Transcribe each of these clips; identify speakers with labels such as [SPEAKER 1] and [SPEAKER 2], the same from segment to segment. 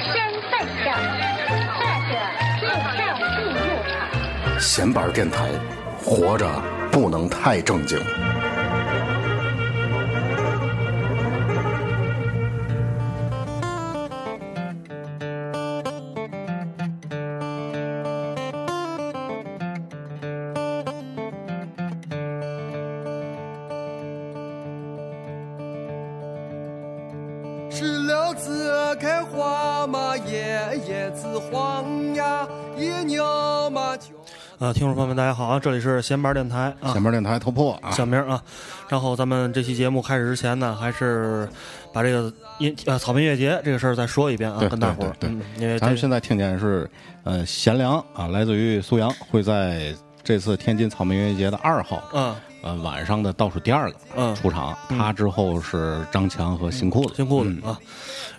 [SPEAKER 1] 身份证，或者附上进入卡。
[SPEAKER 2] 闲板电台，活着不能太正经。
[SPEAKER 3] 石榴子开花嘛，叶叶子黄呀，一娘嘛就。
[SPEAKER 4] 啊，听众朋友们，大家好啊！这里是闲班电台啊，
[SPEAKER 2] 闲板电台头破啊，
[SPEAKER 4] 小明啊。然后咱们这期节目开始之前呢，还是把这个音呃草莓音乐节这个事儿再说一遍啊，
[SPEAKER 2] 对
[SPEAKER 4] 跟大伙儿，
[SPEAKER 2] 对对
[SPEAKER 4] 嗯，因为
[SPEAKER 2] 咱们
[SPEAKER 4] 这
[SPEAKER 2] 现在听见的是呃贤良啊，来自于苏阳，会在这次天津草莓音乐节的二号。
[SPEAKER 4] 嗯
[SPEAKER 2] 呃，晚上的倒数第二个
[SPEAKER 4] 嗯
[SPEAKER 2] 出场，他之后是张强和新裤子。
[SPEAKER 4] 新裤子啊。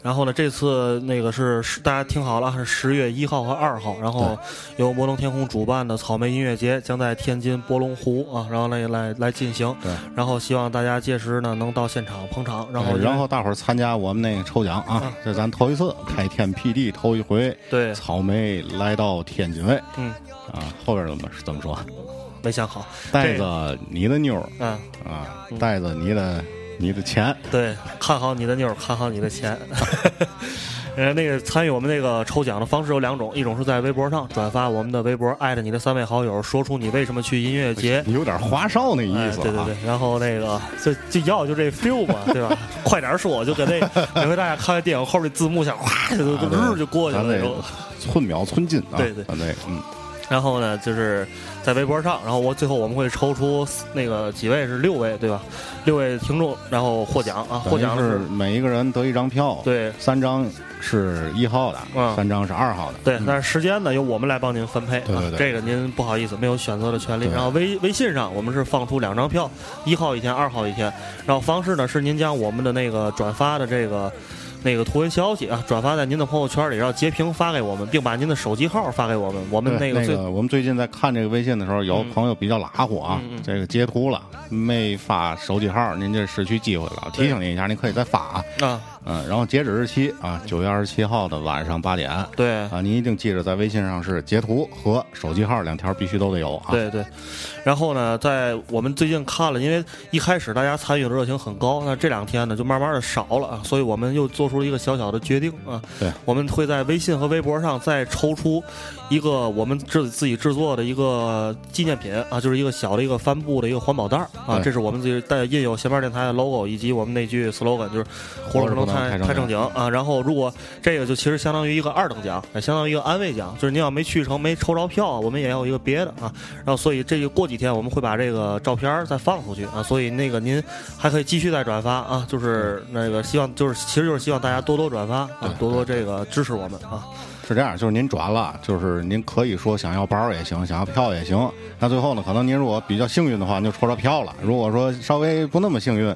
[SPEAKER 4] 然后呢，这次那个是十大家听好了啊，是十月一号和二号，然后由摩登天空主办的草莓音乐节将在天津博龙湖啊，然后来来来进行。
[SPEAKER 2] 对，
[SPEAKER 4] 然后希望大家届时呢能到现场捧场，然后嗯
[SPEAKER 2] 呃然后大伙儿参加我们那个抽奖啊，这咱头一次开天辟地头一回，
[SPEAKER 4] 对
[SPEAKER 2] 草莓来到天津卫，
[SPEAKER 4] 嗯
[SPEAKER 2] 啊，后边怎么怎么说？
[SPEAKER 4] 没想好
[SPEAKER 2] 带
[SPEAKER 4] 这个
[SPEAKER 2] 着你的妞儿
[SPEAKER 4] 嗯。
[SPEAKER 2] 啊，带着你的你的钱，
[SPEAKER 4] 对，看好你的妞儿，看好你的 钱。呃，那个参与我们那个抽奖的方式有两种，一种是在微博上转发我们的微博，艾特你的三位好友，说出你为什么去音乐节。
[SPEAKER 2] 你有点花哨那意
[SPEAKER 4] 哎，
[SPEAKER 2] 思
[SPEAKER 4] 对对
[SPEAKER 2] 啊
[SPEAKER 4] 对。，然后那个就就要就这 feel 嘛，对吧？快点说，就跟那每回大家看完电影后边字幕想哗就
[SPEAKER 2] 啊
[SPEAKER 4] 就
[SPEAKER 2] 对
[SPEAKER 4] 就就过去了
[SPEAKER 2] 咱
[SPEAKER 4] 那
[SPEAKER 2] 这
[SPEAKER 4] 种。
[SPEAKER 2] 寸秒寸金啊，
[SPEAKER 4] 对对
[SPEAKER 2] 咱这个嗯，
[SPEAKER 4] 然后呢，就是在微博上，然后我最后我们会抽出四那个几位是六位对吧？六位听众，然后获奖啊，获奖
[SPEAKER 2] 等
[SPEAKER 4] 的
[SPEAKER 2] 于是每一个人得一张票，，
[SPEAKER 4] 对
[SPEAKER 2] 三张是一号的，
[SPEAKER 4] 嗯
[SPEAKER 2] 三张是二号的，
[SPEAKER 4] 对
[SPEAKER 2] 嗯，
[SPEAKER 4] 但是时间呢由我们来帮您分配，
[SPEAKER 2] 对对对
[SPEAKER 4] 啊，这个您不好意思没有选择的权利。
[SPEAKER 2] 对
[SPEAKER 4] 然后微微信上我们是放出两张票，一号一天，二号一天。然后方式呢是您将我们的那个转发的这个那个图文消息啊转发在您的朋友圈里，然后截屏发给我们，并把您的手机号发给我们。我们
[SPEAKER 2] 对
[SPEAKER 4] 那
[SPEAKER 2] 那
[SPEAKER 4] 个最嗯
[SPEAKER 2] 我们最近在看这个微信的时候，有朋友比较拉火啊，
[SPEAKER 4] 嗯嗯
[SPEAKER 2] 这个截图了没发手机号，您这失去机会了。提醒您一下，您可以再发啊。
[SPEAKER 4] 啊
[SPEAKER 2] 嗯，然后截止日期啊，九月二十七号的晚上八点啊，
[SPEAKER 4] 对。
[SPEAKER 2] 您一定记着在微信上是截图和手机号两条必须都得有啊。
[SPEAKER 4] 对对，然后呢，在我们最近看了，因为一开始大家参与的热情很高，那这两天呢就慢慢的少了啊，所以我们又做出了一个小小的决定啊，
[SPEAKER 2] 对，
[SPEAKER 4] 我们会在微信和微博上再抽出一个我们制自己制作的一个纪念品啊，就是一个小的一个帆布的一个环保袋儿啊
[SPEAKER 2] 对，
[SPEAKER 4] 这是我们自己带印有闲班电台的 logo 以及我们那句 slogan 就是“活着不能太
[SPEAKER 2] 太
[SPEAKER 4] 太
[SPEAKER 2] 正
[SPEAKER 4] 正经”啊。然后如果这个就其实相当于一个二等奖，也相当于一个安慰奖，就是您要没去成没抽着票，啊我们也有一个别的啊。然后所以这个过几天我们会把这个照片儿再放出去啊，所以那个您还可以继续再转发啊，就是那个希望就是其实就是希望大家多多转发啊，多多这个支持我们啊。
[SPEAKER 2] 是这样，就是您转了，就是您可以说想要包也行，想要票也行。那最后呢，可能您如果比较幸运的话，你就抽着票了；如果说稍微不那么幸运，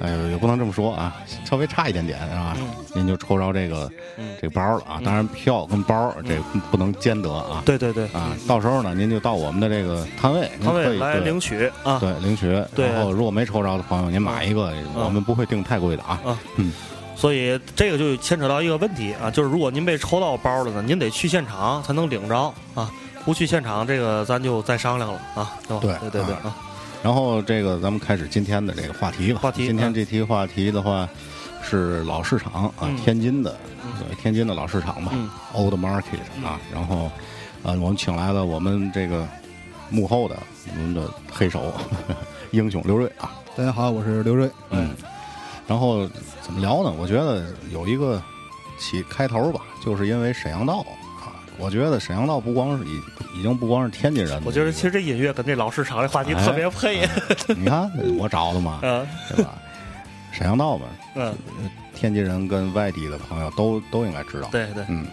[SPEAKER 2] 哎呦，也不能这么说啊，稍微差一点点是吧？
[SPEAKER 4] 嗯
[SPEAKER 2] 您就抽着这个、这个包了啊。当然，票跟包这不能兼得啊。
[SPEAKER 4] 嗯对对对，
[SPEAKER 2] 啊，到时候呢，您就到我们的这个摊位，您
[SPEAKER 4] 他
[SPEAKER 2] 可
[SPEAKER 4] 们
[SPEAKER 2] 以
[SPEAKER 4] 来
[SPEAKER 2] 对
[SPEAKER 4] 领取啊。
[SPEAKER 2] 对领取。
[SPEAKER 4] 对嗯
[SPEAKER 2] 然后如果没抽着的朋友，您买一个，我们不会定太贵的啊。
[SPEAKER 4] 所以这个就牵扯到一个问题啊，就是如果您被抽到包了呢，您得去现场才能领着啊，不去现场这个咱就再商量了啊，对吧？
[SPEAKER 2] 对
[SPEAKER 4] 对对对啊，
[SPEAKER 2] 然后这个咱们开始今天的这个话题吧。
[SPEAKER 4] 话题
[SPEAKER 2] 今天
[SPEAKER 4] 嗯
[SPEAKER 2] 这题话题的话是老市场啊，
[SPEAKER 4] 嗯
[SPEAKER 2] 天津的，对天津的老市场吧、
[SPEAKER 4] 嗯
[SPEAKER 2] o l d Market 啊。然后，呃，我们请来了我们这个幕后的我们的黑手 英雄刘瑞啊。
[SPEAKER 3] 大家好，我是刘瑞。
[SPEAKER 2] 嗯，然后怎么聊呢？我觉得有一个起开头吧，就是因为沈阳道啊，我觉得沈阳道不光是已已经不光是天津人的，
[SPEAKER 4] 我觉得其实这音乐跟这老市场这话题
[SPEAKER 2] 哎
[SPEAKER 4] 特别配，
[SPEAKER 2] 你看我找的嘛，
[SPEAKER 4] 嗯
[SPEAKER 2] 对吧？沈阳道嘛，
[SPEAKER 4] 嗯，
[SPEAKER 2] 天津人跟外地的朋友都都应该知道。
[SPEAKER 4] 对对，
[SPEAKER 2] 嗯，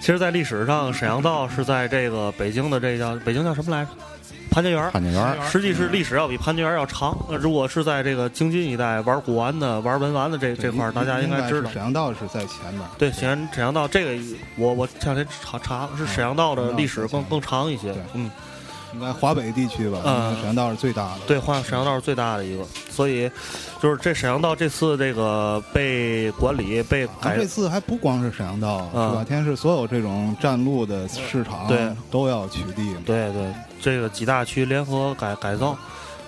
[SPEAKER 4] 其实，在历史上，沈阳道是在这个北京的这叫北京叫什么来着？潘家园儿。
[SPEAKER 5] 潘家园儿
[SPEAKER 4] 实际是历史要比潘家园儿要长。那如果是在这个京津一带玩古玩的、玩文玩的这这块儿，大家应该知道
[SPEAKER 2] 沈。阳道是在前面。
[SPEAKER 4] 对，沈阳沈阳道这个，我我这两天查查是沈阳道的历史更更长一些
[SPEAKER 2] 对。
[SPEAKER 4] 嗯，
[SPEAKER 2] 应该华北地区吧，
[SPEAKER 4] 嗯
[SPEAKER 2] 应该沈阳道是最大的。
[SPEAKER 4] 对，换沈阳道是最大的一个，所以就是这沈阳道这次这个被管理被
[SPEAKER 2] 咱
[SPEAKER 4] 改
[SPEAKER 2] 这次还不光是沈阳道，
[SPEAKER 4] 嗯
[SPEAKER 2] 是吧？天是所有这种占路的市场，
[SPEAKER 4] 对，
[SPEAKER 2] 都要取缔。
[SPEAKER 4] 对对，这个几大区联合改改造，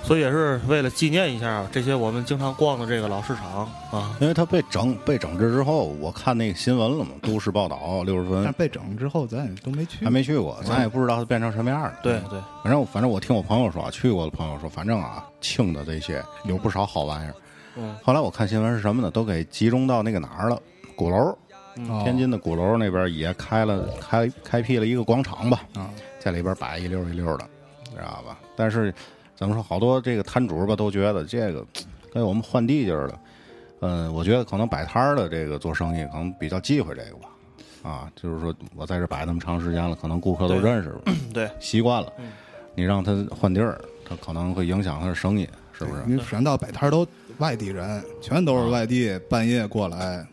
[SPEAKER 4] 所以也是为了纪念一下这些我们经常逛的这个老市场啊。
[SPEAKER 5] 因为它被整被整治之后，我看那个新闻了嘛，
[SPEAKER 4] 嗯
[SPEAKER 5] 都市报道六十
[SPEAKER 2] 但是
[SPEAKER 5] 分，
[SPEAKER 2] 被整之后，咱也都没去。
[SPEAKER 5] 还没去过，咱也不知道它变成什么样了。
[SPEAKER 4] 嗯对对，
[SPEAKER 5] 反正我反正我听我朋友说，啊去过的朋友说，反正啊，庆的这些有不少好玩意儿。
[SPEAKER 4] 嗯，
[SPEAKER 5] 后来我看新闻是什么呢？都给集中到那个哪儿了？鼓楼，
[SPEAKER 4] 嗯
[SPEAKER 2] 哦
[SPEAKER 5] 天津的鼓楼那边也开了开开辟了一个广场吧，
[SPEAKER 2] 啊，
[SPEAKER 5] 在里边摆一溜一溜的，知道吧？但是怎么说，好多这个摊主吧都觉得这个跟我们换地界儿的，嗯，我觉得可能摆摊儿的这个做生意可能比较忌讳这个吧。啊，就是说我在这摆那么长时间了，可能顾客都
[SPEAKER 4] 对
[SPEAKER 5] 认识了，
[SPEAKER 4] 对，嗯
[SPEAKER 5] 习惯了，你让他换地儿，他可能会影响他的生意，是不是？
[SPEAKER 4] 嗯
[SPEAKER 2] 因为沈阳道摆摊儿都外地人，全都是
[SPEAKER 4] 啊
[SPEAKER 2] 外地，半夜过来。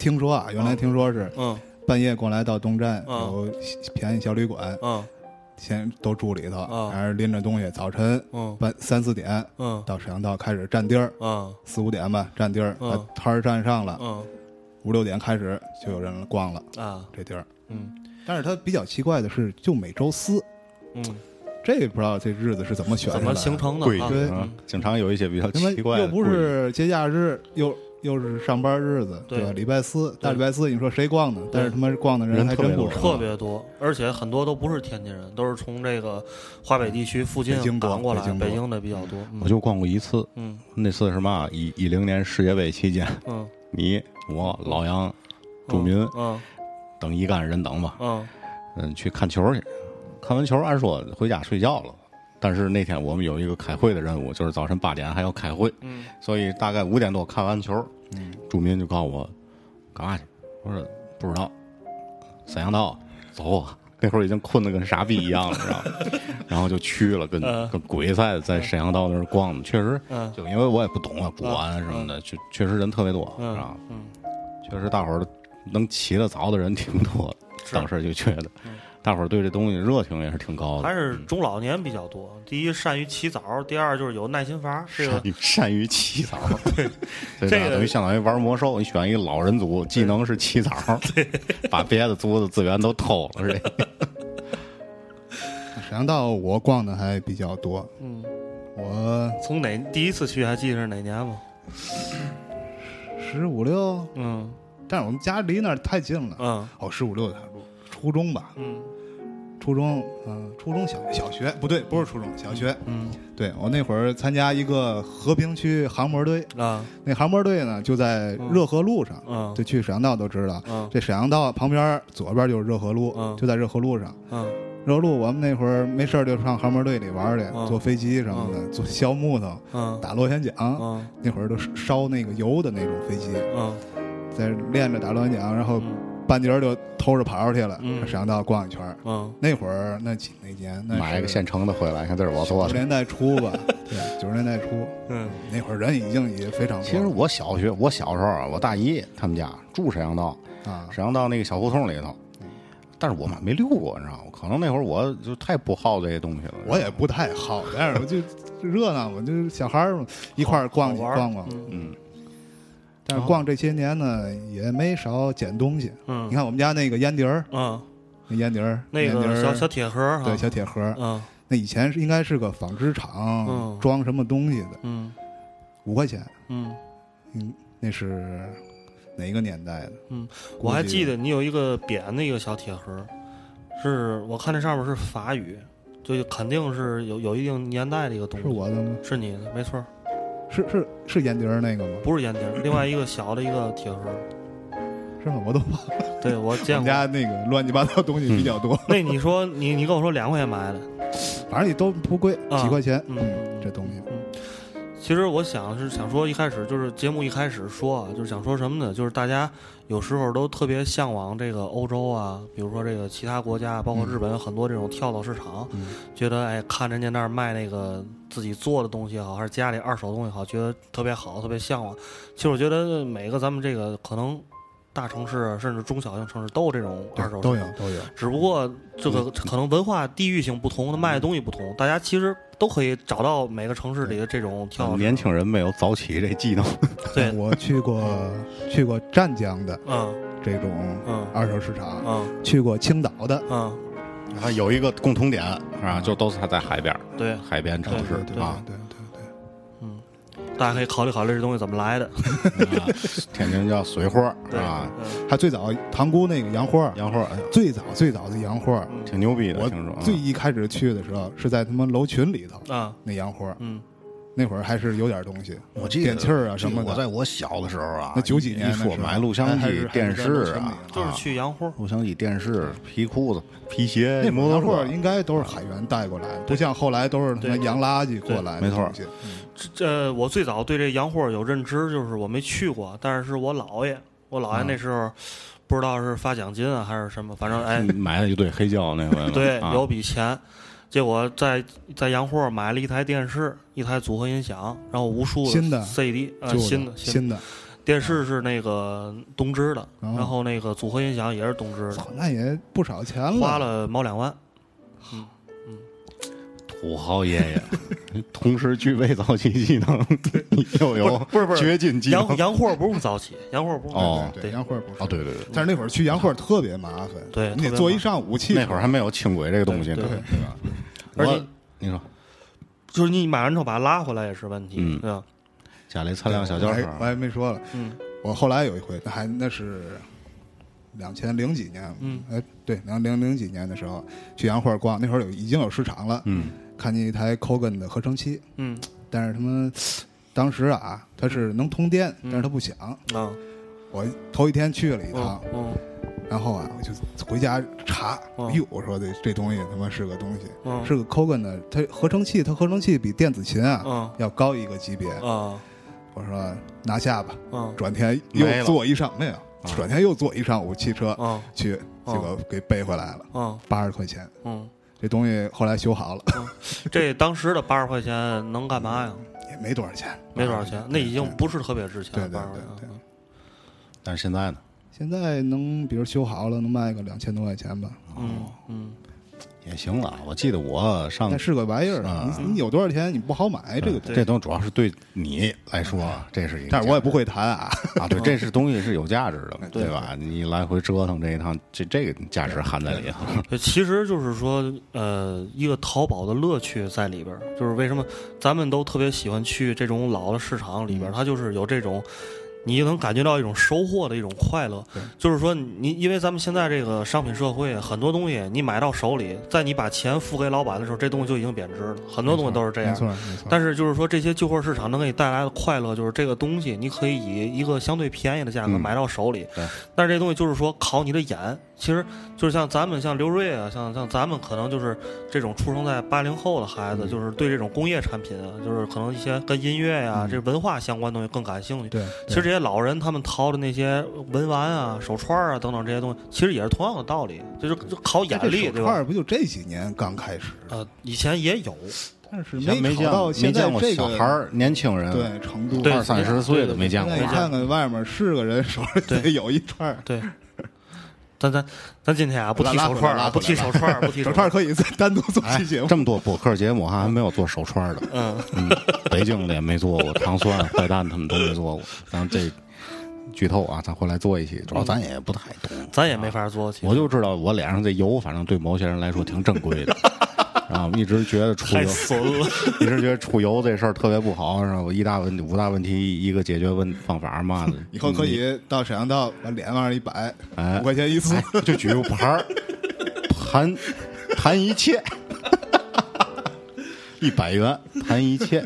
[SPEAKER 2] 听说啊，原来听说是
[SPEAKER 4] 嗯
[SPEAKER 2] 半夜过来到东站
[SPEAKER 4] 嗯
[SPEAKER 2] 有便宜小旅馆，
[SPEAKER 4] 嗯
[SPEAKER 2] 先都住里头，
[SPEAKER 4] 嗯
[SPEAKER 2] 然后拎着东西，早晨
[SPEAKER 4] 嗯
[SPEAKER 2] 半三四点
[SPEAKER 4] 嗯
[SPEAKER 2] 到沈阳道开始占地儿，
[SPEAKER 4] 嗯
[SPEAKER 2] 四五点吧占地儿，
[SPEAKER 4] 嗯
[SPEAKER 2] 把摊儿占上了，
[SPEAKER 4] 嗯
[SPEAKER 2] 五六点开始就有人逛了
[SPEAKER 4] 啊
[SPEAKER 2] 这地儿。
[SPEAKER 4] 嗯
[SPEAKER 2] 但是它比较奇怪的是，就每周四，
[SPEAKER 4] 嗯，
[SPEAKER 2] 这个不知道这日子是怎么选出
[SPEAKER 4] 怎
[SPEAKER 2] 来
[SPEAKER 4] 么
[SPEAKER 2] 的，
[SPEAKER 4] 形成的
[SPEAKER 5] 规
[SPEAKER 4] 啊？
[SPEAKER 5] 矩啊，经常有一些比较
[SPEAKER 2] 因为
[SPEAKER 5] 奇怪的，
[SPEAKER 2] 又不是节假日，又又是上班日子，
[SPEAKER 4] 对
[SPEAKER 2] 对吧？礼拜四，大礼拜四，你说谁逛呢？但是他妈逛的人
[SPEAKER 5] 人
[SPEAKER 2] 还
[SPEAKER 5] 特
[SPEAKER 2] 真
[SPEAKER 5] 别
[SPEAKER 2] 不
[SPEAKER 5] 多
[SPEAKER 2] 少
[SPEAKER 4] 特。别多，而且很多都不是天津人，都是从这个华北地区附近
[SPEAKER 2] 北京多
[SPEAKER 4] 赶过来，
[SPEAKER 2] 北京多
[SPEAKER 4] 北京的比较多。嗯
[SPEAKER 5] 我就逛过一次，
[SPEAKER 4] 嗯
[SPEAKER 5] 那次是嘛？一一零年世界杯期间，
[SPEAKER 4] 嗯，
[SPEAKER 5] 你我老杨、朱民、
[SPEAKER 4] 嗯
[SPEAKER 5] 等一干人等吧，
[SPEAKER 4] 嗯
[SPEAKER 5] 嗯，去看球去。看完球，按说回家睡觉了。但是那天我们有一个开会的任务，就是早晨八点还要开会，
[SPEAKER 4] 嗯
[SPEAKER 5] 所以大概五点多看完球，朱民就告诉我干嘛去，我说不知道，沈阳道走啊。那会儿已经困得跟傻逼一样了，知道吗？ 然后就去了，跟
[SPEAKER 4] 嗯
[SPEAKER 5] 跟鬼似的在沈阳道那儿逛，确实
[SPEAKER 4] 嗯，
[SPEAKER 5] 就因为我也不懂啊，古玩什么的，就确实人特别多，
[SPEAKER 4] 嗯
[SPEAKER 5] 是吧？
[SPEAKER 4] 嗯，
[SPEAKER 5] 确实大伙儿能起得早的人挺多的，当时就觉得大伙儿对这东西热情也是挺高的，
[SPEAKER 4] 还是中老年比较多。第一，善于起早；第二，就是有耐心乏。这个
[SPEAKER 5] 善于善于起早， 对，
[SPEAKER 4] 这
[SPEAKER 5] 吧
[SPEAKER 4] 个
[SPEAKER 5] 等于相当于玩魔兽，你选一个老人族，技能是起早，把别的族的资源都偷了，是这。
[SPEAKER 2] 沈阳道我逛的还比较多，
[SPEAKER 4] 嗯，
[SPEAKER 2] 我
[SPEAKER 4] 从哪第一次去还记得是哪年吗？
[SPEAKER 2] 十五六，
[SPEAKER 4] 嗯
[SPEAKER 2] 但是我们家离那儿太近了。
[SPEAKER 4] 嗯
[SPEAKER 2] 哦，十五六的初中吧，
[SPEAKER 4] 嗯
[SPEAKER 2] 初中，嗯、初中小小学不对，不是初中，小学。
[SPEAKER 4] 嗯
[SPEAKER 2] 对我那会儿参加一个和平区航模队，
[SPEAKER 4] 啊
[SPEAKER 2] 那航模队呢就在热河路上，
[SPEAKER 4] 嗯
[SPEAKER 2] 这去沈阳道都知道。
[SPEAKER 4] 嗯
[SPEAKER 2] 这沈阳道旁边左边就是热河路，
[SPEAKER 4] 嗯
[SPEAKER 2] 就在热河路上。
[SPEAKER 4] 嗯
[SPEAKER 2] 热河路我们那会儿没事儿就上航模队里玩儿去，
[SPEAKER 4] 嗯
[SPEAKER 2] 坐飞机什么的，坐削木头、
[SPEAKER 4] 嗯
[SPEAKER 2] 打螺旋桨。
[SPEAKER 4] 嗯
[SPEAKER 2] 那会儿都烧那个油的那种飞机，
[SPEAKER 4] 嗯
[SPEAKER 2] 在练着打螺旋桨，然后
[SPEAKER 4] 嗯
[SPEAKER 2] 半截儿就偷着跑出去了，
[SPEAKER 4] 嗯
[SPEAKER 2] 上沈阳道逛一圈儿。
[SPEAKER 4] 嗯
[SPEAKER 2] 那会儿那几那年，那
[SPEAKER 5] 买一个
[SPEAKER 2] 是
[SPEAKER 5] 现成的回来，看这是我
[SPEAKER 2] 九
[SPEAKER 5] 做
[SPEAKER 2] 十
[SPEAKER 5] 的。
[SPEAKER 2] 年代初吧，对，九十年代初，
[SPEAKER 4] 嗯
[SPEAKER 2] 那会儿人已经也非常多了。
[SPEAKER 5] 其实我小学，我小时候啊，我大姨他们家住沈阳道，
[SPEAKER 2] 啊，
[SPEAKER 5] 沈阳道那个小胡同里头，但是我妈没溜过，你知道吗？可能那会儿我就太不好这些东西了。
[SPEAKER 2] 我也不太好，但是我就热闹嘛，就是小孩儿嘛，一块儿逛去
[SPEAKER 4] 好玩儿
[SPEAKER 2] 逛逛。
[SPEAKER 5] 嗯，
[SPEAKER 2] 但是逛这些年呢，也没少捡东西。
[SPEAKER 4] 嗯
[SPEAKER 2] 你看我们家那个烟碟儿，
[SPEAKER 4] 嗯，
[SPEAKER 2] 那烟碟儿，
[SPEAKER 4] 那
[SPEAKER 2] 烟碟
[SPEAKER 4] 个
[SPEAKER 2] 儿
[SPEAKER 4] 小小铁盒儿哈
[SPEAKER 2] 对小铁盒儿，
[SPEAKER 4] 嗯
[SPEAKER 2] 那以前是应该是个纺织
[SPEAKER 4] 嗯
[SPEAKER 2] 厂装什么东西的，
[SPEAKER 4] 嗯
[SPEAKER 2] 五块钱，
[SPEAKER 4] 嗯
[SPEAKER 2] 嗯，那是哪个年代的？
[SPEAKER 4] 嗯，
[SPEAKER 2] 估
[SPEAKER 4] 我还
[SPEAKER 2] 计
[SPEAKER 4] 记得你有一个扁的一个小铁盒儿，是我看那上面是法语，就肯定是有有一定年代的一个东
[SPEAKER 2] 是
[SPEAKER 4] 西。
[SPEAKER 2] 我的吗？
[SPEAKER 4] 是你的，没错儿，
[SPEAKER 2] 是是是烟碟儿那个吗？
[SPEAKER 4] 不是烟碟儿，另外一个小的一个铁盒儿。
[SPEAKER 2] 是吗？我都忘了。
[SPEAKER 4] 对我
[SPEAKER 2] 我
[SPEAKER 4] 见过。
[SPEAKER 2] 们
[SPEAKER 4] 嗯
[SPEAKER 2] 家那个乱七八糟东西比较多，
[SPEAKER 4] 那你说你你跟我说两块钱买的，
[SPEAKER 2] 反正也都不贵，
[SPEAKER 4] 啊
[SPEAKER 2] 几块钱，
[SPEAKER 4] 嗯
[SPEAKER 2] 嗯，这东西。
[SPEAKER 4] 其实我想是想说，一开始就是节目一开始说啊，就是想说什么呢？就是大家有时候都特别向往这个欧洲啊，比如说这个其他国家，包括日
[SPEAKER 2] 嗯
[SPEAKER 4] 本有很多这种跳蚤市场，觉得哎，看人家那儿卖那个自己做的东西也好，还是家里二手东西也好，觉得特别好，特别向往。其实我觉得每个咱们这个可能大城市啊甚至中小型城市都有这种二手市场
[SPEAKER 2] 都有嗯都有，
[SPEAKER 4] 只不过这个可能文化地域性不同，它卖的东西不同，大家其实都可以找到每个城市里的这种跳蚤市
[SPEAKER 5] 年轻人没有早起这技能，
[SPEAKER 4] 场。对，
[SPEAKER 2] 我去 过去过湛江的
[SPEAKER 4] 嗯
[SPEAKER 2] 这种
[SPEAKER 4] 嗯
[SPEAKER 2] 二手市场，
[SPEAKER 4] 嗯
[SPEAKER 2] 去过青岛的，
[SPEAKER 4] 嗯，
[SPEAKER 5] 它有一个共同点啊，就都是它在海边儿，
[SPEAKER 4] 对，
[SPEAKER 5] 海边城市
[SPEAKER 2] 对对
[SPEAKER 5] 啊，
[SPEAKER 2] 对对对，
[SPEAKER 4] 大家可以考虑考虑这东西怎么来的。
[SPEAKER 5] 啊天津叫水货
[SPEAKER 4] 对，
[SPEAKER 5] 啊，
[SPEAKER 4] 嗯
[SPEAKER 2] 还最早塘沽那个洋货，
[SPEAKER 5] 洋货哎呦
[SPEAKER 2] 最早最早的洋货，
[SPEAKER 4] 嗯
[SPEAKER 5] 挺牛逼的，
[SPEAKER 2] 我
[SPEAKER 5] 听说啊
[SPEAKER 2] 最一开始去的时候是在他妈楼群里头
[SPEAKER 4] 啊，
[SPEAKER 2] 那洋货，
[SPEAKER 4] 嗯
[SPEAKER 2] 那会儿还是有点东西，
[SPEAKER 5] 我记得
[SPEAKER 2] 电器儿啊什么
[SPEAKER 5] 我
[SPEAKER 2] 的
[SPEAKER 5] 在，我小的时候啊，
[SPEAKER 2] 那九几年
[SPEAKER 5] 一
[SPEAKER 2] 的时候
[SPEAKER 5] 说买录像
[SPEAKER 2] 还是
[SPEAKER 5] 机、电视啊，
[SPEAKER 2] 还是在楼群里
[SPEAKER 4] 就是
[SPEAKER 5] 啊
[SPEAKER 4] 去洋货。
[SPEAKER 5] 录像机、电视、皮裤子、皮鞋、
[SPEAKER 2] 那
[SPEAKER 5] 摩
[SPEAKER 2] 摩
[SPEAKER 5] 托
[SPEAKER 2] 托
[SPEAKER 5] 车
[SPEAKER 2] 货应该都是海员带过来的，不像后来都是他妈
[SPEAKER 4] 对
[SPEAKER 2] 洋垃圾过来的
[SPEAKER 5] 对没错
[SPEAKER 2] 东西。
[SPEAKER 4] 这这我最早对这洋货有认知，就是我没去过，但是是我姥爷，我姥爷
[SPEAKER 2] 啊
[SPEAKER 4] 那时候不知道是发奖金啊还是什么，反正哎，
[SPEAKER 2] 嗯
[SPEAKER 5] 买了一堆黑胶那回嘛，
[SPEAKER 4] 对，
[SPEAKER 5] 啊
[SPEAKER 4] 有笔钱，结果在在洋货买了一台电视，一台组合音响，然后无数
[SPEAKER 2] 新的
[SPEAKER 4] CD，呃，
[SPEAKER 2] 旧
[SPEAKER 4] 新的的
[SPEAKER 2] 新的，
[SPEAKER 4] 电视是那个东芝的，
[SPEAKER 2] 哦
[SPEAKER 4] 然后那个组合音响也是东芝的，
[SPEAKER 2] 操哦那也不少钱了，
[SPEAKER 4] 花了毛两万。
[SPEAKER 5] 土豪爷 爷，同时具备早起技能，又有
[SPEAKER 4] 不是不是
[SPEAKER 5] 掘金技能
[SPEAKER 4] 洋洋货不用早起，洋货不用早
[SPEAKER 5] 哦
[SPEAKER 4] 起，
[SPEAKER 2] 对
[SPEAKER 4] 对
[SPEAKER 2] 洋货不
[SPEAKER 5] 啊，
[SPEAKER 2] 少。
[SPEAKER 5] 对对对，
[SPEAKER 2] 但是那会儿去洋货特别麻烦，
[SPEAKER 4] 对
[SPEAKER 2] 你
[SPEAKER 4] 特别麻
[SPEAKER 2] 得
[SPEAKER 4] 烦
[SPEAKER 2] 坐一上午汽车。
[SPEAKER 5] 那会儿还没有轻轨这个东西呢
[SPEAKER 4] 对，对
[SPEAKER 2] 对吧？
[SPEAKER 4] 而
[SPEAKER 5] 我
[SPEAKER 4] 且
[SPEAKER 5] 你说
[SPEAKER 4] 就是你买完之后把它拉回来也是问题，
[SPEAKER 5] 嗯
[SPEAKER 4] 对吧？
[SPEAKER 5] 家里擦辆小轿
[SPEAKER 2] 我还我
[SPEAKER 5] 车，
[SPEAKER 2] 还没说了，
[SPEAKER 4] 嗯
[SPEAKER 2] 我后来有一回，那还那是两千零几年，
[SPEAKER 4] 嗯，
[SPEAKER 2] 哎，对，两零零几年的时候去洋货逛，那会儿有已经有市场了，
[SPEAKER 5] 嗯，
[SPEAKER 2] 看见一台 Kogan 的合成器，
[SPEAKER 4] 嗯
[SPEAKER 2] 但是他们当时啊，它是能通电，
[SPEAKER 4] 嗯
[SPEAKER 2] 但是它不响。
[SPEAKER 4] 啊
[SPEAKER 2] 我头一天去了一趟，
[SPEAKER 4] 嗯
[SPEAKER 2] 然后啊，我就回家查，
[SPEAKER 4] 嗯
[SPEAKER 2] 哎呦，我说这这东西他妈是个东西，
[SPEAKER 4] 嗯
[SPEAKER 2] 是个 Kogan 的，它合成器，它合成器比电子琴啊、
[SPEAKER 4] 嗯
[SPEAKER 2] 要高一个级别。
[SPEAKER 4] 啊
[SPEAKER 2] 我说拿下吧，
[SPEAKER 4] 嗯
[SPEAKER 2] 转天
[SPEAKER 5] 没
[SPEAKER 2] 又
[SPEAKER 5] 了
[SPEAKER 2] 坐一上没有，转天又坐一上午汽车、
[SPEAKER 4] 嗯
[SPEAKER 2] 去，结果给背回来了，
[SPEAKER 4] 嗯
[SPEAKER 2] 八十块钱。
[SPEAKER 4] 嗯，
[SPEAKER 2] 这东西后来修好了，
[SPEAKER 4] 这当时的八十块钱能干嘛呀？
[SPEAKER 2] 也没多少钱，
[SPEAKER 4] 没多少钱，那已经不是特别值钱
[SPEAKER 2] 啊对
[SPEAKER 4] 了。
[SPEAKER 2] 对
[SPEAKER 4] 八十块
[SPEAKER 2] 对
[SPEAKER 4] 钱，嗯
[SPEAKER 2] 对
[SPEAKER 5] 但是现在呢，
[SPEAKER 2] 现在能，比如修好了，能卖个两千多块钱吧，
[SPEAKER 4] 嗯嗯，
[SPEAKER 5] 也行了。我记得我上
[SPEAKER 2] 那是个玩意儿
[SPEAKER 5] 啊，
[SPEAKER 2] 你你有多少钱你不好买这个东西，
[SPEAKER 5] 这东西主要是对你来说，啊这是一个价值，
[SPEAKER 2] 但是我也不会谈啊，
[SPEAKER 5] 啊。 对，这是东西是有价值的，
[SPEAKER 4] 对
[SPEAKER 5] 对吧？你来回折腾这一趟，这这个价值含在里头。
[SPEAKER 4] 呃其实就是说，呃，一个淘宝的乐趣在里边儿，就是为什么咱们都特别喜欢去这种老的市场
[SPEAKER 2] 嗯
[SPEAKER 4] 里边儿，它就是有这种，你能感觉到一种收获的一种快乐。 就是说你，你因为咱们现在这个商品社会，很多东西你买到手里，在你把钱付给老板的时候，这东西就已经贬值了，很多东西都是这样
[SPEAKER 2] 没。错没错。
[SPEAKER 4] 但是就是说，这些旧货市场能给你带来的快乐，就是这个东西你可以以一个相对便宜的价格买到手里。
[SPEAKER 5] 对
[SPEAKER 4] 但是这东西就是说考你的眼，其实就是像咱们像刘瑞啊，像像咱们可能就是这种出生在八零后的孩子，就是对这种工业产品啊，就是可能一些跟音乐呀、这文化相关的东西更感兴趣。
[SPEAKER 2] 对，
[SPEAKER 4] 其实这些老人他们淘的那些文玩啊、手串啊等等这些东西，其实也是同样的道理，就是就考眼
[SPEAKER 2] 这
[SPEAKER 4] 力，
[SPEAKER 2] 手
[SPEAKER 4] 对
[SPEAKER 2] 串
[SPEAKER 4] 吧？
[SPEAKER 2] 儿不就这几年刚开始，
[SPEAKER 4] 呃，以前也有，
[SPEAKER 2] 但 是
[SPEAKER 5] 以前没
[SPEAKER 2] 没
[SPEAKER 5] 见过
[SPEAKER 2] 炒到
[SPEAKER 5] 没
[SPEAKER 2] 现在
[SPEAKER 5] 见过
[SPEAKER 2] 这
[SPEAKER 5] 小
[SPEAKER 2] 个
[SPEAKER 5] 孩儿、嗯年轻人，
[SPEAKER 2] 对程度。
[SPEAKER 4] 对
[SPEAKER 5] 二三十岁的没见
[SPEAKER 2] 现
[SPEAKER 5] 过啊
[SPEAKER 2] 在你看看外面是个人手里
[SPEAKER 4] 对
[SPEAKER 2] 得有一串儿
[SPEAKER 4] 对，咱咱咱今天啊，不提
[SPEAKER 2] 拉
[SPEAKER 4] 手
[SPEAKER 2] 拉回来
[SPEAKER 4] 串儿
[SPEAKER 2] 拉
[SPEAKER 4] 啊，
[SPEAKER 2] 回来
[SPEAKER 4] 不提手串儿，不提
[SPEAKER 2] 手
[SPEAKER 4] 串
[SPEAKER 2] 串
[SPEAKER 4] 儿
[SPEAKER 2] 儿，可以再单独做
[SPEAKER 5] 哎
[SPEAKER 2] 期节目，
[SPEAKER 5] 这么多播客节目哈，还没有做手串的。
[SPEAKER 4] 嗯，
[SPEAKER 5] 嗯，北京的也没做过，糖蒜、坏蛋他们都没做过。咱这剧透啊，咱回来做一期，主要咱也不太懂。
[SPEAKER 4] 咱也没法做。其实
[SPEAKER 5] 我就知道我脸上这油，反正对某些人来说挺珍贵的。然后一直觉得出
[SPEAKER 4] 太
[SPEAKER 5] 油，
[SPEAKER 4] 损了，
[SPEAKER 5] 一直觉得出油这事儿特别不好。然后我一大问五大问题一个解决问方法嘛的，
[SPEAKER 2] 以后可以到沈阳道把脸往上一摆，
[SPEAKER 5] 哎
[SPEAKER 2] 五块钱一次
[SPEAKER 5] 哎。就举个牌儿，谈谈一切，一百元谈一切，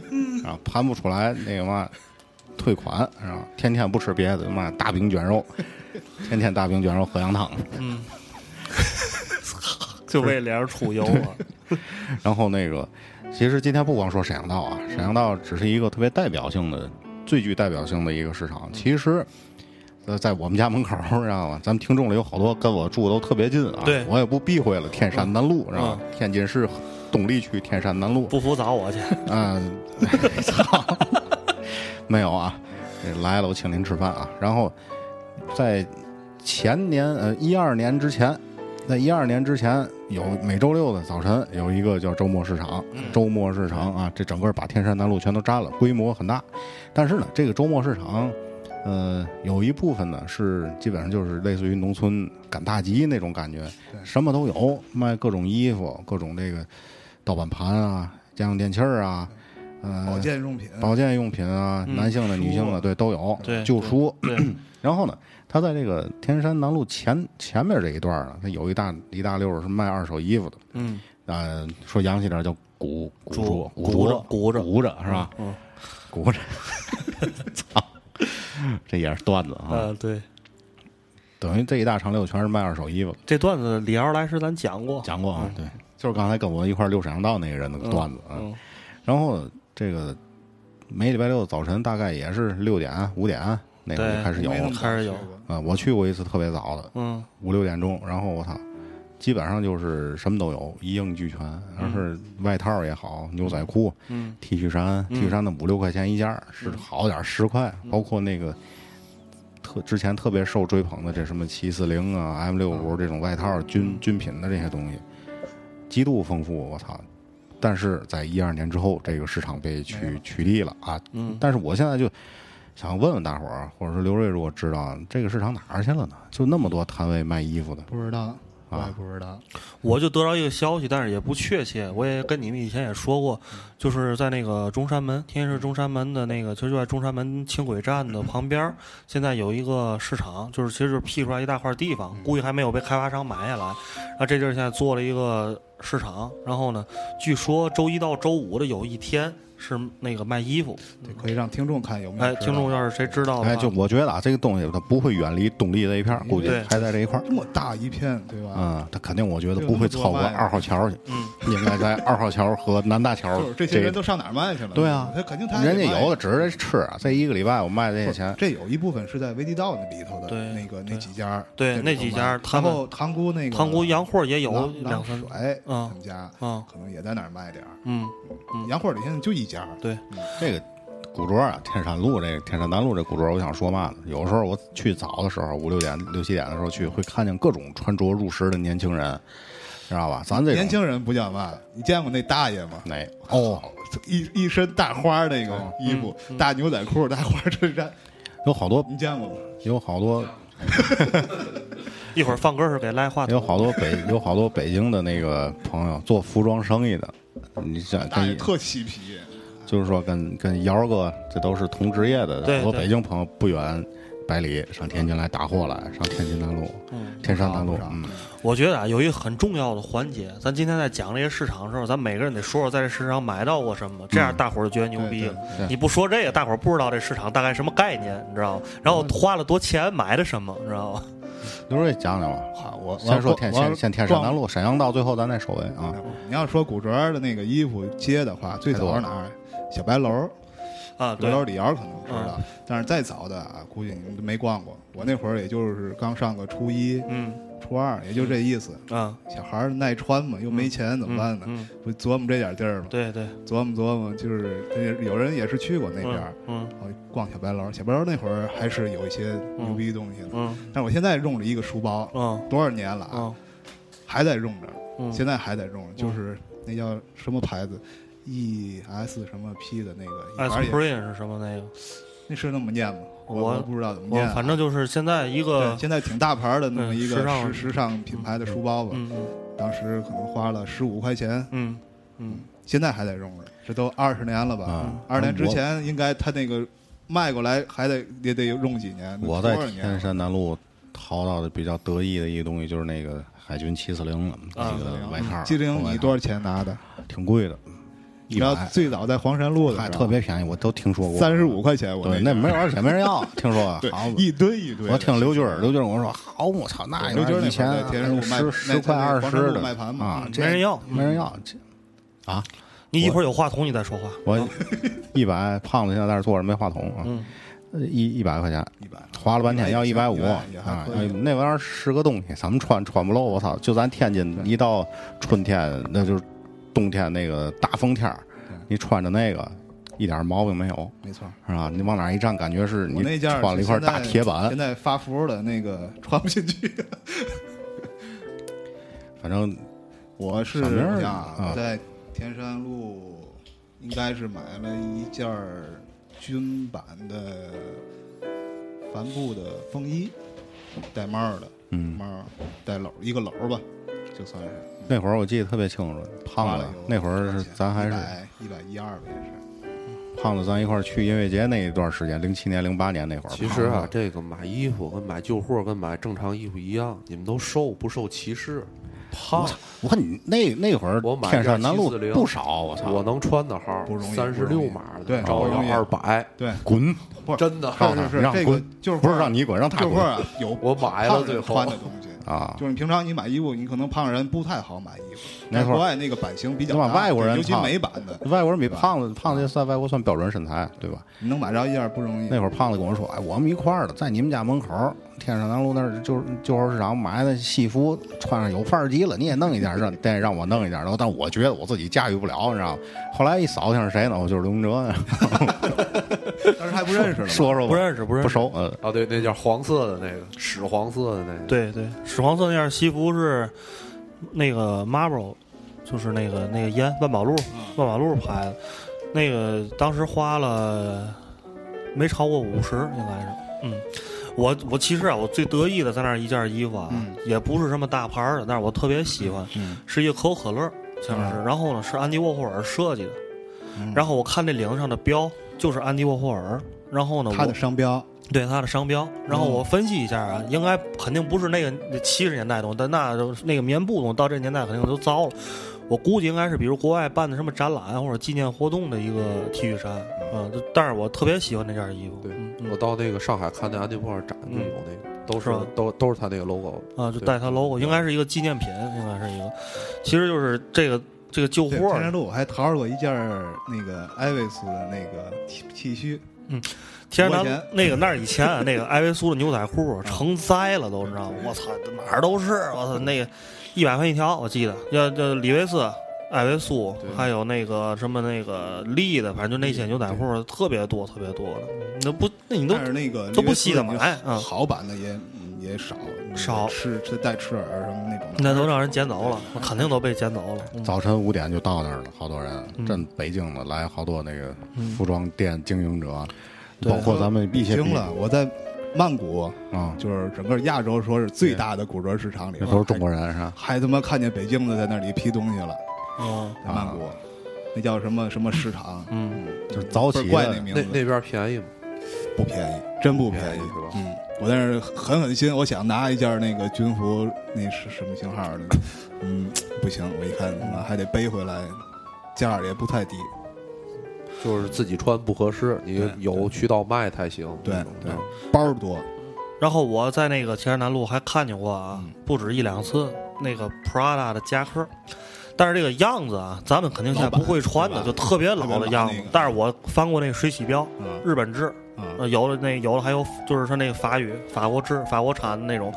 [SPEAKER 5] 啊，盘不出来那个嘛，退款，然后天天不吃别的，妈大饼卷肉，天天大饼卷肉喝羊汤，
[SPEAKER 4] 就为脸上出油啊。
[SPEAKER 5] 然后那个，其实今天不光说沈阳道啊，沈阳道只是一个特别代表性的、最具代表性的一个市场。其实，呃，在我们家门口儿，知道吗？咱们听众里有好多跟我住都特别近啊，
[SPEAKER 4] 对
[SPEAKER 5] 我也不避讳了。天山南路，知道吗？天津市东丽区天山南路，
[SPEAKER 4] 不服找我去。
[SPEAKER 5] 嗯，操，没有啊，这来了我请您吃饭啊。然后在前年呃一二年之前，在一二年之前有每周六的早晨有一个叫周末市场，周末市场啊，这整个把天山南路全都占了，规模很大。但是呢，这个周末市场。呃，有一部分呢是基本上就是类似于农村赶大集那种感觉，什么都有，卖各种衣服、各种这个盗版盘啊、家用电器儿啊，呃，
[SPEAKER 2] 保健用品，
[SPEAKER 5] 保健用品啊，
[SPEAKER 4] 嗯
[SPEAKER 5] 男性的、女性的，对，都有，
[SPEAKER 4] 对
[SPEAKER 5] 旧书。
[SPEAKER 4] 对，
[SPEAKER 5] 然后呢，他在这个天山南路前前面这一段呢，他有一大一大溜儿是卖二手衣服的，
[SPEAKER 4] 嗯，
[SPEAKER 5] 呃，说洋气点儿叫古古着
[SPEAKER 4] 着
[SPEAKER 5] 古
[SPEAKER 4] 古着
[SPEAKER 5] 古着是吧？
[SPEAKER 4] 嗯，
[SPEAKER 5] 古着， 操，这也是段子啊，
[SPEAKER 4] 呃，对，
[SPEAKER 5] 等于这一大长溜全是卖二手衣服的。
[SPEAKER 4] 这段子李敖来时咱讲过，
[SPEAKER 5] 讲过啊，对，就是刚才跟我一块儿溜沈阳道那个人的段子啊。
[SPEAKER 4] 哦嗯
[SPEAKER 5] 然后这个每礼拜六早晨大概也是六点啊五点那会儿就
[SPEAKER 4] 对
[SPEAKER 5] 开始有
[SPEAKER 2] 没那
[SPEAKER 5] 了
[SPEAKER 2] 么
[SPEAKER 4] 开始有
[SPEAKER 2] 早去过
[SPEAKER 5] 啊、我去过一次特别早的
[SPEAKER 4] 嗯，
[SPEAKER 5] 五六点钟，然后我操，基本上就是什么都有，一应俱全，而是外套也好，牛仔裤、
[SPEAKER 4] 嗯嗯
[SPEAKER 5] T 恤衫、T 恤衫的五六块钱一件儿，是好点十块，包括那个。特之前特别受追捧的这什么七四零啊、M 六
[SPEAKER 4] 嗯
[SPEAKER 5] 五这种外套军军品的这些东西，极度丰富，我操！但是在一二年之后，这个市场被取取缔了啊。
[SPEAKER 4] 嗯
[SPEAKER 5] 但是我现在就想问问大伙儿，或者说刘瑞如果知道这个市场哪儿去了呢？就那么多摊位卖衣服的，
[SPEAKER 2] 不知道，我
[SPEAKER 5] 啊
[SPEAKER 2] 也不知道，
[SPEAKER 4] 我就得到一个消息，但是也不确切。我也跟你们以前也说过，
[SPEAKER 5] 嗯
[SPEAKER 4] 就是在那个中山门，天津市中山门的那个，就是在中山门轻轨站的旁边儿，现在有一个市场，就是其实就是辟出来一大块地方，
[SPEAKER 5] 嗯
[SPEAKER 4] 估计还没有被开发商买下来。然后这地儿现在做了一个市场，然后呢，据说周一到周五的有一天是那个卖衣服。
[SPEAKER 2] 得可以让听众看有没有
[SPEAKER 4] 哎，
[SPEAKER 2] 知道。
[SPEAKER 4] 听众要是谁知道的话，
[SPEAKER 5] 哎，就我觉得啊，这个东西它不会远离东丽这一片
[SPEAKER 2] 嗯
[SPEAKER 5] 儿，估计
[SPEAKER 4] 嗯对
[SPEAKER 5] 还在这一块儿。
[SPEAKER 2] 这么大一片，对吧？
[SPEAKER 5] 嗯，它肯定我觉得不会超过二号桥去，
[SPEAKER 4] 嗯，
[SPEAKER 5] 应该在二号桥和南大桥
[SPEAKER 2] 就是这些人都上哪儿卖去了？
[SPEAKER 5] 嗯对啊
[SPEAKER 2] 他肯定他
[SPEAKER 5] 人家
[SPEAKER 2] 也卖
[SPEAKER 5] 有的只是吃啊，这一个礼拜我卖这些
[SPEAKER 2] 不是
[SPEAKER 5] 钱，
[SPEAKER 2] 这有一部分是在维迪道那里头的
[SPEAKER 4] 对
[SPEAKER 2] 那个
[SPEAKER 4] 对
[SPEAKER 2] 那几家，
[SPEAKER 4] 对
[SPEAKER 2] 在里
[SPEAKER 4] 那
[SPEAKER 2] 头
[SPEAKER 4] 几
[SPEAKER 2] 卖
[SPEAKER 4] 家他
[SPEAKER 2] 然
[SPEAKER 4] 们
[SPEAKER 2] 后塘沽那个
[SPEAKER 4] 塘沽洋货也有
[SPEAKER 2] 狼
[SPEAKER 4] 两
[SPEAKER 2] 狼
[SPEAKER 4] 三
[SPEAKER 2] 水，
[SPEAKER 4] 嗯
[SPEAKER 2] 他们家
[SPEAKER 4] 嗯
[SPEAKER 2] 可能也在那儿卖点儿。
[SPEAKER 4] 嗯，
[SPEAKER 2] 洋货里现在就一家，
[SPEAKER 4] 对，
[SPEAKER 5] 这个古着啊，天山路这个天山南路这古着，我想说嘛呢？有时候我去早的时候，五六点、六七点的时候去，会看见各种穿着入时的年轻人，知道吧？咱这种
[SPEAKER 2] 年轻人不叫嘛，你见过那大爷吗？
[SPEAKER 5] 哪哦，
[SPEAKER 2] 一一身大花那个衣服，
[SPEAKER 4] 嗯
[SPEAKER 2] 大牛仔裤，大花衬衫，
[SPEAKER 5] 有好多
[SPEAKER 2] 你见过吗？
[SPEAKER 5] 有好多
[SPEAKER 4] 一会儿放歌是给赖话筒
[SPEAKER 5] 有好多北 有好多北京的那个朋友做服装生意的，你想
[SPEAKER 2] 大爷
[SPEAKER 5] 跟
[SPEAKER 2] 特嬉皮，
[SPEAKER 5] 就是说跟跟姚哥这都是同职业的，
[SPEAKER 4] 对
[SPEAKER 5] 好多
[SPEAKER 4] 对
[SPEAKER 5] 北京朋友不远百里上天津来打货来，上天津南路、天山
[SPEAKER 2] 哦
[SPEAKER 5] 南路，嗯，
[SPEAKER 4] 我觉得啊，有一个很重要的环节，
[SPEAKER 2] 嗯
[SPEAKER 4] 咱今天在讲这些市场的时候，咱每个人得说说在这市场买到过什
[SPEAKER 2] 嗯
[SPEAKER 4] 么，这样大伙儿就觉得牛逼了。啊你不说这个，大伙儿不知道这市场大概什么概念，你知道吗？然后花了多钱买的什么，你知道
[SPEAKER 2] 嗯
[SPEAKER 4] 吗？
[SPEAKER 5] 刘瑞讲讲吧。好，我先
[SPEAKER 2] 要
[SPEAKER 5] 说
[SPEAKER 2] 逛
[SPEAKER 5] 天
[SPEAKER 2] 我要
[SPEAKER 5] 先先天山
[SPEAKER 2] 逛嗯
[SPEAKER 5] 南路、沈阳道，最后咱再收尾啊。
[SPEAKER 2] 你要说古着的那个衣服街的话，最早是哪儿？小白楼，
[SPEAKER 4] 啊，
[SPEAKER 2] 小白
[SPEAKER 4] 对，嗯
[SPEAKER 2] 楼李瑶可能知道，但是再早的啊，估计你们都没逛过。我那会儿也就是刚上个初一、
[SPEAKER 4] 嗯，
[SPEAKER 2] 初二，也就这意思。
[SPEAKER 4] 啊，
[SPEAKER 2] 小孩儿耐穿嘛，又没钱，怎么办呢？
[SPEAKER 4] 嗯，
[SPEAKER 2] 不琢磨这点地儿嘛，
[SPEAKER 4] 对对，
[SPEAKER 2] 琢磨琢磨，就是呃有人也是去过那边儿，
[SPEAKER 4] 嗯
[SPEAKER 2] 然后逛小白楼。小白楼那会儿还是有一些牛逼东西的，
[SPEAKER 4] 嗯
[SPEAKER 2] 但是我现在用着一个书包，
[SPEAKER 4] 嗯
[SPEAKER 2] 多少年了啊，
[SPEAKER 4] 嗯
[SPEAKER 2] 还在用着，
[SPEAKER 4] 嗯，
[SPEAKER 2] 现在还在用着，就是那叫什么牌子，E S 什么 P 的那个，
[SPEAKER 4] 艾
[SPEAKER 2] 反
[SPEAKER 4] 斯
[SPEAKER 2] 正也
[SPEAKER 4] 普林是什么那个？
[SPEAKER 2] 那是那么念吗？我
[SPEAKER 4] 我
[SPEAKER 2] 不知道怎么
[SPEAKER 4] 我
[SPEAKER 2] 念啊，
[SPEAKER 4] 反正就是现在一个
[SPEAKER 2] 对，，现在挺大牌儿的那么一
[SPEAKER 4] 嗯时
[SPEAKER 2] 个
[SPEAKER 4] 尚
[SPEAKER 2] 时时尚品牌的书包吧，
[SPEAKER 4] 嗯
[SPEAKER 2] 当时可能花了十五块钱，
[SPEAKER 4] 嗯嗯
[SPEAKER 2] 现在还在用着，这都二十年了吧
[SPEAKER 5] 啊？
[SPEAKER 2] 二十年之前应该他那个卖过来还得也得用几年，
[SPEAKER 5] 我
[SPEAKER 2] 多
[SPEAKER 5] 在
[SPEAKER 2] 少
[SPEAKER 5] 天
[SPEAKER 2] 年？
[SPEAKER 5] 山南路淘到的比较得意的一个东西，就是那个海军七四零
[SPEAKER 2] 啊
[SPEAKER 5] 那
[SPEAKER 4] 啊
[SPEAKER 5] 个外套。
[SPEAKER 2] 机灵，你
[SPEAKER 5] 外套
[SPEAKER 2] 多少钱拿的？
[SPEAKER 5] 挺贵的，
[SPEAKER 2] 你知道
[SPEAKER 5] 100
[SPEAKER 2] 最早在黄山路的时
[SPEAKER 5] 还
[SPEAKER 2] 候，
[SPEAKER 5] 特别便宜，我都听说过。
[SPEAKER 2] 三十五块钱，我
[SPEAKER 5] 对，那没有，而且没人要。听说啊
[SPEAKER 2] 对
[SPEAKER 5] 好，
[SPEAKER 2] 一堆一堆的。
[SPEAKER 5] 我听刘军儿，刘军儿跟我说好，我操，那
[SPEAKER 2] 刘军儿那会儿
[SPEAKER 5] 以前
[SPEAKER 2] 在天山路卖
[SPEAKER 5] 十
[SPEAKER 2] 那
[SPEAKER 5] 十块
[SPEAKER 2] 那
[SPEAKER 5] 二
[SPEAKER 2] 黄山
[SPEAKER 5] 十
[SPEAKER 2] 路
[SPEAKER 5] 的
[SPEAKER 2] 卖盘嘛
[SPEAKER 5] 啊
[SPEAKER 2] 嗯，
[SPEAKER 5] 这
[SPEAKER 4] 没人要
[SPEAKER 5] 没人要。这啊，
[SPEAKER 4] 你一会儿有话筒你再说话。
[SPEAKER 5] 我一百胖子现在在这坐着没话筒啊，呃一一百块钱，
[SPEAKER 2] 嗯一百
[SPEAKER 5] 花了半天要一百五
[SPEAKER 2] 100也
[SPEAKER 5] 啊
[SPEAKER 2] 还可以，
[SPEAKER 5] 那玩意儿是个东西，咱们穿穿不漏。我操，就咱天津一到春天，那就是冬天那个大风天儿，你穿着那个一点毛病没有，
[SPEAKER 2] 没错。
[SPEAKER 5] 是吧？你往哪儿一站，感觉是
[SPEAKER 2] 我那
[SPEAKER 5] 你
[SPEAKER 2] 件
[SPEAKER 5] 穿了
[SPEAKER 2] 儿是
[SPEAKER 5] 一块
[SPEAKER 2] 现在
[SPEAKER 5] 大铁板
[SPEAKER 2] 现。在发福的那个 穿不进去。
[SPEAKER 5] 反正
[SPEAKER 2] 我是
[SPEAKER 5] 什么样儿
[SPEAKER 2] 想
[SPEAKER 5] 啊
[SPEAKER 2] 在天山路，应该是买了一件儿军版的帆布的风衣，带帽儿的，
[SPEAKER 5] 嗯
[SPEAKER 2] 帽儿带篓儿一个篓儿吧，就算是
[SPEAKER 5] 那会儿我记得特别清楚，胖
[SPEAKER 6] 哎
[SPEAKER 5] 子那会儿是咱还是
[SPEAKER 2] 一百一二吧，也是
[SPEAKER 5] 胖子，咱一块儿去音乐节那一段时间，零七年、零八年那会儿。
[SPEAKER 6] 其实
[SPEAKER 5] 胖
[SPEAKER 6] 啊
[SPEAKER 5] 子，
[SPEAKER 6] 这个买衣服跟买旧货跟买正常衣服一样，你们都瘦不受歧视。胖，
[SPEAKER 5] 我看你那那会儿
[SPEAKER 6] 我买
[SPEAKER 5] 天
[SPEAKER 6] 件
[SPEAKER 5] 山南路
[SPEAKER 6] 740
[SPEAKER 5] 不少，我操！
[SPEAKER 6] 我能穿的号
[SPEAKER 2] 不容易
[SPEAKER 6] 三十
[SPEAKER 2] 不容
[SPEAKER 6] 六
[SPEAKER 2] 易
[SPEAKER 6] 码的，
[SPEAKER 2] 对
[SPEAKER 6] 照
[SPEAKER 2] 不容易
[SPEAKER 6] 要二百。
[SPEAKER 2] 对，
[SPEAKER 5] 滚！
[SPEAKER 2] 不是
[SPEAKER 6] 真的
[SPEAKER 5] 告诉
[SPEAKER 2] 是
[SPEAKER 5] 他
[SPEAKER 2] 是
[SPEAKER 5] 让他
[SPEAKER 2] 这个
[SPEAKER 5] 滚，
[SPEAKER 2] 就是
[SPEAKER 5] 不是
[SPEAKER 2] 话
[SPEAKER 5] 让你滚，让他
[SPEAKER 2] 旧货
[SPEAKER 5] 滚
[SPEAKER 2] 啊有
[SPEAKER 6] 我买了
[SPEAKER 2] 胖
[SPEAKER 6] 最
[SPEAKER 2] 人
[SPEAKER 6] 后
[SPEAKER 2] 穿的东西。
[SPEAKER 5] 啊！
[SPEAKER 2] 就是你平常你买衣服，你可能胖人不太好买衣服。
[SPEAKER 5] 没
[SPEAKER 2] 在
[SPEAKER 5] 错
[SPEAKER 2] 国外那个版型比较
[SPEAKER 5] 你把
[SPEAKER 2] 大
[SPEAKER 5] 外国人
[SPEAKER 2] 尤其
[SPEAKER 5] 胖
[SPEAKER 2] 美版的，
[SPEAKER 5] 外国人比胖子，胖子在外国算标准身材，对吧？
[SPEAKER 2] 你能买着一件不容易。
[SPEAKER 5] 那会儿胖子跟我说：“哎，我们一块儿的，在你们家门口儿天上南路那儿就是旧货市场买的西服，穿上有范儿极了，你也弄一件儿，让得让我弄一件儿。然后，但我觉得我自己驾驭不了，你知道吗？后来一扫听是谁呢？我就是刘明哲呢，
[SPEAKER 2] 当时还不认识呢。
[SPEAKER 5] 说说吧
[SPEAKER 4] 不认识不认
[SPEAKER 5] 不
[SPEAKER 4] 识
[SPEAKER 5] 熟，呃，
[SPEAKER 6] 啊，对，那件黄色的那个，屎黄色的那个，，
[SPEAKER 4] 对对，屎黄色那件西服是那个 Marlboro，就是那个那个烟万宝路万宝路拍的，那个当时花了没超过五十，应该是。嗯，我我其实啊，我最得意的在那儿一件衣服啊，也不是什么大牌儿的，但是我特别喜欢，是一个可口可乐，像是，然后呢是安迪沃霍尔设计的，然后我看这领子上的标就是安迪沃霍尔，然后呢
[SPEAKER 2] 他
[SPEAKER 4] 我
[SPEAKER 2] 的商标，
[SPEAKER 4] 对它的商标，然后我分析一下啊，应该肯定不是那个七十年代的东西，但那就那个棉布的东西到这年代肯定都糟了。我估计应该是比如国外办的什么展览啊或者纪念活动的一个 T 恤衫，嗯，就但是我特别喜欢那件衣服，
[SPEAKER 6] 对
[SPEAKER 4] 嗯
[SPEAKER 6] 我
[SPEAKER 4] 嗯
[SPEAKER 6] 到那个上海看那安迪沃尔展，就
[SPEAKER 4] 嗯
[SPEAKER 6] 有那个，都
[SPEAKER 4] 是
[SPEAKER 6] 是
[SPEAKER 4] 吧
[SPEAKER 6] 都都是他那个 logo，
[SPEAKER 4] 啊，就带它 logo，应该是一个纪念品，应该是一个，其实就是这个这个旧
[SPEAKER 2] 对，
[SPEAKER 4] 货
[SPEAKER 2] 天，山路我还淘着过一件儿那个艾维斯的那个 T T 恤，
[SPEAKER 4] 天然
[SPEAKER 2] 五块
[SPEAKER 4] 南
[SPEAKER 2] 钱
[SPEAKER 4] 那个那儿以前啊， 那个艾维苏的牛仔裤啊成灾了都，你知道吗？我操，哪儿都是，我操，那个一百块一条，我记得，要要李维斯、艾维苏，还有那个什么那个利的，反正就那些牛仔裤特别多，特别多的，那不那你都
[SPEAKER 2] 但是那个
[SPEAKER 4] 都不稀得买
[SPEAKER 2] 那
[SPEAKER 4] 啊
[SPEAKER 2] 个好版的也嗯也少
[SPEAKER 4] 少
[SPEAKER 2] 吃吃带吃耳什么那种的。
[SPEAKER 4] 那都让人捡走了，肯定都被捡走了。嗯
[SPEAKER 5] 早晨五点就到那儿了，好多人，真北京的来好多那个服装店经营者，包括咱们一些
[SPEAKER 2] 惊了！我在曼谷，
[SPEAKER 5] 啊，
[SPEAKER 2] 就是整个亚洲说是最大的古着市场里，
[SPEAKER 5] 那都是中国人是吧？
[SPEAKER 2] 还，还他妈看见北京的在那里批东西了，
[SPEAKER 4] 嗯
[SPEAKER 2] 在曼谷，那叫什么什么市场，
[SPEAKER 4] 嗯，
[SPEAKER 5] 就是早
[SPEAKER 2] 不是
[SPEAKER 5] 起
[SPEAKER 2] 怪那
[SPEAKER 5] 的，
[SPEAKER 2] 名
[SPEAKER 6] 那
[SPEAKER 2] 字，
[SPEAKER 6] 那边便宜吗？
[SPEAKER 2] 不便宜，真不便
[SPEAKER 6] 便宜
[SPEAKER 2] 宜
[SPEAKER 6] 是吧
[SPEAKER 2] 嗯，我在那儿狠狠心，我想拿一件那个军服，那是什么型号的？嗯，不行，我一看他妈还得背回来，价儿也不太低。
[SPEAKER 6] 就是自己穿不合适，你有渠道卖才行。
[SPEAKER 2] 对
[SPEAKER 6] 那种
[SPEAKER 2] 对啊
[SPEAKER 6] 的，
[SPEAKER 2] 包儿多，
[SPEAKER 4] 然后我在那个前山南路还看见过啊，
[SPEAKER 2] 嗯
[SPEAKER 4] 不止一两次那个 Prada 的夹克，但是这个样子啊，咱们肯定现在不会穿的，
[SPEAKER 2] 老版
[SPEAKER 4] 就特别老的样子。
[SPEAKER 2] 特别老那个
[SPEAKER 4] 但是我翻过那个水洗标，
[SPEAKER 2] 嗯
[SPEAKER 4] 日本制，
[SPEAKER 2] 啊
[SPEAKER 4] 呃，有的那有的还有就是说那个法语、法国制、法国产的那种。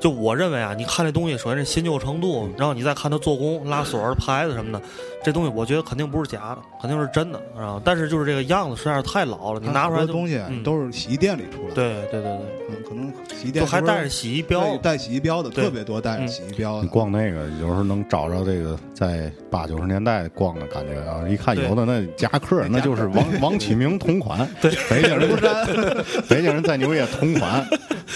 [SPEAKER 4] 就我认为啊，你看这东西，首先是新旧程度，
[SPEAKER 2] 嗯
[SPEAKER 4] 然后你再看它做工、拉锁儿、牌子什么的，这东西我觉得肯定不是假的，肯定是真的。然后，但是就是这个样子实在是太老了，你拿出来
[SPEAKER 2] 好多
[SPEAKER 4] 就
[SPEAKER 2] 东西
[SPEAKER 4] 嗯
[SPEAKER 2] 都是洗衣店里出来的，
[SPEAKER 4] 对对对对，
[SPEAKER 2] 嗯，可能洗
[SPEAKER 4] 就
[SPEAKER 2] 衣店
[SPEAKER 4] 还
[SPEAKER 2] 是不是
[SPEAKER 4] 带着洗衣标
[SPEAKER 2] 对，嗯带洗衣标的
[SPEAKER 4] 对
[SPEAKER 2] 特别多，带着洗衣标
[SPEAKER 5] 你
[SPEAKER 2] 的。
[SPEAKER 5] 逛那个有时候能找着这个在八九十年代逛的感觉啊，一看
[SPEAKER 4] 对
[SPEAKER 5] 有的那夹克那就是王王启明同款， 对，北京人 北京人在纽约同款，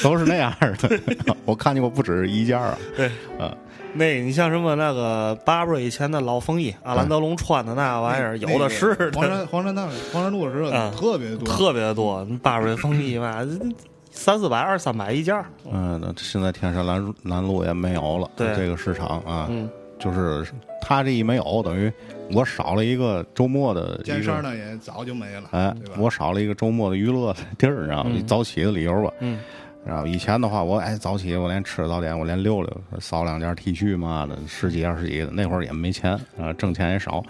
[SPEAKER 5] 都是那样 的。我看见过不止一件儿啊，
[SPEAKER 4] 对，
[SPEAKER 5] 啊，
[SPEAKER 4] 那你像什么那个巴布瑞以前的老风衣，阿兰德龙穿的那玩意儿，有的是
[SPEAKER 2] 那个黄山黄山那黄山路的时候
[SPEAKER 4] 嗯
[SPEAKER 2] 特别多，
[SPEAKER 4] 特别多。巴布瑞风衣嘛， 三四百、二三百一件儿。
[SPEAKER 5] 嗯，那现在天山南南路也没有了，
[SPEAKER 4] 对
[SPEAKER 5] 这个市场啊，
[SPEAKER 4] 嗯
[SPEAKER 5] 就是他这一没有，等于我少了一个周末的一
[SPEAKER 2] 健
[SPEAKER 5] 个
[SPEAKER 2] 身呢也早就没了，
[SPEAKER 5] 哎
[SPEAKER 2] 对吧，
[SPEAKER 5] 我少了一个周末的娱乐地儿，你知道吗？
[SPEAKER 4] 嗯
[SPEAKER 5] 你早起的理由吧。
[SPEAKER 4] 嗯，
[SPEAKER 5] 然后以前的话，我哎早起我连吃着早点，我连溜溜扫两件 T 恤嘛的，十几二十几的，那会儿也没钱啊，挣钱也少，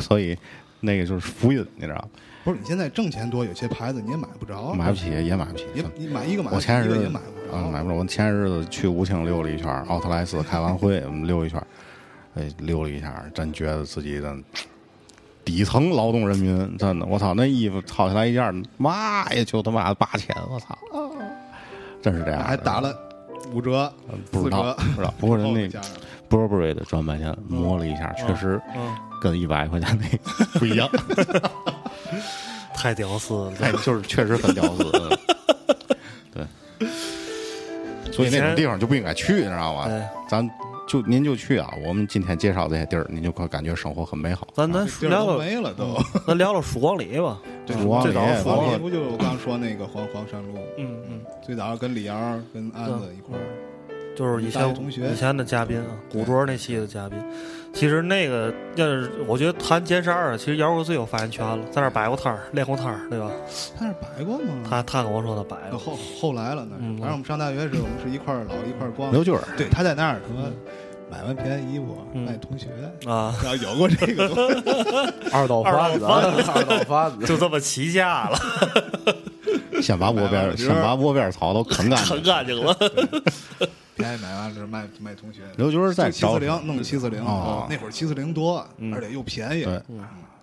[SPEAKER 5] 所以那个就是福音，你知道
[SPEAKER 2] 不是你现在挣钱多，有些牌子你也买不着，
[SPEAKER 4] 哦
[SPEAKER 5] 吗？买不起也买不起。
[SPEAKER 2] 也你买一个买不
[SPEAKER 5] 我
[SPEAKER 2] 起，
[SPEAKER 5] 前
[SPEAKER 2] 一
[SPEAKER 5] 日
[SPEAKER 2] 个
[SPEAKER 5] 子
[SPEAKER 2] 也买不
[SPEAKER 5] 啊
[SPEAKER 2] 着，
[SPEAKER 5] 买不着。我前日子去武清溜了一圈儿，奥特莱斯开完会我们溜一圈儿，哎，溜了一下儿，真觉得自己真底层劳动人民，真的，我操，那衣服套下来一件儿，妈呀，就他妈八千，我操，啊真是这样的，
[SPEAKER 2] 哦还打了五折、
[SPEAKER 5] 嗯不
[SPEAKER 2] 四
[SPEAKER 5] 知道
[SPEAKER 2] 折，
[SPEAKER 5] 不知 道，不过人
[SPEAKER 2] 后
[SPEAKER 5] 那
[SPEAKER 2] 加上
[SPEAKER 5] Burberry 的专卖
[SPEAKER 2] 嗯
[SPEAKER 5] 店摸了一下，确实
[SPEAKER 4] 嗯，
[SPEAKER 5] 跟一百块钱那 个不一样，
[SPEAKER 4] 太屌丝了。
[SPEAKER 5] 哎，就是确实很屌丝，嗯对，所以那种地方就不应该去，你知道吗
[SPEAKER 4] 对？
[SPEAKER 5] 咱就您就去啊，我们今天介绍这些地儿，您就会感觉生活很美好。
[SPEAKER 4] 咱咱
[SPEAKER 2] 啊地儿
[SPEAKER 4] 聊
[SPEAKER 2] 都
[SPEAKER 4] 聊，
[SPEAKER 2] 没了都。
[SPEAKER 4] 咱聊聊曙光里吧。
[SPEAKER 2] 对，
[SPEAKER 5] 曙光
[SPEAKER 2] 嗯最早
[SPEAKER 5] 里
[SPEAKER 2] 曙光
[SPEAKER 5] 包
[SPEAKER 2] 里不就我刚说那个黄黄山路？
[SPEAKER 4] 嗯嗯，
[SPEAKER 2] 最早跟李瑶、跟安子一块儿，
[SPEAKER 4] 就是以
[SPEAKER 2] 大学
[SPEAKER 4] 前
[SPEAKER 2] 同学
[SPEAKER 4] 以前的嘉宾啊，古着那期的嘉宾。其实那个要是我觉得谈尖沙二，其实姚哥最有发言权了，在那儿摆过摊儿，练过摊儿，对吧？
[SPEAKER 2] 他是白过吗？
[SPEAKER 4] 他他跟我说他摆
[SPEAKER 2] 那
[SPEAKER 4] 过，
[SPEAKER 2] 呃后后来了呢
[SPEAKER 4] 嗯？
[SPEAKER 2] 反正我们上大学时，我们是一块儿老一块儿逛。
[SPEAKER 5] 刘军儿，
[SPEAKER 2] 对，他在那儿什么买完便宜衣服
[SPEAKER 4] 嗯
[SPEAKER 2] 卖同学，
[SPEAKER 4] 啊，
[SPEAKER 2] 然后有过这个东西。
[SPEAKER 6] 二道贩子，
[SPEAKER 4] 二
[SPEAKER 6] 二道贩子，
[SPEAKER 4] 就这么起价了，
[SPEAKER 5] 啊先把窝边
[SPEAKER 2] 刘军
[SPEAKER 5] 先
[SPEAKER 2] 儿
[SPEAKER 5] 把窝边草都啃 干
[SPEAKER 4] 很
[SPEAKER 5] 净。
[SPEAKER 4] 干净了。
[SPEAKER 2] 便宜买完了卖卖同学，
[SPEAKER 5] 刘军儿在
[SPEAKER 2] 七
[SPEAKER 5] 招
[SPEAKER 2] 四零弄七四零，
[SPEAKER 5] 哦
[SPEAKER 2] 那会儿七四零多，
[SPEAKER 4] 嗯
[SPEAKER 2] 而且又便宜。
[SPEAKER 5] 对，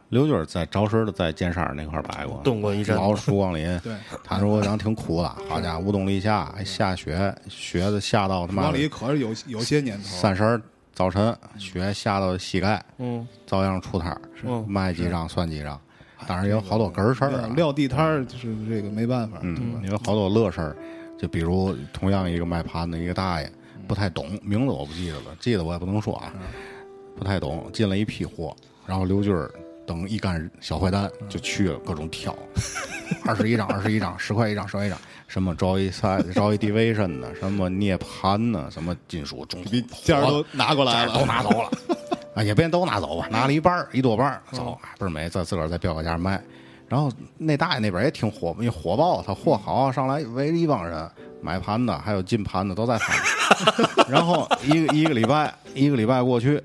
[SPEAKER 5] 刘军儿在招师的在尖沙那块儿摆过，
[SPEAKER 4] 动过一阵
[SPEAKER 5] 老曙光林，
[SPEAKER 2] 对，
[SPEAKER 5] 他说然后挺苦的，好家伙，无冬立夏，还下雪，雪的下到他妈
[SPEAKER 2] 往
[SPEAKER 5] 的
[SPEAKER 2] 里可是有有些年头，
[SPEAKER 5] 三十儿早晨，雪下到膝盖，
[SPEAKER 4] 嗯，
[SPEAKER 5] 照样出摊儿，
[SPEAKER 4] 嗯
[SPEAKER 5] 卖几张算几张。当然也有好多哏儿事儿啊，
[SPEAKER 2] 撂地摊儿就是这个没办法。
[SPEAKER 5] 嗯，也有好多乐事儿，就比如同样一个卖盘的一个大爷，
[SPEAKER 2] 嗯
[SPEAKER 5] 不太懂，名字我不记得了，记得我也不能说啊，不太懂，进了一批货，然后刘军儿等一干小坏蛋
[SPEAKER 2] 嗯
[SPEAKER 5] 就去了，各种挑，二十一张，二十一张，十块一张，十块一张，什么 Joy Side、Joy Division 的，什么涅槃呢，什么金属 中啊途
[SPEAKER 2] 件儿都拿过来了，
[SPEAKER 5] 都拿走了。 啊，也别都拿走吧，拿了一半儿一多半儿走，啊倍儿美，再自个儿再标个价卖。然后那大爷那边儿也挺火，也火爆，他货好，啊上来围着一帮人买盘子，还有进盘子都在 喊。然后一个一个礼拜，一个礼拜过去，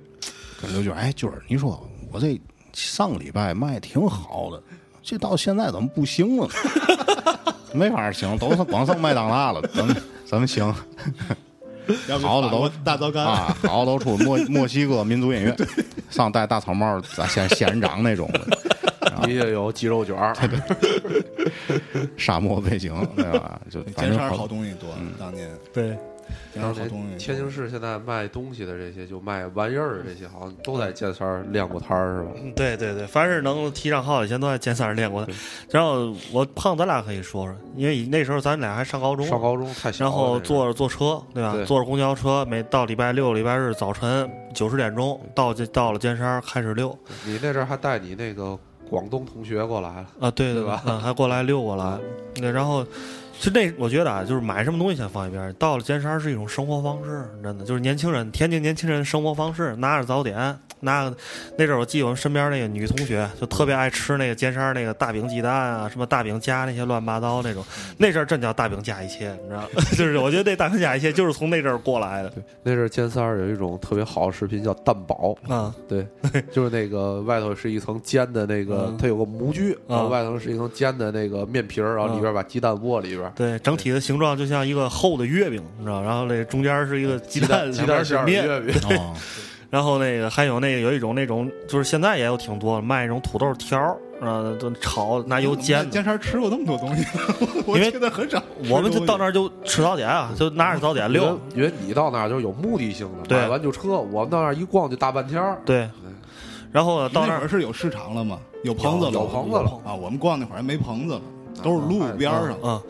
[SPEAKER 5] 跟刘军儿，哎，军儿，你说我这上个礼拜卖挺好的，这到现在怎么不行了呢？ 没法儿行，都是光剩麦当娜了，怎么怎么行？
[SPEAKER 2] 要不
[SPEAKER 5] 好的
[SPEAKER 2] 法国
[SPEAKER 5] 都
[SPEAKER 2] 大糟干
[SPEAKER 5] 啊，好都出墨墨西哥民族音乐，上戴大草帽，咱仙仙人掌那种的，
[SPEAKER 6] 底下有鸡肉卷儿，
[SPEAKER 5] 沙漠背景，对吧？就反
[SPEAKER 2] 尖
[SPEAKER 5] 正嗯
[SPEAKER 2] 沙好东西多，当年
[SPEAKER 4] 对，
[SPEAKER 2] 尖沙好东西。
[SPEAKER 6] 天津市现在卖东西的这些，就卖玩意儿的这些，好像都在建三儿亮过摊儿，是吧？
[SPEAKER 4] 嗯对对对，凡是能提上号，以前都在尖三儿练过的
[SPEAKER 6] 对。
[SPEAKER 4] 然后我胖，咱俩可以说说，因为那时候咱俩还上高中，
[SPEAKER 6] 上高中太小了，
[SPEAKER 4] 然后
[SPEAKER 6] 这个
[SPEAKER 4] 坐着坐车，对吧？
[SPEAKER 6] 对
[SPEAKER 4] 坐着公交车，每到礼拜六、礼拜日早晨九十点钟到这到了尖山儿开始溜
[SPEAKER 6] 你那阵儿还带你那个广东同学过来了，
[SPEAKER 4] 啊，对
[SPEAKER 6] 对吧
[SPEAKER 4] 嗯，还过来溜过来，对，然后。就那，我觉得啊，就是买什么东西先放一边儿。到了尖山儿是一种生活方式，真的就是年轻人，天津年轻人的生活方式，拿着早点，拿个那阵儿我记得我们身边那个女同学就特别爱吃那个尖山儿那个大饼鸡蛋啊，什么大饼夹那些乱七八糟那种，那阵儿真叫大饼夹一切，你知 道吗？就是我觉得那大饼夹一切就是从那阵儿过来的
[SPEAKER 6] 那阵儿尖三儿有一种特别好的食品叫蛋堡，
[SPEAKER 4] 啊。
[SPEAKER 6] 对，就是那个外头是一层煎的那个
[SPEAKER 4] 嗯，
[SPEAKER 6] 它有个模具，
[SPEAKER 4] 啊
[SPEAKER 6] 然后外头是一层煎的那个面皮儿，然后里边把鸡蛋窝里边。
[SPEAKER 4] 对，整体的形状就像一个厚的月饼，你知道？然后那中间是一个鸡
[SPEAKER 6] 鸡蛋
[SPEAKER 4] 鸡
[SPEAKER 6] 鸡
[SPEAKER 4] 蛋
[SPEAKER 6] 蛋
[SPEAKER 4] 是
[SPEAKER 6] 馅儿
[SPEAKER 4] 面，
[SPEAKER 6] 月饼，
[SPEAKER 5] 哦，
[SPEAKER 4] 然后那个还有那个有一种那种，就是现在也有挺多卖那种土豆条儿，啊，都炒拿油煎的。
[SPEAKER 2] 尖沙吃过那么多东西， 我
[SPEAKER 4] 因为
[SPEAKER 2] 觉得很少。
[SPEAKER 4] 我们就到那儿就吃早点啊，就拿着早
[SPEAKER 2] 嗯
[SPEAKER 4] 点溜。
[SPEAKER 6] 因为你到那儿就是有目的性的，
[SPEAKER 4] 对
[SPEAKER 6] 买完就撤。我们到那儿一逛就大半天儿，
[SPEAKER 4] 对，然后呢
[SPEAKER 2] 嗯那
[SPEAKER 4] 到那
[SPEAKER 2] 会儿
[SPEAKER 4] 儿
[SPEAKER 2] 是有市场了吗？有棚子了，
[SPEAKER 6] 有棚子了
[SPEAKER 2] 啊！我们逛那会儿还没棚子了，
[SPEAKER 4] 啊
[SPEAKER 2] 都是路边儿上。
[SPEAKER 4] 嗯，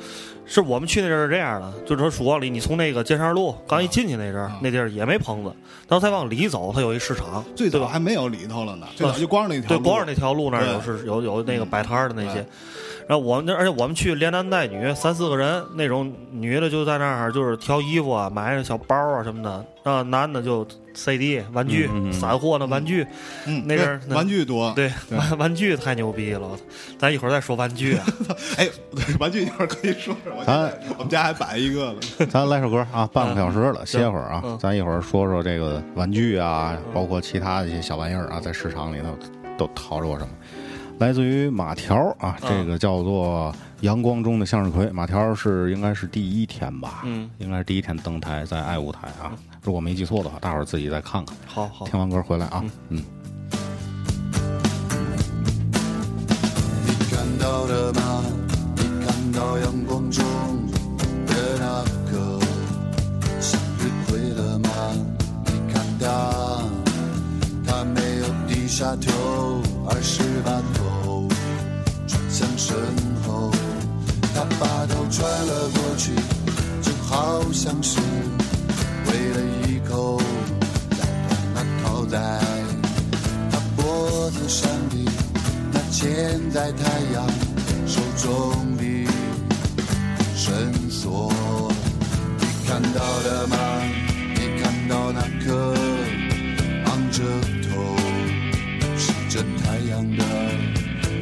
[SPEAKER 4] 是我们去那阵儿是这样的，就是说曙光里，你从那个尖山路刚一进去那阵儿
[SPEAKER 2] 啊，
[SPEAKER 4] 那地儿也没棚子，然后再往里走，它有一市场，
[SPEAKER 2] 最
[SPEAKER 4] 对
[SPEAKER 2] 早
[SPEAKER 4] 吧？啊
[SPEAKER 2] 还没有里头了呢，最早就光着那条
[SPEAKER 4] 对，
[SPEAKER 2] 路。
[SPEAKER 4] 光是那条路那儿
[SPEAKER 2] 对
[SPEAKER 4] 有是有有那个摆摊儿的那些
[SPEAKER 2] 嗯，
[SPEAKER 4] 然后我们那而且我们去连男带女三四个人那种女的就在那儿就是挑衣服啊，买小包啊什么的，啊，男的就 CD 玩具
[SPEAKER 5] 嗯嗯嗯，
[SPEAKER 4] 散货的玩具，
[SPEAKER 7] 嗯，
[SPEAKER 4] 那边儿
[SPEAKER 7] 对玩具多，
[SPEAKER 4] 对， 玩玩具太牛逼了，咱一会儿再说玩具啊。
[SPEAKER 7] 哎，玩具一会儿可以说说，我现
[SPEAKER 5] 啊
[SPEAKER 4] 哎
[SPEAKER 7] 在我们家还摆一个了。
[SPEAKER 5] 咱来首歌啊，半个小时了，歇会儿啊
[SPEAKER 4] 嗯，
[SPEAKER 5] 咱一会儿说说这个玩具啊，包括其他的一些小玩意儿啊，在市场里头都淘着过什么。来自于马条啊，这个叫做《阳光中的向日葵》。马条是应该是第一天吧，
[SPEAKER 4] 嗯，
[SPEAKER 5] 应该是第一天登台在爱舞台啊，如果没记错的话，大伙儿自己再看看。
[SPEAKER 4] 好好，
[SPEAKER 5] 听完歌回来啊，嗯。
[SPEAKER 2] 看到了吗？你看到阳光中的那个向日葵了吗？你看它，它没有低下头，而是把头转向身后。它把头转了过去，就好像是为了一口咬断那套带。他脖子上的那嵌在太阳手中的绳索，你看到了吗？你看到那颗昂着头吸着太阳的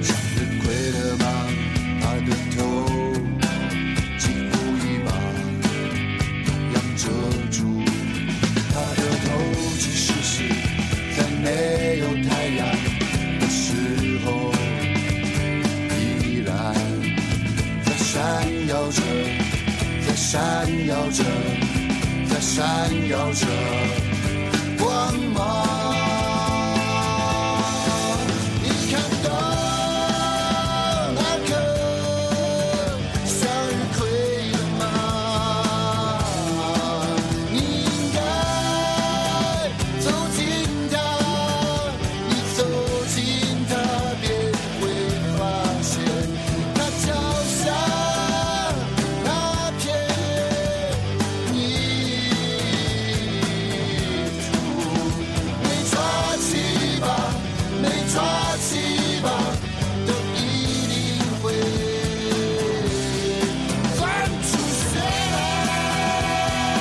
[SPEAKER 2] 向日葵了吗？它的头几乎已把太阳遮住。他的头其实是在没有太阳的时候，依然在闪耀着，在闪耀着，在闪耀着光芒。你看到那颗向日葵了吗？你应该走近它，你走近它便会发现，它脚下那片泥土。没抓起吧，没抓起吧，都一定会钻出血来。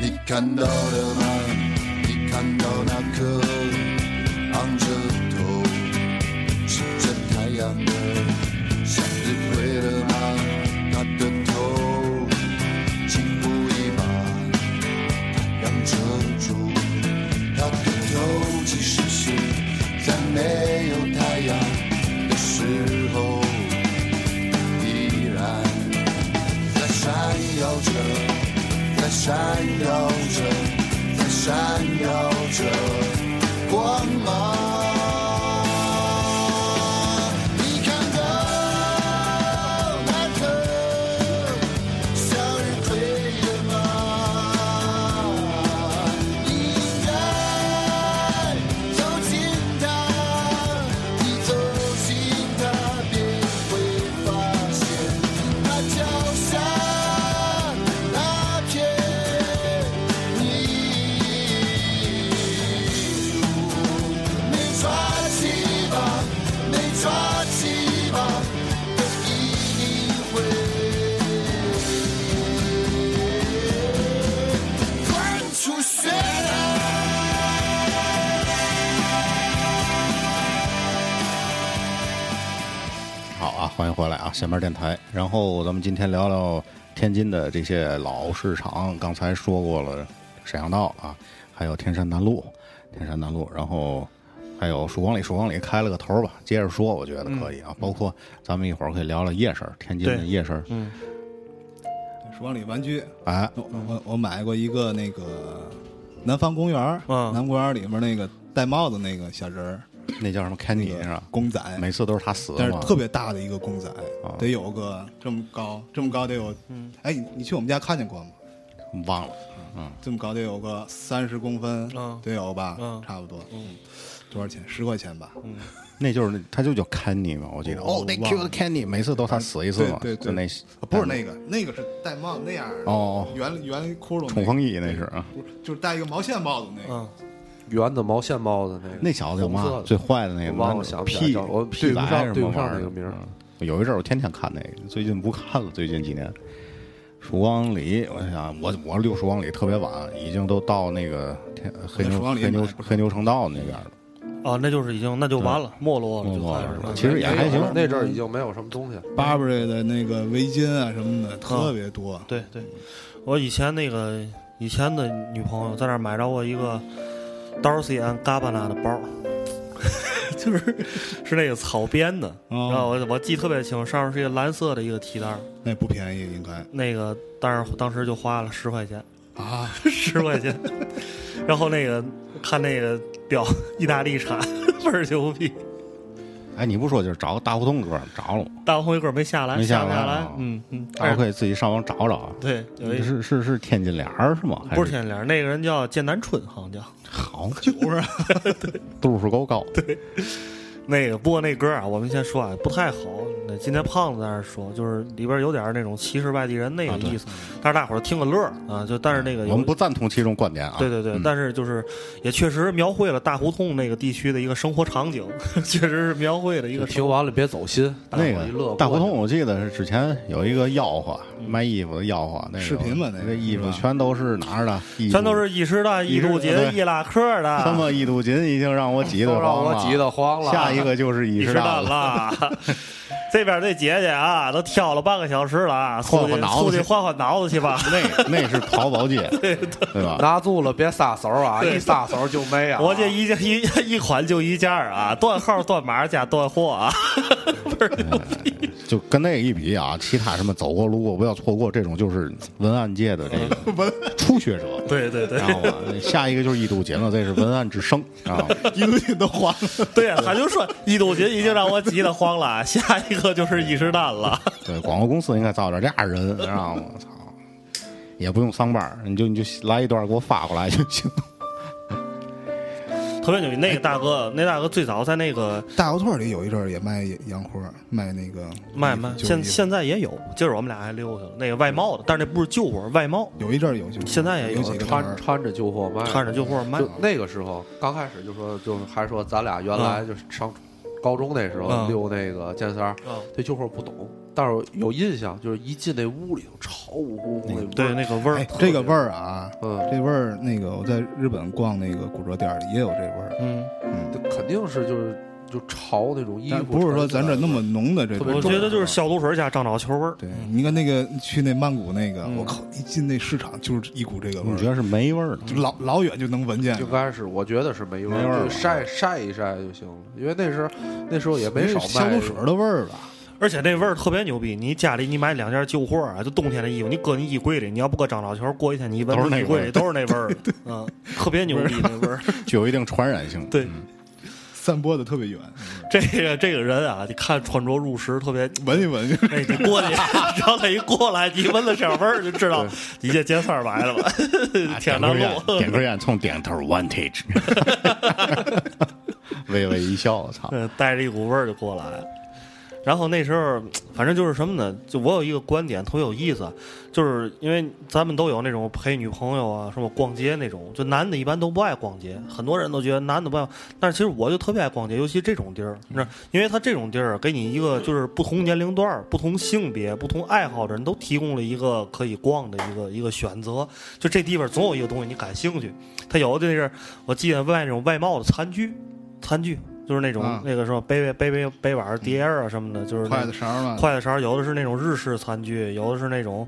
[SPEAKER 2] 你看到了吗？你看到那颗昂着头吃着太阳的向日葵了吗？它的头几乎已把太阳遮住，它的头其实是在没有太阳的时候，依然。在闪耀着，在闪耀着，在闪耀着光芒。你看到那颗向日葵了吗？你应该走近它，你走近它便会发现。它脚下那片泥土，没抓起吧，没抓起吧，都一定会钻出血来。
[SPEAKER 5] 好啊，欢迎回来啊，下面电台。然后咱们今天聊聊天津的这些老市场，刚才说过了沈阳道啊，还有天山南路，天山南路，然后还有曙光里，曙光里开了个头吧，接着说，我觉得可以啊。包括咱们一会儿可以聊聊夜市，天津的
[SPEAKER 4] 对
[SPEAKER 5] 夜市，
[SPEAKER 4] 嗯，
[SPEAKER 7] 说往里玩具，
[SPEAKER 5] 哎，
[SPEAKER 7] 我我我买过一个那个南方公园儿，
[SPEAKER 4] 嗯
[SPEAKER 7] 南方公园儿里面那个戴帽子那个小人儿，
[SPEAKER 5] 那叫什么
[SPEAKER 7] 那
[SPEAKER 5] Candy
[SPEAKER 2] 嗯
[SPEAKER 7] 个
[SPEAKER 5] 是吧？
[SPEAKER 7] 公仔，
[SPEAKER 5] 每次都是他死啊
[SPEAKER 7] 但
[SPEAKER 5] 的
[SPEAKER 7] 是
[SPEAKER 5] 嘛，
[SPEAKER 7] 特别大的一个公仔，得有个这么高，这么高得有，
[SPEAKER 4] 嗯
[SPEAKER 7] 哎，你你去我们家看见过吗？
[SPEAKER 5] 忘了。
[SPEAKER 7] 这么高得有个三十公分
[SPEAKER 4] 嗯，
[SPEAKER 7] 得有吧
[SPEAKER 4] 嗯，
[SPEAKER 7] 差不多。嗯，
[SPEAKER 2] 多少钱？十块钱吧。
[SPEAKER 5] 那就是那他就叫 Candy 嘛，我记得。哦，那 Q 的 Candy 每次都他死一次嘛，
[SPEAKER 2] 对对
[SPEAKER 5] 就
[SPEAKER 2] 对，
[SPEAKER 5] 那
[SPEAKER 2] 啊不是那个，那个是戴帽那样儿
[SPEAKER 5] 哦
[SPEAKER 2] 圆圆窟窿那个
[SPEAKER 5] 冲锋衣那是啊，
[SPEAKER 2] 不是就是戴一个毛线帽子那个，
[SPEAKER 4] 嗯，
[SPEAKER 6] 圆的毛线帽子那个，
[SPEAKER 5] 那小子有
[SPEAKER 6] 红色
[SPEAKER 5] 嘛
[SPEAKER 6] 的
[SPEAKER 5] 最坏的那个，
[SPEAKER 6] 我忘了想不起来
[SPEAKER 5] P
[SPEAKER 6] 叫我对
[SPEAKER 5] P
[SPEAKER 6] 不上
[SPEAKER 5] 仔什
[SPEAKER 6] 对
[SPEAKER 5] 么
[SPEAKER 6] 不上
[SPEAKER 5] 玩意儿
[SPEAKER 6] 那个名儿
[SPEAKER 5] 嗯有一阵儿我天天看那个，最近不看了，最近几年。曙光里，我想我我溜曙光里特别晚，已经都到那个天黑牛
[SPEAKER 2] 曙光里
[SPEAKER 5] 黑牛
[SPEAKER 2] 买不是
[SPEAKER 5] 黑牛城道那边了，
[SPEAKER 4] 啊，那就是已经那就完了，没落了
[SPEAKER 5] 没
[SPEAKER 4] 就
[SPEAKER 5] 落
[SPEAKER 4] 开
[SPEAKER 5] 了
[SPEAKER 4] 始。
[SPEAKER 5] 其实也还行
[SPEAKER 6] 没有那阵儿已经没有什么东西了。
[SPEAKER 2] 巴布瑞的那个围巾啊什么的特别多。
[SPEAKER 4] 对
[SPEAKER 5] 嗯
[SPEAKER 4] 对，我以前那个以前的女朋友在那儿买着过一个 Dorothy and Gabbana 的包 儿，就是是那个草编的，
[SPEAKER 2] 哦
[SPEAKER 4] 然后我我记得特别清，上面是一个蓝色的一个提袋儿，
[SPEAKER 2] 那不便宜，应该
[SPEAKER 4] 那个但是当时就花了十块钱，
[SPEAKER 2] 啊，
[SPEAKER 4] 十块钱，然后那个看那个表，意大利产，倍儿牛逼。
[SPEAKER 5] 哎，你不说就是找个大胡同歌找了吗，
[SPEAKER 4] 大红一会儿没下来，
[SPEAKER 5] 没
[SPEAKER 4] 下
[SPEAKER 5] 下
[SPEAKER 4] 不
[SPEAKER 5] 来
[SPEAKER 4] 下来
[SPEAKER 5] 啊，
[SPEAKER 4] 嗯嗯，
[SPEAKER 5] 大家可以自己上网找找啊。
[SPEAKER 4] 对，有一
[SPEAKER 5] 是是是天津脸儿是吗？还
[SPEAKER 4] 哎不是天脸，那个人叫剑南春，好像叫
[SPEAKER 5] 好酒是，
[SPEAKER 4] 啊
[SPEAKER 5] 度数够高。对，
[SPEAKER 4] 那个。不过那歌啊，我们先说啊，不太好。那今天胖子在那儿说，就是里边有点那种歧视外地人那个意思，但是大伙儿听个乐儿啊，就但是那个有
[SPEAKER 5] 啊我们不赞同其中观点啊。
[SPEAKER 4] 对对对，但是就是也确实描绘了大胡同那个地区的一个生活场景， 确实是描绘了一个生
[SPEAKER 6] 听完了别走心，大伙
[SPEAKER 5] 那
[SPEAKER 6] 儿一乐
[SPEAKER 5] 个大胡同，
[SPEAKER 6] 过去
[SPEAKER 5] 我记得是之前有一个吆喝，卖衣服的吆喝，那个
[SPEAKER 2] 视频吧那个
[SPEAKER 5] 那衣服
[SPEAKER 2] 是吧
[SPEAKER 5] 全都是哪儿的？艺术
[SPEAKER 4] 全都是一时的、
[SPEAKER 5] 一
[SPEAKER 4] 一
[SPEAKER 5] 时
[SPEAKER 4] 度
[SPEAKER 5] 对
[SPEAKER 4] 节、易拉克的，
[SPEAKER 5] 什么一肚筋，已经让我急
[SPEAKER 6] 都
[SPEAKER 5] 得
[SPEAKER 6] 让
[SPEAKER 5] 慌
[SPEAKER 6] 我
[SPEAKER 5] 了。
[SPEAKER 6] 急得慌了。
[SPEAKER 5] 下一个就是伊
[SPEAKER 4] 你
[SPEAKER 5] 势
[SPEAKER 4] 知
[SPEAKER 5] 丹
[SPEAKER 4] 道
[SPEAKER 5] 了。
[SPEAKER 4] 啦， 这边这姐姐啊，都挑了半个小时了啊，
[SPEAKER 5] 换
[SPEAKER 4] 速
[SPEAKER 5] 换
[SPEAKER 4] 计
[SPEAKER 5] 脑子
[SPEAKER 4] 速计
[SPEAKER 5] 去。
[SPEAKER 4] 换换脑子去吧
[SPEAKER 5] 那 那是淘宝 街，对吧？
[SPEAKER 6] 拿住了别撒手啊，一撒手就没啊。
[SPEAKER 4] 我这一件一一款就一件儿啊，断号断码加断货啊，不是
[SPEAKER 5] 就跟那个一比啊，其他什么走过路过不要错过这种，就是文案界的这个初学者。
[SPEAKER 4] 对对对
[SPEAKER 5] 知道吗？下一个就是一度节了，这是文案之声啊。
[SPEAKER 2] 一度筋都花了。
[SPEAKER 4] 对啊，他就说一肚筋已经让我急得慌了， 下一个就是伊势丹了。
[SPEAKER 5] 对，广告公司应该造点这样人，知道吗？我操，也不用上班儿，你就你就来一段给我发过来就行。
[SPEAKER 4] 特别牛逼，那个大哥，那大哥最早在那个
[SPEAKER 2] 大胡同里有一阵儿也卖洋货，卖那个
[SPEAKER 4] 卖
[SPEAKER 2] 衣服
[SPEAKER 4] 卖，
[SPEAKER 2] 旧衣
[SPEAKER 4] 现
[SPEAKER 2] 服
[SPEAKER 4] 现在也有，今儿我们俩还溜去了，那个外贸的，但是那不是旧货，外贸
[SPEAKER 2] 有一阵儿有，就是
[SPEAKER 4] 现在也有
[SPEAKER 2] 有几个摊
[SPEAKER 6] 穿
[SPEAKER 2] 儿
[SPEAKER 6] 穿着旧货卖，
[SPEAKER 4] 看着旧货卖
[SPEAKER 6] 嗯就。那个时候刚开始就说，就是还说咱俩原来就是上高中那时候
[SPEAKER 4] 嗯
[SPEAKER 6] 溜那个剑三儿，
[SPEAKER 4] 嗯
[SPEAKER 6] 对旧货不懂，但是有印象，就是一进那屋里头潮乎乎那味儿
[SPEAKER 4] 对，那个味儿
[SPEAKER 2] 哎，，这个味儿啊，
[SPEAKER 6] 嗯，
[SPEAKER 2] 这味儿那个我在日本逛那个古着店儿里也有这味儿，
[SPEAKER 4] 嗯，
[SPEAKER 6] 这肯定是就是就潮那种衣服穿起来，
[SPEAKER 2] 但不是说咱这那么浓的这
[SPEAKER 6] 特
[SPEAKER 2] 种
[SPEAKER 6] 别
[SPEAKER 2] 味
[SPEAKER 4] 我
[SPEAKER 2] 儿。
[SPEAKER 6] 重
[SPEAKER 4] 觉得就是消毒水加樟脑球味儿。
[SPEAKER 2] 对，你看那个去那曼谷那个，
[SPEAKER 4] 嗯
[SPEAKER 2] 我靠，一进那市场就是一股这个味
[SPEAKER 5] 你觉
[SPEAKER 2] 儿，
[SPEAKER 5] 得是没味儿的？
[SPEAKER 2] 就老老远就能闻见
[SPEAKER 6] 应。该是，我觉得是没味
[SPEAKER 5] 没味儿
[SPEAKER 6] 儿，
[SPEAKER 5] 了
[SPEAKER 6] 就晒晒一晒就行了，因为那时候那时候也没少卖
[SPEAKER 2] 消毒水的味儿吧？
[SPEAKER 4] 而且那味儿特别牛逼，你家里你买两件旧货啊，就冬天的衣服，你搁你衣柜里，你要不搁樟脑球，过一天你一闻
[SPEAKER 5] 都是那
[SPEAKER 4] 衣柜里都是那 味儿，嗯，特别牛逼那味儿。
[SPEAKER 5] 具有一定传染性。
[SPEAKER 4] 对，
[SPEAKER 2] 散播的特别远，
[SPEAKER 4] 这个这个人啊，你看穿着入时特别，
[SPEAKER 2] 闻一闻就是。
[SPEAKER 4] 哎，你过去， 然后他一过来，你闻了这味儿就知道你这尖三儿来了吧？
[SPEAKER 5] 点
[SPEAKER 4] 天
[SPEAKER 5] 啊根
[SPEAKER 4] 南
[SPEAKER 5] 烟，
[SPEAKER 4] 路，
[SPEAKER 5] 点根烟，冲点头 vantage，微微一笑，我操！
[SPEAKER 4] 呃，带着一股味儿就过来了。然后那时候，反正就是什么呢？就我有一个观点特别有意思啊，就是因为咱们都有那种陪女朋友啊，什么逛街那种，就男的一般都不爱逛街，很多人都觉得男的不爱，但是其实我就特别爱逛街，尤其这种地儿，那因为他这种地儿给你一个就是不同年龄段儿、不同性别、不同爱好的人都提供了一个可以逛的一个一个选择，就这地方总有一个东西你感兴趣。他有的就是我记得卖那种外贸的餐具，餐具就是那种、
[SPEAKER 2] 啊
[SPEAKER 4] 那个什么杯杯杯杯碗儿碟儿啊什么的，就是那
[SPEAKER 2] 筷子勺嘛，
[SPEAKER 4] 筷子勺儿，有的是那种日式餐具，有的是那种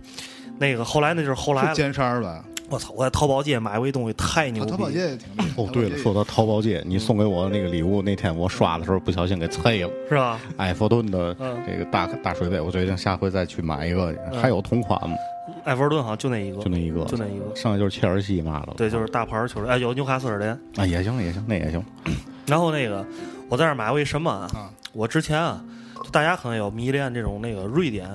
[SPEAKER 4] 那个后来那就是后来
[SPEAKER 2] 是尖沙儿吧？
[SPEAKER 4] 我操，我在淘宝街买过一东西太牛
[SPEAKER 2] 啊
[SPEAKER 4] 逼
[SPEAKER 2] 淘
[SPEAKER 4] 了，
[SPEAKER 2] 宝街也挺厉害。
[SPEAKER 5] 哦，对了，说到淘宝街，你送给我的那个礼物，那天我刷的时候不小心给碎了，
[SPEAKER 4] 是吧？
[SPEAKER 5] 埃弗顿的
[SPEAKER 4] 嗯
[SPEAKER 5] 这个大大水杯，我决定下回再去买一个，还有同款吗？
[SPEAKER 4] 埃弗顿好像就那一个，
[SPEAKER 5] 就那一个，
[SPEAKER 4] 嗯就那一个
[SPEAKER 5] 剩下就是切尔西嘛了。
[SPEAKER 4] 对，就是大牌儿球队，哎，有纽卡斯尔联。
[SPEAKER 5] 啊，也行也行，那也行。
[SPEAKER 4] 然后那个我在那儿买过一什么啊
[SPEAKER 2] 啊
[SPEAKER 4] 我之前啊，就大家可能有迷恋这种那个瑞典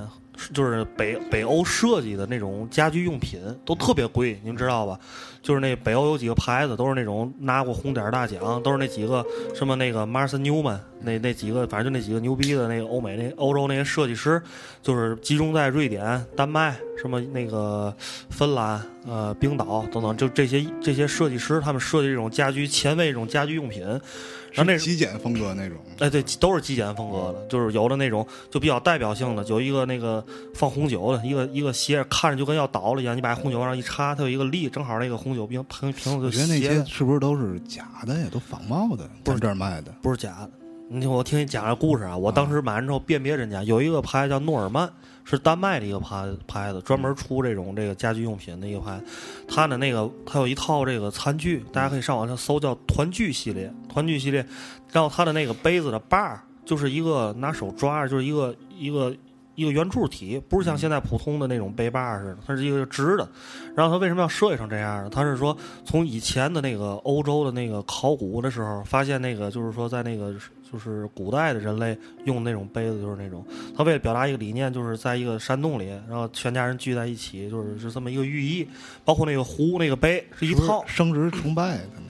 [SPEAKER 4] 就是北北欧设计的那种家居用品都特别贵，您知道吧？就是那北欧有几个牌子都是那种拿过红点儿大奖，都是那几个什么那个 Martha Newman 那那几个，反正就那几个牛逼的那个欧美那欧洲那些设计师，就是集中在瑞典、丹麦什么那个芬兰、呃冰岛等等，就这些这些设计师他们设计这种家居前卫这种家居用品，然后那
[SPEAKER 2] 是极简风格那种，
[SPEAKER 4] 哎，对，都是极简风格
[SPEAKER 2] 嗯
[SPEAKER 4] 的，就是有的那种就比较代表性的，有一个那个放红酒的，一个一个鞋看着就跟要倒了一样，你把红酒往上一插，它有一个立，正好那个红酒瓶瓶瓶子就
[SPEAKER 2] 我觉得那
[SPEAKER 4] 斜
[SPEAKER 2] 些
[SPEAKER 4] 着
[SPEAKER 2] 是不是都是假的呀？都仿冒的，
[SPEAKER 4] 不是
[SPEAKER 2] 咱这儿卖的。
[SPEAKER 4] 不是假的。你听我听你讲个故事啊，我当时买完之后辨别真假，有一个牌子叫诺尔曼，是丹麦的一个牌牌子，专门出这种这个家居用品的一个牌子。它的那个它有一套这个餐具，大家可以上网上搜叫团聚系列，团聚系列。然后它的那个杯子的把儿就是一个拿手抓着，就是一个一个一个圆柱体，不是
[SPEAKER 2] 嗯
[SPEAKER 4] 像现在普通的那种杯把儿似的，它是一个直的。然后它为什么要设计成这样呢？它是说从以前的那个欧洲的那个考古的时候，发现那个就是说在那个就是古代的人类用那种杯子，就是那种他为了表达一个理念，就是在一个山洞里，然后全家人聚在一起，就是是这么一个寓意。包括那个壶、那个杯是一
[SPEAKER 2] 是不是
[SPEAKER 4] 套，
[SPEAKER 2] 升值崇拜的那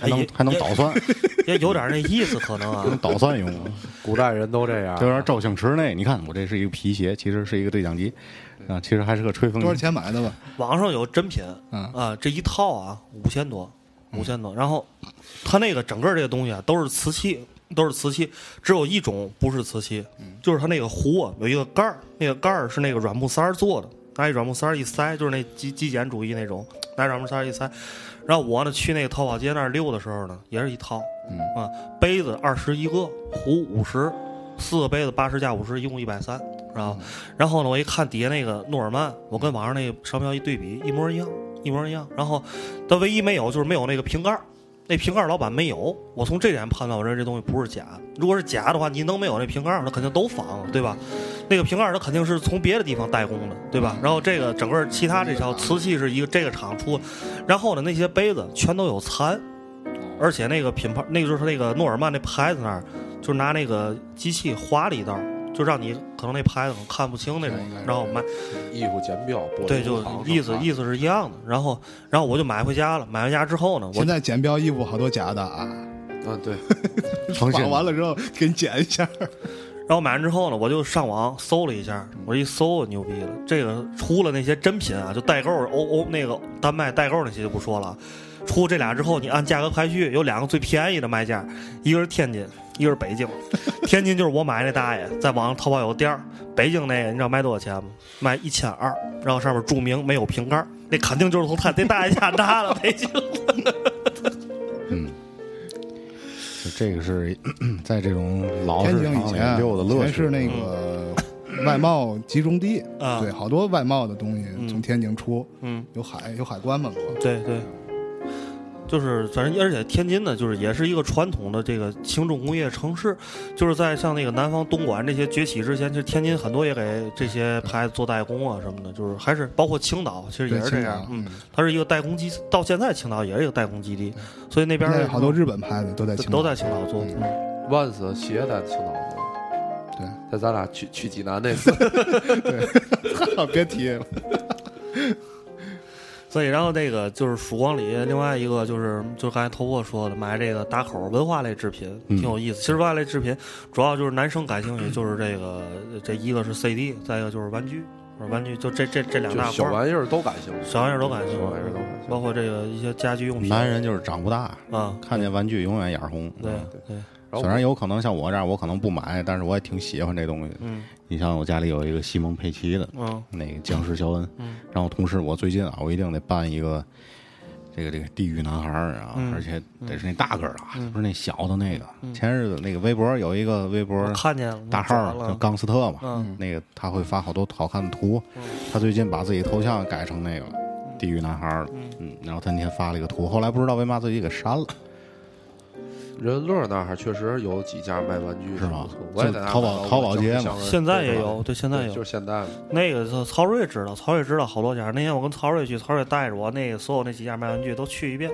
[SPEAKER 5] 还能
[SPEAKER 4] 哎也
[SPEAKER 5] 还能捣蒜，
[SPEAKER 4] 也有点那意思，可能啊
[SPEAKER 5] 还。能捣蒜 用，
[SPEAKER 6] 古代人都这样
[SPEAKER 2] 啊
[SPEAKER 5] 就有。点照相池内。你看我这是一个皮鞋，其实是一个对讲机，啊，其实还是个吹风
[SPEAKER 2] 个，
[SPEAKER 5] 机。
[SPEAKER 4] 嗯
[SPEAKER 2] 嗯多少钱买的吧？
[SPEAKER 4] 网上有真品，
[SPEAKER 2] 嗯
[SPEAKER 4] 啊，这一套啊五千多，五千多。然后它那个整个这个东西啊都是瓷器，都是瓷器，只有一种不是瓷器，就是它那个壶啊有一个盖儿，那个盖儿是那个软木塞儿做的，拿一软木塞儿一塞，就是那极极简主义那种，拿软木塞儿一塞。然后我呢去那个淘宝街那儿溜的时候呢，也是一套，啊，杯子二十一个，壶五十，四个杯子八十加五十，一共一百三，然后，然后呢，我一看底下那个诺尔曼，我跟网上那个商标一对比，一模一样，一模一样。然后，它唯一没有就是没有那个瓶盖儿，那瓶盖儿老板没有。我从这点判断，我认为这东西不是假的。如果是假的话，你能没有那瓶盖儿，那肯定都仿了，对吧？那个瓶盖儿它肯定是从别的地方代工的，对吧？然后这个整个其他这条瓷器是一个这个厂出的，然后呢，那些杯子全都有残，而且那个品牌，那个就是那个诺尔曼那牌子那儿，就是拿那个机器划了一道儿，就让你可能那牌子可能看不清那种，然后买
[SPEAKER 6] 艺术简表，玻璃
[SPEAKER 4] 对，就
[SPEAKER 6] 行
[SPEAKER 4] 意思意思是一样的。然后然后我就买回家了，买回家之后呢，我
[SPEAKER 2] 现在剪标衣服好多假的啊，
[SPEAKER 6] 嗯，对，
[SPEAKER 5] 呈现
[SPEAKER 2] 绑完了之后给你剪一下。
[SPEAKER 4] 然后买完之后呢，我就上网搜了一下，我一搜牛逼了，这个出了那些真品啊，就代购欧欧那个丹麦代购那些就不说了，出这俩之后，你按价格排序，有两个最便宜的卖价，一个是天津，一个是北京。 天津就是我买那大爷，在网上淘宝有店儿，北京那个你知道卖多少钱吗？卖一千二，然后上面注明没有瓶盖儿，那肯定就是从他那大爷家拿了北京。
[SPEAKER 5] 就这个是 在这种老
[SPEAKER 2] 天
[SPEAKER 5] 市
[SPEAKER 2] 津以
[SPEAKER 5] 场里
[SPEAKER 2] 前
[SPEAKER 5] 哦溜的乐
[SPEAKER 2] 全
[SPEAKER 5] 趣。
[SPEAKER 2] 是那个外贸集中地，
[SPEAKER 4] 啊
[SPEAKER 2] 对，好多外贸的东西
[SPEAKER 4] 嗯
[SPEAKER 2] 从天津出，
[SPEAKER 4] 嗯。
[SPEAKER 2] 有海有海关嘛，不
[SPEAKER 4] 对对，就是反正而且天津呢，就是也是一个传统的这个轻重工业城市，就是在像那个南方东莞这些崛起之前，其实天津很多也给这些牌子做代工啊什么的，就是还是包括青岛，其实也是这样
[SPEAKER 2] 对青岛，
[SPEAKER 4] 嗯，它是一个代工基，到现在青岛也是一个代工基地，所以那边
[SPEAKER 2] 嗯现
[SPEAKER 4] 儿
[SPEAKER 2] 在好多
[SPEAKER 4] 都
[SPEAKER 2] 日本拍的都在青岛
[SPEAKER 4] 都在青岛做，嗯
[SPEAKER 6] 万斯鞋在青岛吗？
[SPEAKER 2] 对，
[SPEAKER 6] 在咱俩去去济南那次，
[SPEAKER 2] 别提了，
[SPEAKER 4] 所以然后那个就是曙光里另外一个就是就是刚才头破说的买这个打口文化类制品
[SPEAKER 6] 嗯
[SPEAKER 4] 挺有意思。其实文化类制品主要就是男生感兴趣，就是这个这一个是 CD，再一个就是玩具，玩具就这这这两
[SPEAKER 6] 就
[SPEAKER 4] 大
[SPEAKER 6] 小
[SPEAKER 4] 块儿，
[SPEAKER 6] 玩意儿都感兴趣，
[SPEAKER 4] 小玩意儿都感兴
[SPEAKER 6] 小玩意儿都
[SPEAKER 4] 趣
[SPEAKER 6] 感兴，趣嗯
[SPEAKER 4] 包括这个一些家居用品。
[SPEAKER 5] 男人就是长不大，
[SPEAKER 4] 啊，
[SPEAKER 5] 看见玩具永远眼儿红。
[SPEAKER 4] 对
[SPEAKER 5] 嗯
[SPEAKER 4] 对，
[SPEAKER 6] 然后
[SPEAKER 5] 虽然有可能像我这样，我可能不买，但是我也挺喜欢这东西的。
[SPEAKER 4] 嗯
[SPEAKER 5] 你像我家里有一个西蒙佩奇的，
[SPEAKER 4] 嗯
[SPEAKER 5] 那个僵尸肖恩，
[SPEAKER 4] 嗯
[SPEAKER 5] 然后同时我最近啊，我一定得办一个这个这个地狱男孩儿啊，
[SPEAKER 4] 嗯
[SPEAKER 5] 而且得是那大个儿的啊，不是那小的那个。前日子那个微博有一个微博
[SPEAKER 4] 我看见了
[SPEAKER 5] 大号儿
[SPEAKER 4] 我
[SPEAKER 5] 叫
[SPEAKER 4] 转了，
[SPEAKER 5] 钢丝特嘛，
[SPEAKER 4] 嗯
[SPEAKER 5] 那个他会发好多好看的图，他最近把自己头像改成那个
[SPEAKER 4] 嗯
[SPEAKER 5] 了地狱男孩儿了，嗯，然后他那天发了一个图，后来不知道为嘛自己给删了，
[SPEAKER 4] 嗯
[SPEAKER 6] 人乐那儿确实有几家卖玩具的
[SPEAKER 5] 是
[SPEAKER 6] 不
[SPEAKER 5] 吗
[SPEAKER 6] 错我也在那儿
[SPEAKER 5] 就淘宝
[SPEAKER 6] 买到
[SPEAKER 5] 淘
[SPEAKER 6] 过
[SPEAKER 5] 宝
[SPEAKER 6] 小
[SPEAKER 5] 街嘛
[SPEAKER 6] 小人
[SPEAKER 4] 现在也
[SPEAKER 6] 嗯对吧
[SPEAKER 4] 有，对，现在
[SPEAKER 6] 对
[SPEAKER 4] 有
[SPEAKER 6] 就，是现在嘛
[SPEAKER 4] 那个是曹睿知道，曹睿知道好多家。那天我跟曹睿去，曹睿带着我那所有那几家卖玩具都去一遍。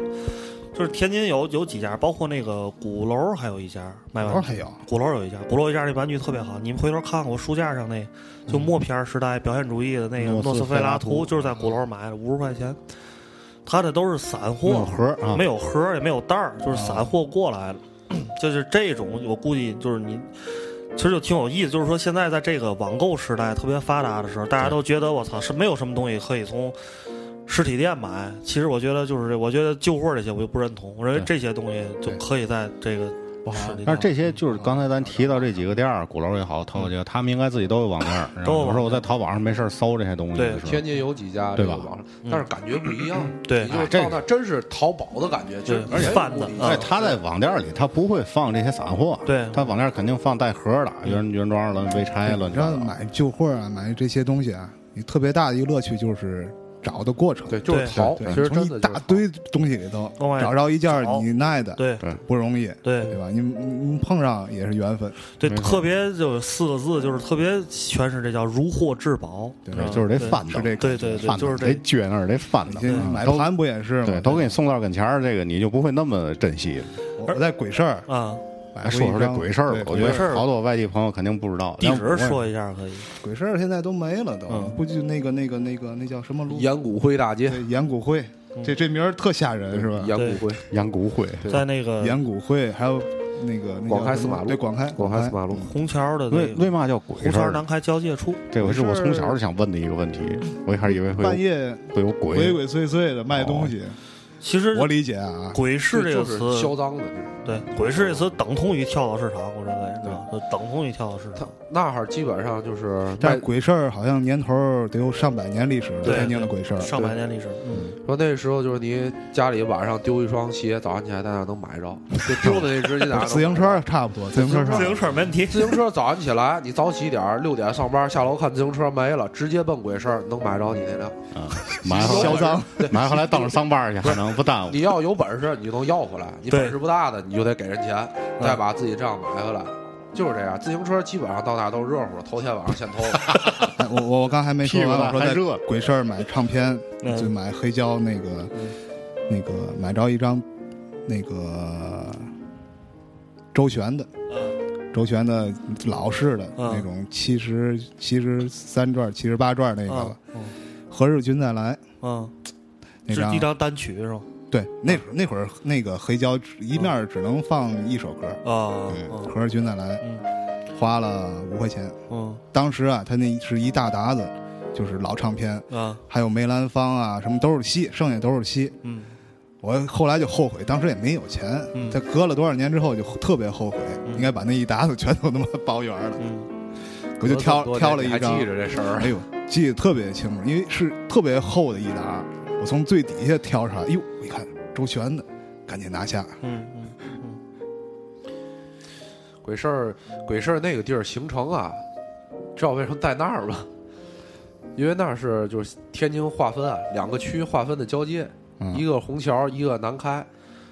[SPEAKER 4] 就是天津有有几家，包括那个鼓楼还有一家卖玩
[SPEAKER 2] 哦，
[SPEAKER 5] 嗯
[SPEAKER 4] 具。
[SPEAKER 2] 还有
[SPEAKER 4] 鼓楼有一家，鼓楼一家那玩具特别好，你们回头看看我书架上那就默片儿时代表现主义的那个
[SPEAKER 5] 诺斯
[SPEAKER 4] 诺斯
[SPEAKER 5] 菲
[SPEAKER 4] 菲
[SPEAKER 5] 拉
[SPEAKER 4] 拉
[SPEAKER 5] 图
[SPEAKER 4] 图，就是在鼓楼买的，五十块钱。他这都是散货，
[SPEAKER 5] 没有盒儿啊
[SPEAKER 4] 没有盒儿也没有袋儿，就是散货过来了。 就是这种，我估计就是你，其实就挺有意思。就是说，现在在这个网购时代特别发达的时候，大家都觉得我操是没有什么东西可以从实体店买。其实我觉得就是，我觉得旧货这些我就不认同，我认为
[SPEAKER 5] 对
[SPEAKER 4] 这些东西就
[SPEAKER 5] 对
[SPEAKER 4] 可以在这个实体店。
[SPEAKER 5] 但是这些就是刚才咱提到这几个店儿，鼓楼也好，淘宝也好，他们应该自己都有网店儿。然
[SPEAKER 4] 都有
[SPEAKER 5] 后
[SPEAKER 4] 网
[SPEAKER 5] 我说我在淘宝上没事儿搜这些东西
[SPEAKER 4] 对
[SPEAKER 5] 的时候，
[SPEAKER 6] 天津有几家
[SPEAKER 5] 对
[SPEAKER 6] 这个
[SPEAKER 5] 吧
[SPEAKER 6] 网上，但是感觉不一样。
[SPEAKER 4] 对
[SPEAKER 6] 你就
[SPEAKER 5] 这个
[SPEAKER 6] 到那真是淘宝的感觉，就是
[SPEAKER 4] 对贩子啊
[SPEAKER 5] 哎，他在网店里他不会放这些散货，
[SPEAKER 4] 对
[SPEAKER 5] 他网店肯定放带盒儿的，原原装的、未拆哎乱七
[SPEAKER 2] 你知
[SPEAKER 5] 八
[SPEAKER 2] 道
[SPEAKER 5] 糟的。
[SPEAKER 2] 买旧货啊，买这些东西啊，你特别大的一个乐趣就是找的过程。
[SPEAKER 6] 对，就是
[SPEAKER 4] 对
[SPEAKER 6] 淘，
[SPEAKER 2] 对
[SPEAKER 6] 其实
[SPEAKER 2] 从
[SPEAKER 6] 真的
[SPEAKER 2] 一
[SPEAKER 6] 就是
[SPEAKER 2] 大
[SPEAKER 6] 淘
[SPEAKER 2] 堆东西里头
[SPEAKER 4] 往外
[SPEAKER 2] 找着一件儿
[SPEAKER 4] 找
[SPEAKER 2] 你耐的，
[SPEAKER 4] 对
[SPEAKER 2] 不容易，
[SPEAKER 4] 对
[SPEAKER 2] 对吧？你你碰上也是缘分，
[SPEAKER 4] 对，
[SPEAKER 5] 没错
[SPEAKER 4] 特别就四个字，就是特别诠释这叫如获至宝，
[SPEAKER 2] 对
[SPEAKER 4] 嗯
[SPEAKER 5] 就是得
[SPEAKER 4] 对
[SPEAKER 5] 翻
[SPEAKER 2] 是
[SPEAKER 5] 腾，
[SPEAKER 2] 这个。
[SPEAKER 4] 对对对，
[SPEAKER 5] 翻
[SPEAKER 4] 就是
[SPEAKER 5] 腾
[SPEAKER 4] 这
[SPEAKER 5] 得撅那儿得翻
[SPEAKER 2] 你
[SPEAKER 5] 腾
[SPEAKER 2] 这
[SPEAKER 5] 啊，
[SPEAKER 2] 买
[SPEAKER 5] 都
[SPEAKER 2] 盘不也是吗？
[SPEAKER 5] 对，都给你送到跟前儿，这个你就不会那么珍惜了。
[SPEAKER 2] 我在鬼市儿
[SPEAKER 4] 啊，
[SPEAKER 2] 买
[SPEAKER 5] 哎，
[SPEAKER 2] 过
[SPEAKER 5] 说说
[SPEAKER 2] 一
[SPEAKER 5] 这
[SPEAKER 2] 张
[SPEAKER 5] 鬼事儿吧
[SPEAKER 2] 对，
[SPEAKER 5] 我
[SPEAKER 2] 鬼
[SPEAKER 5] 觉
[SPEAKER 2] 市儿
[SPEAKER 5] 得好多外地朋友肯定不知道。
[SPEAKER 4] 地
[SPEAKER 5] 但
[SPEAKER 4] 址
[SPEAKER 5] 我
[SPEAKER 4] 说一下可以，
[SPEAKER 2] 鬼市儿现在都没了，都
[SPEAKER 4] 嗯
[SPEAKER 2] 不就那个那个那个那叫什么路？
[SPEAKER 6] 盐骨灰大街，
[SPEAKER 2] 对盐骨灰，这这名儿特吓 人是吧？
[SPEAKER 6] 盐骨灰，
[SPEAKER 5] 羊骨会，
[SPEAKER 4] 在那个
[SPEAKER 2] 盐骨灰，还有那个那叫
[SPEAKER 6] 呃广开
[SPEAKER 2] 什
[SPEAKER 6] 四
[SPEAKER 2] 么
[SPEAKER 6] 马路，
[SPEAKER 2] 对广开嗯
[SPEAKER 6] 广开四马路，
[SPEAKER 4] 虹桥的那
[SPEAKER 5] 为为
[SPEAKER 4] 个
[SPEAKER 5] 嘛叫鬼
[SPEAKER 4] 虹
[SPEAKER 5] 事
[SPEAKER 4] 桥
[SPEAKER 5] 儿
[SPEAKER 4] 南
[SPEAKER 5] 呢？
[SPEAKER 4] 开交界处，
[SPEAKER 5] 这个是我
[SPEAKER 2] 鬼事儿
[SPEAKER 5] 从小就想问的一个问题，我一开始以为会
[SPEAKER 2] 半
[SPEAKER 5] 有
[SPEAKER 2] 夜
[SPEAKER 5] 会有
[SPEAKER 2] 鬼
[SPEAKER 5] 鬼，
[SPEAKER 2] 鬼祟祟的卖东西，
[SPEAKER 6] 哦
[SPEAKER 4] 其实
[SPEAKER 2] 我理解啊，
[SPEAKER 4] 鬼市这个
[SPEAKER 6] 就是嚣
[SPEAKER 4] 词，
[SPEAKER 6] 张的。
[SPEAKER 4] 对鬼市这词等同于跳蚤市场，我认为知道，就等同于跳蚤市
[SPEAKER 6] 他
[SPEAKER 4] 场，
[SPEAKER 6] 那哈儿基本上就是
[SPEAKER 2] 但
[SPEAKER 6] 卖
[SPEAKER 2] 是鬼事儿好像年头儿得有上百年历史了，
[SPEAKER 4] 对
[SPEAKER 2] 天津的鬼事儿。
[SPEAKER 4] 上百年历史，嗯，
[SPEAKER 6] 说那时候就是你家里晚上丢一双鞋，早上起来在那能买着，就丢的那只你哪能
[SPEAKER 2] 自行车差不多，自行车上
[SPEAKER 4] 自行车没问题，
[SPEAKER 6] 自行车早上起来，你早起点儿，六点上班，下楼看自行车没了，直接奔鬼市儿能买着你那辆。
[SPEAKER 5] 买回
[SPEAKER 2] 销
[SPEAKER 5] 来
[SPEAKER 2] 赃，
[SPEAKER 5] 买回来当着上班去，还能不耽误？
[SPEAKER 6] 你要有本事，你就能要回来；你
[SPEAKER 4] 对
[SPEAKER 6] 本事不大的，你就得给人钱，再把自己账买回来。就是这样，自行车基本上到那都热乎了，头天晚上先偷了。
[SPEAKER 2] 哎我我我刚还 没说完，
[SPEAKER 5] 屁股
[SPEAKER 2] 我说
[SPEAKER 5] 还
[SPEAKER 2] 在
[SPEAKER 5] 热
[SPEAKER 2] 鬼市儿买唱片，
[SPEAKER 4] 嗯
[SPEAKER 2] 就买黑胶那个那个买着一张那个周璇的，周璇的老式的
[SPEAKER 4] 嗯
[SPEAKER 2] 那种七十七十三转、七十八转那
[SPEAKER 4] 嗯
[SPEAKER 2] 个《何日君再来》
[SPEAKER 4] 嗯，
[SPEAKER 2] 那
[SPEAKER 4] 是
[SPEAKER 2] 张
[SPEAKER 4] 一，张嗯单曲是吗？
[SPEAKER 2] 对，那会儿那会儿那个黑胶只一面儿只能放一首歌，
[SPEAKER 4] 啊，
[SPEAKER 2] 《
[SPEAKER 4] 嗯
[SPEAKER 2] 何日君再来》
[SPEAKER 4] 嗯
[SPEAKER 2] 花了五块钱。
[SPEAKER 4] 嗯
[SPEAKER 2] 当时啊，他那是一大沓子，就是老唱片，
[SPEAKER 4] 啊
[SPEAKER 2] 还有梅兰芳啊，什么都是戏，剩下都是戏。
[SPEAKER 4] 嗯
[SPEAKER 2] 我后来就后悔，当时也没有钱。
[SPEAKER 4] 嗯
[SPEAKER 2] 他隔了多少年之后，就特别后悔，
[SPEAKER 6] 嗯
[SPEAKER 2] 应该把那一沓子全都他妈包圆了。
[SPEAKER 4] 嗯，
[SPEAKER 2] 我就挑
[SPEAKER 6] 多年
[SPEAKER 2] 挑了
[SPEAKER 6] 你
[SPEAKER 2] 一
[SPEAKER 6] 还
[SPEAKER 2] 张
[SPEAKER 6] 记，着这事儿
[SPEAKER 2] 哎。呦，记得特别清楚，因为是特别厚的一沓，我从最底下挑出来，哟，我一看周璇的，赶紧拿下。
[SPEAKER 4] 嗯
[SPEAKER 6] 鬼市儿，鬼市儿那个地儿形成啊，知道为什么在那儿吗？因为那儿是就是天津划分啊，两个区划分的交界，
[SPEAKER 2] 嗯
[SPEAKER 6] 一个虹桥，一个南开，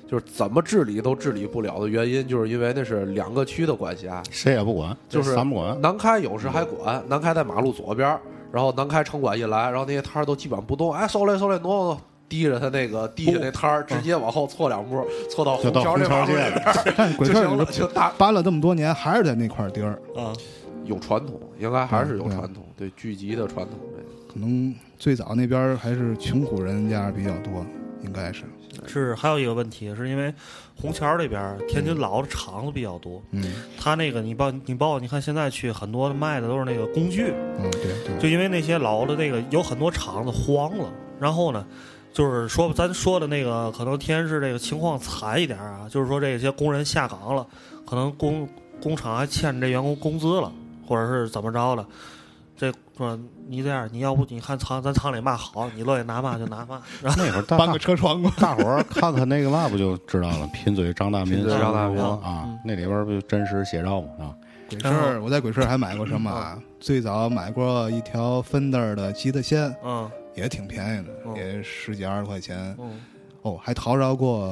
[SPEAKER 6] 就是怎么治理都治理不了的原因，就是因为那是两个区的关系啊。
[SPEAKER 5] 谁也不管，
[SPEAKER 6] 就是
[SPEAKER 5] 咱不管。
[SPEAKER 6] 南开有时
[SPEAKER 2] 嗯
[SPEAKER 6] 还管，南开在马路左边儿，然后南开城管一来，然后那些摊儿都基本上不动，哎，收来收来挪挪，提着他那个
[SPEAKER 2] 哦
[SPEAKER 6] 地下那摊
[SPEAKER 2] 嗯
[SPEAKER 6] 儿，直接往后错两步，错到
[SPEAKER 5] 就
[SPEAKER 6] 虹
[SPEAKER 5] 到
[SPEAKER 6] 桥这
[SPEAKER 5] 虹
[SPEAKER 6] 马
[SPEAKER 5] 桥
[SPEAKER 6] 路
[SPEAKER 5] 街
[SPEAKER 6] 这边儿
[SPEAKER 2] 但 鬼
[SPEAKER 6] 就
[SPEAKER 2] 事儿
[SPEAKER 6] 行
[SPEAKER 2] 你
[SPEAKER 6] 了，
[SPEAKER 2] 说
[SPEAKER 6] 就大
[SPEAKER 2] 搬了这么多年，还是在那块地儿，
[SPEAKER 4] 嗯啊，
[SPEAKER 6] 有传统，应该还
[SPEAKER 2] 嗯
[SPEAKER 6] 是有传统，对聚集的传统。这
[SPEAKER 2] 可能最早那边儿还是穷苦人家比较多，应该是。
[SPEAKER 4] 是还有一个问题，是因为虹桥这边儿天津老的厂子比较多，
[SPEAKER 2] 嗯
[SPEAKER 4] 他那个你包你包括你看现在去很多卖的都是那个工具，
[SPEAKER 2] 嗯，对对。
[SPEAKER 4] 就因为那些老的那个有很多厂子黄了，然后呢，就是说咱说的那个可能天津市这个情况惨一点啊，就是说这些工人下岗了，可能工工厂还欠这员工工资了，或者是怎么着了。这说你这样，你要不你看厂咱厂里嘛好，你乐意拿嘛就拿 嘛，然后
[SPEAKER 5] 那会儿大
[SPEAKER 2] 搬
[SPEAKER 5] 大
[SPEAKER 2] 个车床过来，
[SPEAKER 5] 大伙儿看看那个嘛，不就知道了？贫嘴张大民，
[SPEAKER 6] 贫嘴张大民
[SPEAKER 2] 嗯
[SPEAKER 5] 啊，那里边儿不就真实写照嘛？啊，
[SPEAKER 2] 鬼市儿，我在鬼市儿还买过什么啊？
[SPEAKER 6] 嗯
[SPEAKER 2] 最早买过一条 Fender 的吉他线，
[SPEAKER 4] 嗯
[SPEAKER 2] 也挺便宜的，
[SPEAKER 6] 哦
[SPEAKER 4] 嗯
[SPEAKER 2] 也十几二十块钱。哦
[SPEAKER 4] 嗯
[SPEAKER 2] 哦，还淘着过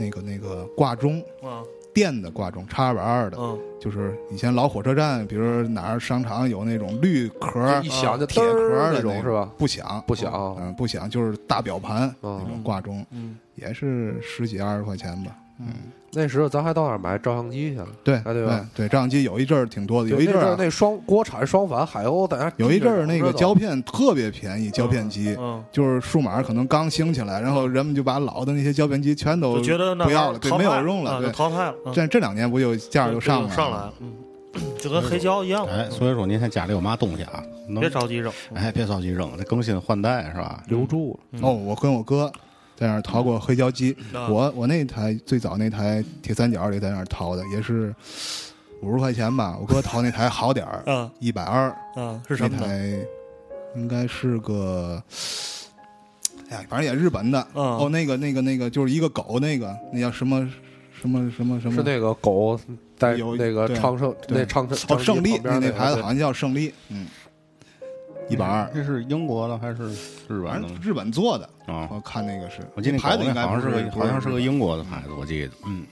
[SPEAKER 2] 那个那个挂钟，
[SPEAKER 4] 嗯
[SPEAKER 2] 电的挂钟，叉 L 二的，
[SPEAKER 4] 嗯
[SPEAKER 2] 就是以前老火车站，比如哪儿商场有那种绿壳儿
[SPEAKER 6] 一响就
[SPEAKER 2] 铁壳啊儿
[SPEAKER 6] 儿
[SPEAKER 2] 的
[SPEAKER 6] 那种
[SPEAKER 2] 个
[SPEAKER 6] 是吧？
[SPEAKER 2] 不响，
[SPEAKER 6] 不响
[SPEAKER 2] 嗯，不响，就是大表盘
[SPEAKER 6] 哦
[SPEAKER 2] 那种挂钟，
[SPEAKER 4] 嗯，
[SPEAKER 2] 也是十几二十块钱吧。嗯，
[SPEAKER 6] 那时候咱还到哪儿买照相机去了？
[SPEAKER 2] 对，
[SPEAKER 6] 啊对
[SPEAKER 2] 对
[SPEAKER 6] 吧
[SPEAKER 2] 对，照相机有一阵儿挺多的，有一
[SPEAKER 6] 那
[SPEAKER 2] 阵儿啊
[SPEAKER 6] 那双国产双反海鸥，大家
[SPEAKER 2] 有一阵儿那个胶
[SPEAKER 6] 片
[SPEAKER 2] 片特别便宜，胶片机
[SPEAKER 4] 嗯，
[SPEAKER 2] 就是数码可能刚兴起来，然后人们就把老的那些胶片机全都
[SPEAKER 4] 就觉得那
[SPEAKER 2] 不要了，对，
[SPEAKER 4] 淘汰
[SPEAKER 2] 没有用
[SPEAKER 4] 啊
[SPEAKER 2] 了，
[SPEAKER 4] 就
[SPEAKER 2] 对。
[SPEAKER 4] 淘汰了，嗯
[SPEAKER 2] 这这两年不就价儿就上
[SPEAKER 4] 就
[SPEAKER 2] 来了？嗯
[SPEAKER 4] 上来了，嗯，就跟黑胶一样，
[SPEAKER 5] 哎，所以说您看家里有嘛东西啊，能
[SPEAKER 4] 别着急嗯扔，
[SPEAKER 5] 哎，别着急扔，这更新换代是吧？
[SPEAKER 6] 留住
[SPEAKER 4] 嗯
[SPEAKER 6] 了，
[SPEAKER 2] 哦，我跟我哥在那儿淘过黑胶机，
[SPEAKER 4] 啊，
[SPEAKER 2] 我我那台最早那台铁三角也在那儿淘的，也是五十块钱吧。我哥淘那台好点儿
[SPEAKER 4] 嗯
[SPEAKER 2] 一百二，
[SPEAKER 4] 嗯，是什么
[SPEAKER 2] 那
[SPEAKER 4] 呢？
[SPEAKER 2] 台应该是个，哎呀，反正也日本的。
[SPEAKER 4] 嗯
[SPEAKER 5] 啊
[SPEAKER 2] 哦，那个那个那个就是一个狗，那个那叫什么什么什么什么？
[SPEAKER 6] 是那个狗在
[SPEAKER 2] 有
[SPEAKER 6] 那个
[SPEAKER 2] 对
[SPEAKER 6] 长盛
[SPEAKER 2] 对
[SPEAKER 6] 那长盛
[SPEAKER 2] 哦，胜利那
[SPEAKER 6] 那
[SPEAKER 2] 牌子好像叫胜利，嗯，一百二，
[SPEAKER 5] 这是英国的还是日
[SPEAKER 2] 嗯反
[SPEAKER 5] 本的
[SPEAKER 2] 正日本做的。
[SPEAKER 5] 啊？
[SPEAKER 2] 我看那个是，
[SPEAKER 5] 我记得那
[SPEAKER 2] 牌
[SPEAKER 5] 狗
[SPEAKER 2] 子
[SPEAKER 5] 那
[SPEAKER 2] 应该
[SPEAKER 5] 好像
[SPEAKER 2] 不
[SPEAKER 5] 个好像是个
[SPEAKER 2] 英，
[SPEAKER 5] 英国的牌子，我记得。嗯，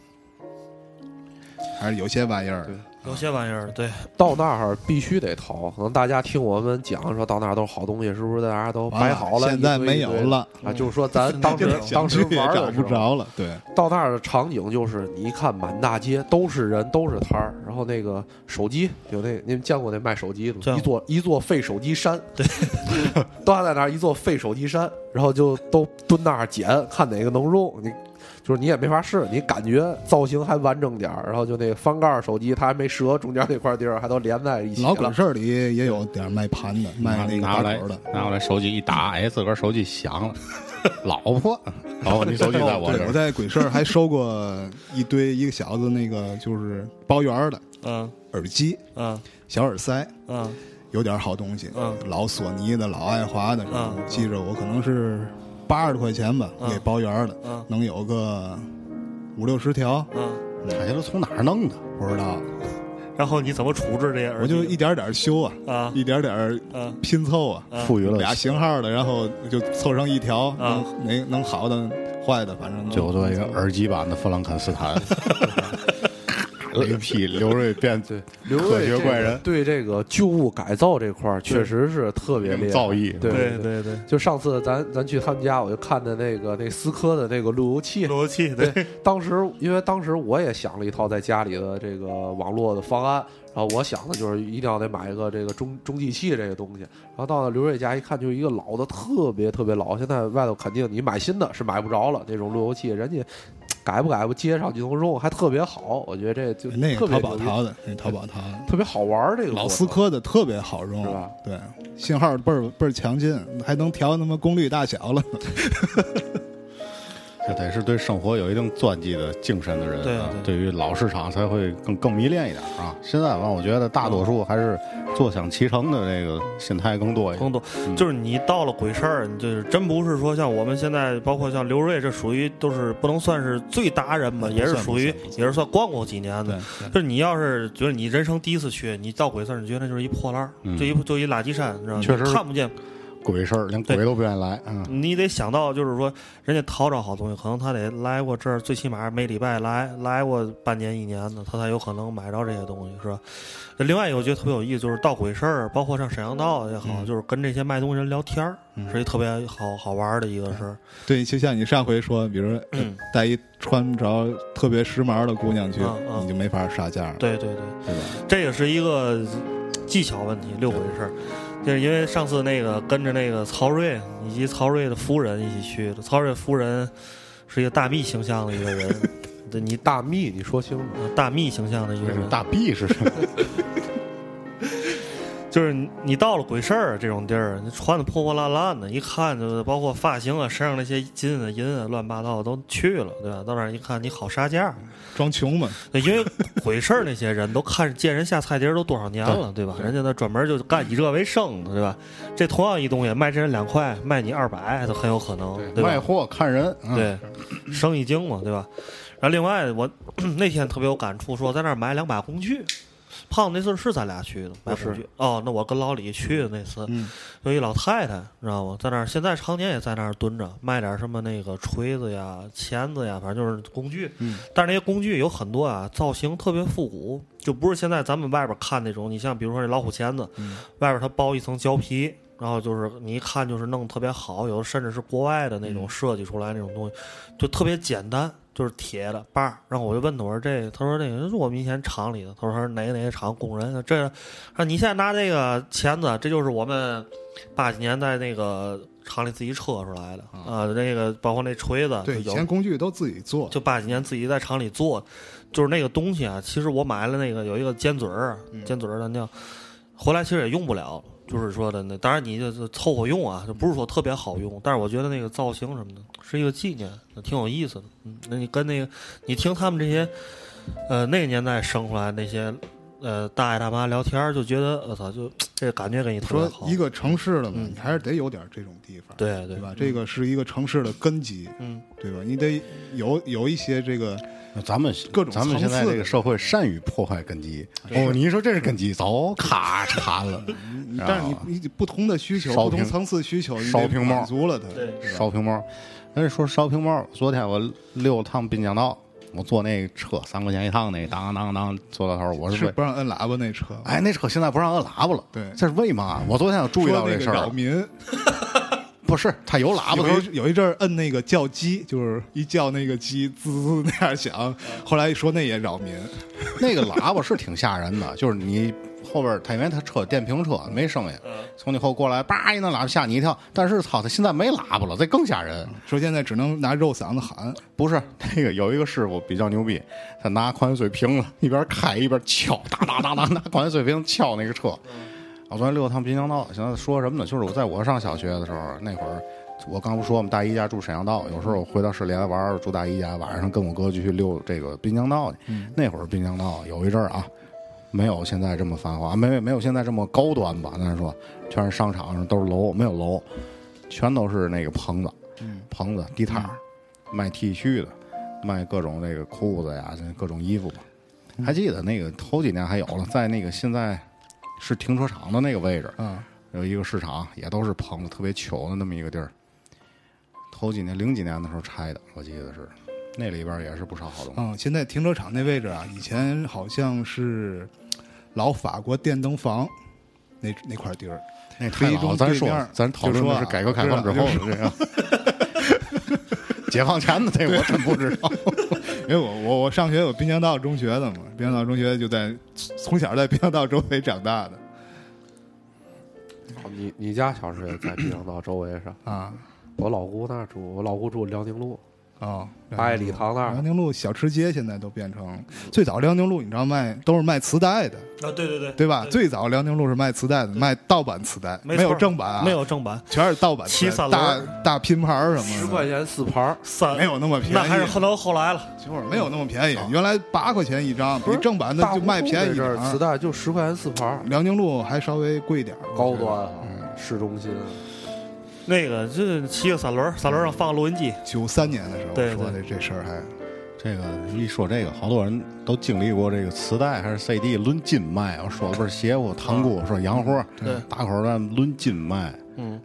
[SPEAKER 2] 还是有些玩意儿。
[SPEAKER 4] 有些玩意儿，对，
[SPEAKER 6] 到那儿必须得淘。可能大家听我们讲说到那儿都是好东西，是不是？大家都
[SPEAKER 2] 完了
[SPEAKER 6] 摆好了，
[SPEAKER 2] 现在
[SPEAKER 6] 一堆
[SPEAKER 2] 没有
[SPEAKER 6] 一堆的
[SPEAKER 2] 了
[SPEAKER 6] 啊。就是说，咱
[SPEAKER 4] 现在
[SPEAKER 6] 当
[SPEAKER 4] 这
[SPEAKER 6] 时
[SPEAKER 4] 个
[SPEAKER 6] 当
[SPEAKER 2] 想去
[SPEAKER 6] 时
[SPEAKER 2] 也
[SPEAKER 6] 玩儿
[SPEAKER 2] 找
[SPEAKER 6] 的时
[SPEAKER 2] 不
[SPEAKER 6] 候
[SPEAKER 2] 着了。对，
[SPEAKER 6] 到那儿的场景就是，你一看满大街都是人，都是摊儿，然后那个手机有那，你们见过那卖手机的
[SPEAKER 4] 见
[SPEAKER 6] 吗？一
[SPEAKER 4] 过
[SPEAKER 6] 座一座废手机山， 对，都还在那儿一座废手机山，然后就都蹲那儿捡，看哪个能用，你就是你也没法试，你感觉造型还完整点儿，然后就那个翻盖儿手机它还没折，中间那块地儿还都连在一起
[SPEAKER 2] 老
[SPEAKER 6] 了
[SPEAKER 2] 滚。事儿里也有点卖盘的，卖那个
[SPEAKER 5] 拿过
[SPEAKER 2] 打
[SPEAKER 5] 来
[SPEAKER 2] 口的。
[SPEAKER 5] 拿过来手机一打，哎，自个儿手机响了，老婆，老婆，你手机在我这
[SPEAKER 2] 对，我
[SPEAKER 5] 儿。
[SPEAKER 2] 在鬼市儿还收过一堆一个小子那个就是包圆儿的
[SPEAKER 4] 嗯
[SPEAKER 2] 耳机、
[SPEAKER 4] 嗯
[SPEAKER 2] 小耳塞，
[SPEAKER 4] 嗯
[SPEAKER 2] 有点好东西。
[SPEAKER 4] 嗯
[SPEAKER 2] 老索尼的、老爱华的什么
[SPEAKER 4] 嗯
[SPEAKER 2] 的，记着我可能是八十多块钱吧，
[SPEAKER 4] 嗯
[SPEAKER 2] 给包圆儿的，
[SPEAKER 4] 嗯
[SPEAKER 2] 能有个五六十条，
[SPEAKER 4] 嗯，
[SPEAKER 5] 他哎这都从哪儿弄的？
[SPEAKER 2] 不知道。
[SPEAKER 4] 然后你怎么处置这些耳机？
[SPEAKER 2] 我就一点点儿修啊，
[SPEAKER 4] 啊
[SPEAKER 2] 一点点儿
[SPEAKER 4] 嗯
[SPEAKER 2] 拼凑啊，
[SPEAKER 5] 赋予了
[SPEAKER 2] 俩型号的，然后就凑成一条，
[SPEAKER 4] 啊
[SPEAKER 2] 能能能好的、坏的，反正
[SPEAKER 5] 就做一个耳机版的弗兰肯斯坦。雷 劈刘瑞变
[SPEAKER 6] 对，刘
[SPEAKER 5] 科
[SPEAKER 6] 瑞
[SPEAKER 5] 学
[SPEAKER 6] 这
[SPEAKER 5] 怪
[SPEAKER 6] 个
[SPEAKER 5] 人
[SPEAKER 6] 对这个旧物改造这块儿确实是特别厉害
[SPEAKER 5] 造诣
[SPEAKER 6] 对
[SPEAKER 4] 对对对，
[SPEAKER 6] 就上次咱咱去他们家，我就看的那个那思科的那个路由器。
[SPEAKER 4] 路由器对
[SPEAKER 6] 对，当时因为当时我也想了一套在家里的这个网络的方案，然后我想的就是一定要得买一个这个中中继器这个东西。然后到了刘瑞家一看，就是一个老的特别特别老，现在外头肯定你买新的是买不着了那种路由器，人家改不改不接上就能用，还特别好。我觉得这就
[SPEAKER 2] 那
[SPEAKER 6] 特
[SPEAKER 2] 个
[SPEAKER 6] 别
[SPEAKER 2] 淘宝
[SPEAKER 6] 牛逼
[SPEAKER 2] 淘的，那淘宝淘的，
[SPEAKER 6] 特别好玩儿这个
[SPEAKER 2] 老
[SPEAKER 6] 过
[SPEAKER 2] 思
[SPEAKER 6] 程
[SPEAKER 2] 科的特别好用，
[SPEAKER 6] 是吧？
[SPEAKER 2] 对，信号倍儿倍儿强劲，还能调他妈功率大小了。
[SPEAKER 5] 这得是对生活有一定钻技的精神的人、
[SPEAKER 4] 对
[SPEAKER 5] 啊
[SPEAKER 4] 啊，
[SPEAKER 5] 对于老市场才会更更迷恋一点啊。现在吧，我觉得大多数还是坐享其成的这个心态更多一点。
[SPEAKER 4] 更多，就是你到了鬼事儿，你就是真不是说像我们现在，包括像刘瑞，这属于都是不能算是最达人吧，也是属于也是算逛过几年的。就是你要是觉得你人生第一次去，你到鬼市儿，你觉得那就是一破烂儿，
[SPEAKER 5] 嗯
[SPEAKER 4] 就一就一垃圾山，你知道吗？
[SPEAKER 5] 确实是
[SPEAKER 4] 看不见。
[SPEAKER 5] 鬼事儿，连鬼都不愿意来啊。
[SPEAKER 4] 你得想到，就是说，人家淘着好东西，可能他得来过这儿，最起码每礼拜来来过半年一年的，他才有可能买着这些东西，是吧？那另外一个我觉得特别有意思，就是到鬼市儿，包括上沈阳道也好，就是跟这些卖东西人聊天儿，是一特别好好玩儿的一个事儿。
[SPEAKER 2] 对，就像你上回说，比如呃
[SPEAKER 4] 嗯
[SPEAKER 2] 带一穿不着特别时髦的姑娘去
[SPEAKER 4] 嗯，嗯
[SPEAKER 2] 你就没法杀价了，
[SPEAKER 4] 对对对，
[SPEAKER 2] 对吧？
[SPEAKER 4] 这也是一个技巧问题，六回事儿。就是因为上次那个跟着那个曹睿以及曹睿的夫人一起去的，曹睿夫人是一个大蜜形象的一个人， 对你
[SPEAKER 6] 大秘，你说清楚。
[SPEAKER 4] 呃大蜜形象的一个
[SPEAKER 5] 这
[SPEAKER 4] 人
[SPEAKER 5] 是，大 B 是什么？
[SPEAKER 4] 就是你你到了鬼市儿这种地儿，你穿的破破烂烂的，一看就是包括发型啊、身上那些金啊、银啊、乱七八糟的都去了，对吧？到那儿一看，你好杀价，
[SPEAKER 5] 嗯
[SPEAKER 2] 装穷嘛，
[SPEAKER 4] 对因为鬼市儿那些人都看见人下菜碟儿都多少年了，对吧？人家那专门就干以这为生的，对吧？这同样一东西卖这人两块，卖你二百都很有可能，对吧？啊
[SPEAKER 5] 卖货看人，嗯，
[SPEAKER 4] 对，生 意经嘛，对吧？然后另外我那天特别有感触，说在那儿买两把工具，胖子那次是咱俩去的，买
[SPEAKER 6] 是
[SPEAKER 4] 火炬哦，那我跟老李去的那次，
[SPEAKER 2] 嗯
[SPEAKER 4] 有一老太太，你知道吗？在那儿，现在常年也在那儿蹲着，卖点什么那个锤子呀、钳子呀，反正就是工具。
[SPEAKER 2] 嗯，
[SPEAKER 4] 但是那些工具有很多啊，造型特别复古，就不是现在咱们外边看那种。你像比如说这老虎钳子，外边它包一层胶皮，然后就是你一看就是弄得特别好，有的甚至是国外的那种设计出来那种东西，就特别简单，就是铁的把儿。然后我就问他，我说这，他说那个这是我们以前厂里的，他说哪个哪个厂工人，这，啊你现在拿这个钳子，这就是我们八几年在那个厂里自己车出来的啊，那个包括那锤子，
[SPEAKER 2] 啊对，以
[SPEAKER 4] 就有
[SPEAKER 2] 前工具都自己做，
[SPEAKER 4] 就八几年自己在厂里做，就是那个东西啊。其实我买了那个有一个尖嘴儿，尖嘴儿的那样，回来其实也用不了。就是说的那，当然你就是凑合用啊，就不是说特别好用。但是我觉得那个造型什么的是一个纪念，挺有意思的。嗯，那你跟那个，你听他们这些，呃，那个年代生出来那些，呃，大爷大妈聊天儿，就觉得我操、就这感觉给你特别
[SPEAKER 2] 说
[SPEAKER 4] 好。
[SPEAKER 2] 一个城市了嘛
[SPEAKER 4] 嗯，
[SPEAKER 2] 你还是得有点这种地方，
[SPEAKER 4] 对对
[SPEAKER 2] 对吧？这个是一个城市的根基，
[SPEAKER 4] 嗯，
[SPEAKER 2] 对吧？你得有有一些这个，
[SPEAKER 5] 咱们
[SPEAKER 2] 各种
[SPEAKER 5] 咱们现在
[SPEAKER 2] 层次
[SPEAKER 5] 这个
[SPEAKER 2] 的
[SPEAKER 5] 社会善于破坏根基。哦，你一说这是根基，早咔嚓了，
[SPEAKER 2] 你
[SPEAKER 5] 啊
[SPEAKER 2] 但是你你不同的需求、
[SPEAKER 5] 烧
[SPEAKER 2] 不
[SPEAKER 5] 瓶
[SPEAKER 2] 同层次需求，你
[SPEAKER 5] 烧
[SPEAKER 2] 得
[SPEAKER 5] 瓶帽
[SPEAKER 2] 满足了它，
[SPEAKER 4] 对
[SPEAKER 2] 是啊吧？
[SPEAKER 5] 烧瓶猫。但是说烧瓶猫，昨天我溜趟滨江道，我坐那车三块钱一趟，那当当当坐到头，我是
[SPEAKER 2] 是
[SPEAKER 5] 为
[SPEAKER 2] 不让摁喇叭那车，
[SPEAKER 5] 哎，那车现在不让摁喇叭了，
[SPEAKER 2] 对
[SPEAKER 5] 这是为嘛？啊我昨天有注意
[SPEAKER 2] 说
[SPEAKER 5] 到
[SPEAKER 2] 那
[SPEAKER 5] 这
[SPEAKER 2] 个
[SPEAKER 5] 事儿
[SPEAKER 2] 扰
[SPEAKER 5] 了，啊
[SPEAKER 2] 民，
[SPEAKER 5] 不是它有喇叭
[SPEAKER 2] 有
[SPEAKER 5] 头，
[SPEAKER 2] 一有一阵儿摁那个叫鸡，就是一叫那个鸡滋滋那样响，后来一说那也扰 民，
[SPEAKER 5] 那个喇叭是挺吓人的，就是你后边儿它因为它车电瓶车没声音，
[SPEAKER 2] 嗯
[SPEAKER 5] 从你后过来叭一那喇叭吓你一跳，但是操，它现在没喇叭了，这更吓人。
[SPEAKER 2] 说现在只能拿肉嗓子喊，
[SPEAKER 5] 不是 那个有一个师傅比较牛逼，他拿矿泉水瓶子一边开一边敲，哒哒哒哒拿矿泉水瓶敲那个车。啊我昨天溜趟滨江道，现在说什么呢？就是我在我上小学的时候，那会儿我刚不说我们大姨家住沈阳道，有时候我回到市里来玩儿，住大姨家，晚上跟我哥就去溜这个滨江道去。那会儿滨江道有一阵儿啊，没有现在这么繁华，没没没有现在这么高端吧？咱说，全是商场，都是楼，没有楼，全都是那个棚子，棚子地摊儿，卖 T 恤的，卖各种那个裤子呀，这各种衣服吧。还记得那个头几年还有了，在那个现在是停车场的那个位置，
[SPEAKER 2] 嗯，
[SPEAKER 5] 有一个市场，也都是棚子，特别穷的那么一个地儿。头几年零几年的时候拆的，我记得是，那里边也是不少好东西。
[SPEAKER 2] 嗯，现在停车场那位置啊，以前好像是老法国电灯房那那块地儿，
[SPEAKER 5] 那
[SPEAKER 2] 太
[SPEAKER 5] 太老
[SPEAKER 2] 老
[SPEAKER 5] 了，
[SPEAKER 2] 了咱
[SPEAKER 5] 咱
[SPEAKER 2] 说啊
[SPEAKER 5] 说，啊咱讨论的是改革开放之后的这个， 解放前的这我真不知道。
[SPEAKER 2] 因为我我我上学有滨江道中学的嘛，滨江道中学就在从小在滨江道周围长大的
[SPEAKER 6] 哦你你家小时候也在滨江道周围是吧？
[SPEAKER 2] 啊
[SPEAKER 6] 我老姑那儿住，我老姑住辽宁路
[SPEAKER 2] 哦，
[SPEAKER 6] 八里堂那
[SPEAKER 2] 辽啊
[SPEAKER 6] 儿，
[SPEAKER 2] 宁路小吃街现在都变成最早辽宁路你知道卖都是卖磁带的
[SPEAKER 4] 啊，对对对，
[SPEAKER 2] 对吧？最早辽宁路是卖磁带的，卖盗版磁带，
[SPEAKER 4] 没
[SPEAKER 2] 没有
[SPEAKER 4] 错
[SPEAKER 2] 正版啊，
[SPEAKER 4] 没有，正版，
[SPEAKER 2] 全是盗版磁带，
[SPEAKER 4] 七三轮
[SPEAKER 2] 大
[SPEAKER 4] 儿
[SPEAKER 2] 大拼盘儿什么的，
[SPEAKER 6] 十块钱四盘儿，
[SPEAKER 4] 三
[SPEAKER 2] 没有那么便宜，
[SPEAKER 4] 那还是后头后来了。
[SPEAKER 2] 就是没有那么便宜，原来八块钱一张，比
[SPEAKER 6] 是
[SPEAKER 2] 正版的
[SPEAKER 6] 大
[SPEAKER 2] 就卖便宜一
[SPEAKER 6] 这
[SPEAKER 2] 点儿。啊
[SPEAKER 6] 磁带就十块钱四盘儿，
[SPEAKER 2] 辽宁路还稍微贵点儿，
[SPEAKER 6] 高
[SPEAKER 2] 我觉得
[SPEAKER 6] 端啊，市中心啊。
[SPEAKER 4] 那个就是骑个三轮儿，三轮儿上放个录音机，
[SPEAKER 2] 九三年的时候
[SPEAKER 4] 对
[SPEAKER 2] 我说的
[SPEAKER 4] 对
[SPEAKER 2] 这事儿还
[SPEAKER 5] 这个一说这个，好多人都经历过这个磁带还是 CD 抡金卖，我说的不是邪乎、塘沽，说洋货，
[SPEAKER 4] 对
[SPEAKER 5] 打口蛋抡金卖，
[SPEAKER 4] 嗯，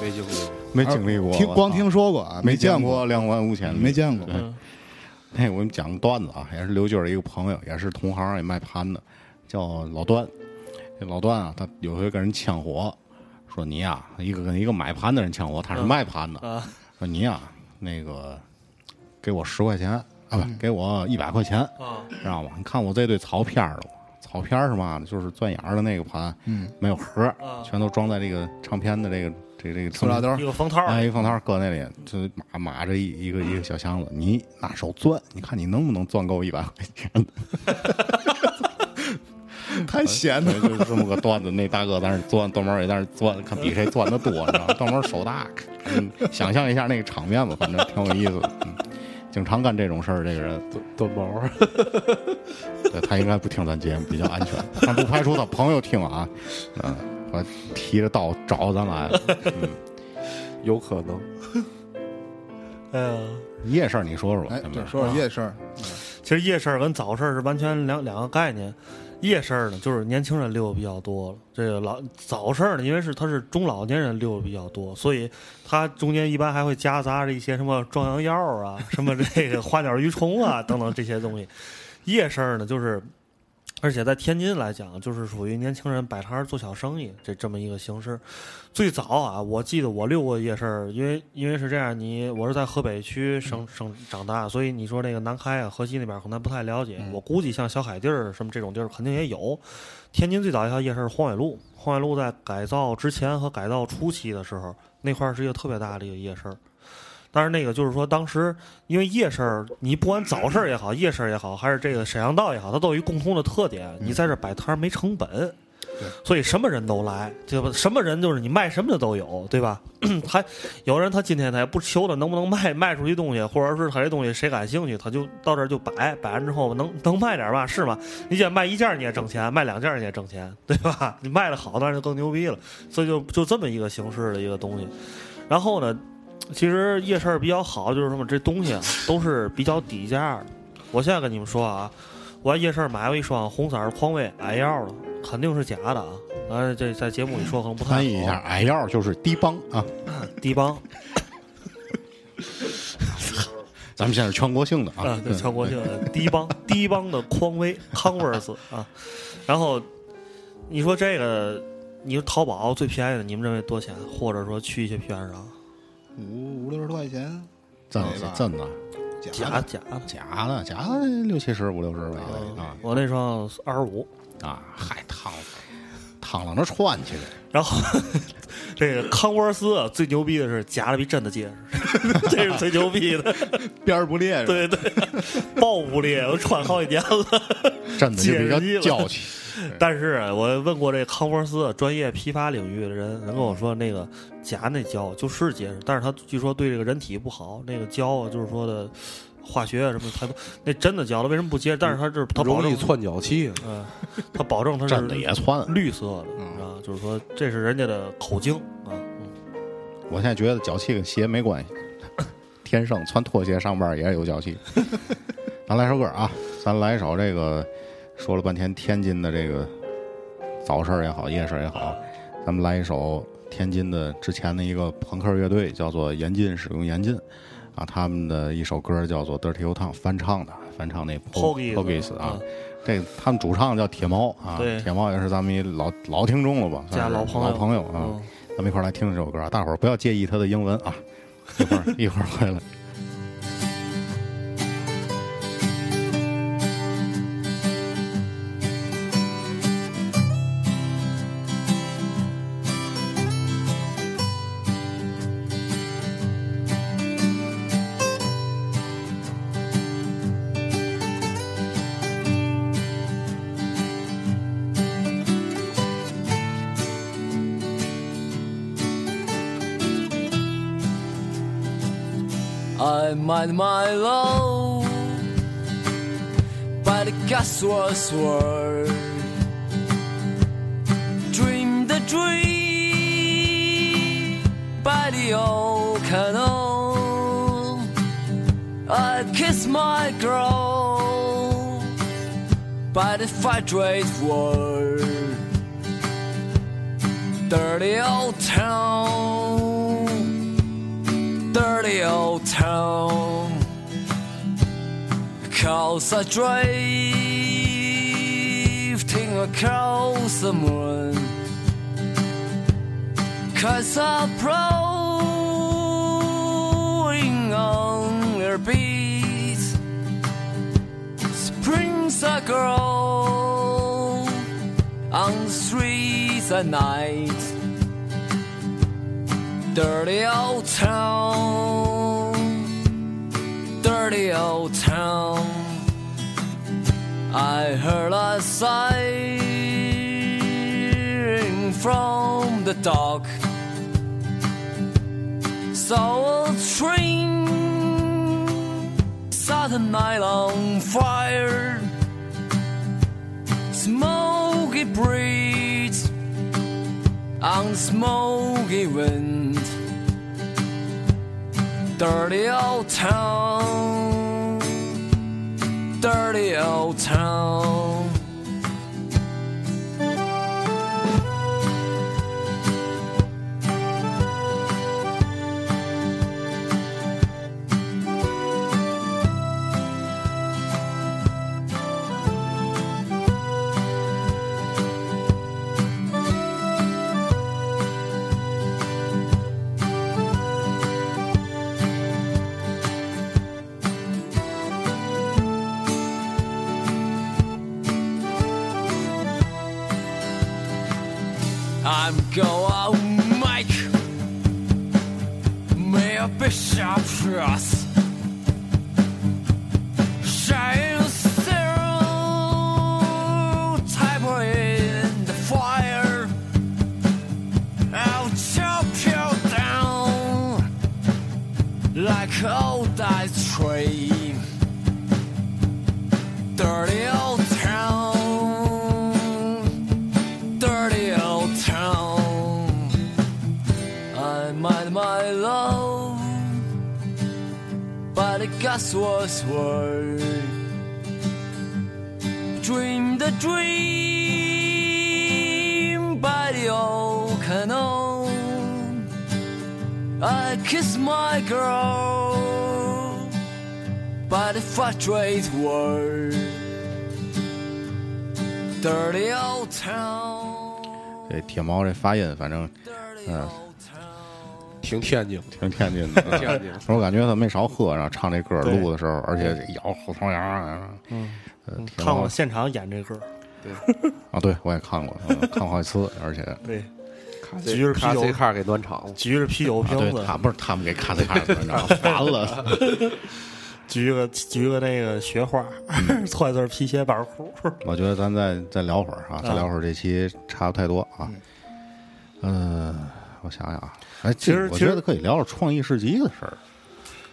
[SPEAKER 6] 没经历过。
[SPEAKER 5] 没经历过，啊
[SPEAKER 2] 听
[SPEAKER 5] 我操
[SPEAKER 2] 光听说过啊，
[SPEAKER 5] 没
[SPEAKER 2] 见
[SPEAKER 5] 见过两万五千里，
[SPEAKER 2] 没见过。嗯
[SPEAKER 5] 那我们讲个段子啊，也是刘军儿一个朋友，也是同行，也卖盘的，叫老段。这老段啊，他有回跟人呛火，说你呀、一个跟一个买盘的人呛火，他是卖盘的，
[SPEAKER 4] 啊
[SPEAKER 5] 说你呀、那个给我十块钱啊，不、给我一百块钱，
[SPEAKER 4] 啊，
[SPEAKER 5] 知道吗？你看我这对草片儿了吗，草片儿是嘛呢？就是钻眼儿的那个盘，嗯，没有盒儿，
[SPEAKER 4] 啊
[SPEAKER 5] 全都装在这个唱片的这个这个这个塑
[SPEAKER 2] 塑料兜儿
[SPEAKER 4] 一个封套儿，
[SPEAKER 5] 哎，一放套搁那里，就码码着一一个一个小箱子，你拿手攥，你看你能不能攥够一百块钱？
[SPEAKER 2] 太闲了，
[SPEAKER 5] 就是这么个段子。那大哥在那儿攥，段毛也在那儿攥，看比谁攥的多，你知道吗？段毛手大，嗯，想象一下那个场面吧，反正挺有意思的。嗯，经常干这种事儿，这个人，
[SPEAKER 6] 短毛儿，
[SPEAKER 5] 对他应该不听咱节目，比较安全，但不排除他朋友听啊。嗯，我提着刀找咱来了。
[SPEAKER 6] 有可能。
[SPEAKER 4] 哎呀，
[SPEAKER 5] 夜事儿你说说吧
[SPEAKER 2] 哎，，
[SPEAKER 5] 咱
[SPEAKER 2] 对，
[SPEAKER 5] 们
[SPEAKER 2] 说说夜市儿，
[SPEAKER 4] 其嗯其实夜市儿跟早市儿是完全两两个概念。夜市儿呢，就是年轻人溜的比较多了。这个老早市儿呢，因为是它是中老年人溜的比较多，所以它中间一般还会夹杂着一些什么壮阳药啊、什么这个 花鸟鱼虫啊等等这些东西。夜市儿呢，就是而且在天津来讲，就是属于年轻人摆摊儿做小生意这这么一个形式。最早啊，我记得我溜过夜市儿，因为因为是这样，你我是在河北区生生长大，所以你说那个南开啊、河西那边儿可能不太了解。我估计像小海地儿什么这种地儿肯定也有。天津最早一条夜市是黄纬路，黄纬路在改造之前和改造初期的时候，那块儿是一个特别大的一个夜市儿。但是那个就是说，当时因为夜市儿，你不管早市儿也好，夜市儿也好，还是这个沈阳道也好，它都有一共通的特点，你在这儿摆摊儿没成本。所以什么人都来，对吧？什么人就是你卖什么的都有，对吧？他有人他今天他也不求他能不能卖卖出去东西，或者是他这东西谁感兴趣，他就到这儿就摆，摆完之后能能卖点吧，是吗？你想卖一件儿你也挣钱，卖两件儿你也挣钱，对吧？ 你卖的好当然就更牛逼了，所以就就这么一个形式的一个东西。然后呢，其实夜市儿比较好，就是什么这东西啊都是比较底价的。我现在跟你们说啊，我在夜市儿买过一双红色儿的匡威矮腰的，肯定是假的啊。啊，这在节目里说可能不太好。
[SPEAKER 5] 翻译一下，矮腰就是低帮啊。
[SPEAKER 4] 低帮
[SPEAKER 5] 咱们现在是全国性的
[SPEAKER 4] 啊
[SPEAKER 5] 啊，，
[SPEAKER 4] 对，全国性的低帮 低帮的匡威 Converse 啊，然后你说这个，你说淘宝最便宜的，你们认为多少钱？或者说去一些批发市场，
[SPEAKER 2] 五五六十块钱，
[SPEAKER 5] 真
[SPEAKER 2] 对
[SPEAKER 5] 的
[SPEAKER 2] 吧
[SPEAKER 5] 真的
[SPEAKER 2] 假
[SPEAKER 4] 假
[SPEAKER 2] 的
[SPEAKER 4] 假的。
[SPEAKER 5] 假的假的六七十五六十吧
[SPEAKER 4] 我那双二十五，
[SPEAKER 5] 啊啊，还烫烫了那穿去呗。
[SPEAKER 4] 然后 这个康沃斯啊最牛逼的是夹的比真的结实， 这是最牛逼的。
[SPEAKER 5] 边儿不裂是吧，
[SPEAKER 4] 对对， 爆不裂，我穿好几年了。
[SPEAKER 5] 真的就比
[SPEAKER 4] 解
[SPEAKER 5] 较
[SPEAKER 4] 释机了
[SPEAKER 5] 娇气。
[SPEAKER 4] 但是我问过这康沃斯专业批发领域的人，人跟我说那个夹那胶就是结实，但是它据说对这个人体不好，那个胶啊就是说的化学啊什么，它不那真的胶它为什么不结实？但是它这它保
[SPEAKER 6] 容易
[SPEAKER 4] 证，
[SPEAKER 6] 窜脚气。
[SPEAKER 4] 嗯、它保证它是
[SPEAKER 5] 真的也 窜。
[SPEAKER 4] 绿色的啊，就是说这是人家的口径啊。嗯
[SPEAKER 5] 我现在觉得脚气跟鞋没关系，天生穿拖鞋上班也是有脚 气。咱来首歌啊，咱来一首这个，说了半天天津的这个早市儿也好，夜市儿也好，咱们来一首天津的之前的一个朋克乐队，叫做严禁使用严禁。啊，他们的一首歌叫做《Dirty Old Town》，翻唱的，翻唱那
[SPEAKER 4] Pogies
[SPEAKER 5] Pogies 啊
[SPEAKER 4] 嗯，
[SPEAKER 5] 这个他们主唱叫铁猫啊，
[SPEAKER 4] 对
[SPEAKER 5] 铁猫也是咱们一老老听众了吧，
[SPEAKER 4] 加
[SPEAKER 5] 算是
[SPEAKER 4] 老朋友
[SPEAKER 5] 老朋友啊，
[SPEAKER 4] 嗯
[SPEAKER 5] 咱们一块儿来听这首歌啊，大伙儿不要介意它的英文啊， 一会儿一会儿回来。
[SPEAKER 3] I mind my love by the castle sword. Dream the dream by the old canal. I kiss my girl by the fight rate war. Dirty old town dirty old town. Cause I drifting across the moon. Cause I'm blowing on their beat. Springs a girl on the streets at night dirty old town, dirty old town. I heard a siren from the dark. Saw a train, saw the night on fire. Smoky breeze on smoky wind. Dirty old town, dirty old town. I'm going make me a bishop's dress. Shine stereotype in the fire. I'll chop you down like old ice cream. Dirty old town dirty old town. I mind my love, but it got worse. worse. Dream the dream by the old canal. I kiss my girl, but it fluctuates world. Dirty old town.
[SPEAKER 5] 这铁毛这发音，反正
[SPEAKER 3] Dirty
[SPEAKER 5] Uh,
[SPEAKER 3] old town.
[SPEAKER 6] 挺天津，
[SPEAKER 5] 挺天津 的。嗯
[SPEAKER 6] 挺天津。
[SPEAKER 5] 我感觉他没少喝，然后唱这歌儿
[SPEAKER 4] 对
[SPEAKER 5] 录的时候，而且咬口槽牙啊呃
[SPEAKER 4] 嗯
[SPEAKER 5] 挺
[SPEAKER 4] 看
[SPEAKER 5] 好
[SPEAKER 4] 过现场演这歌，
[SPEAKER 5] 啊！对我也看过，嗯看过好几次，而 且
[SPEAKER 4] 对，
[SPEAKER 6] 这
[SPEAKER 4] 橘子啤
[SPEAKER 6] 咖
[SPEAKER 4] 酒
[SPEAKER 6] 啡卡给暖场了。
[SPEAKER 4] 举着啤酒
[SPEAKER 5] 啊，对
[SPEAKER 4] 瓶子，
[SPEAKER 5] 他不是他们给咔嚓咔嚓，你知道吗？烦了。
[SPEAKER 4] 举个举个那个雪花， 穿一对皮鞋板裤，
[SPEAKER 5] 我觉得咱再再聊会儿啊，再聊会儿这期差不太多啊。嗯，我想想啊，哎，
[SPEAKER 4] 其实
[SPEAKER 5] 这我
[SPEAKER 4] 其实
[SPEAKER 5] 觉得可以聊聊创意市集的事儿。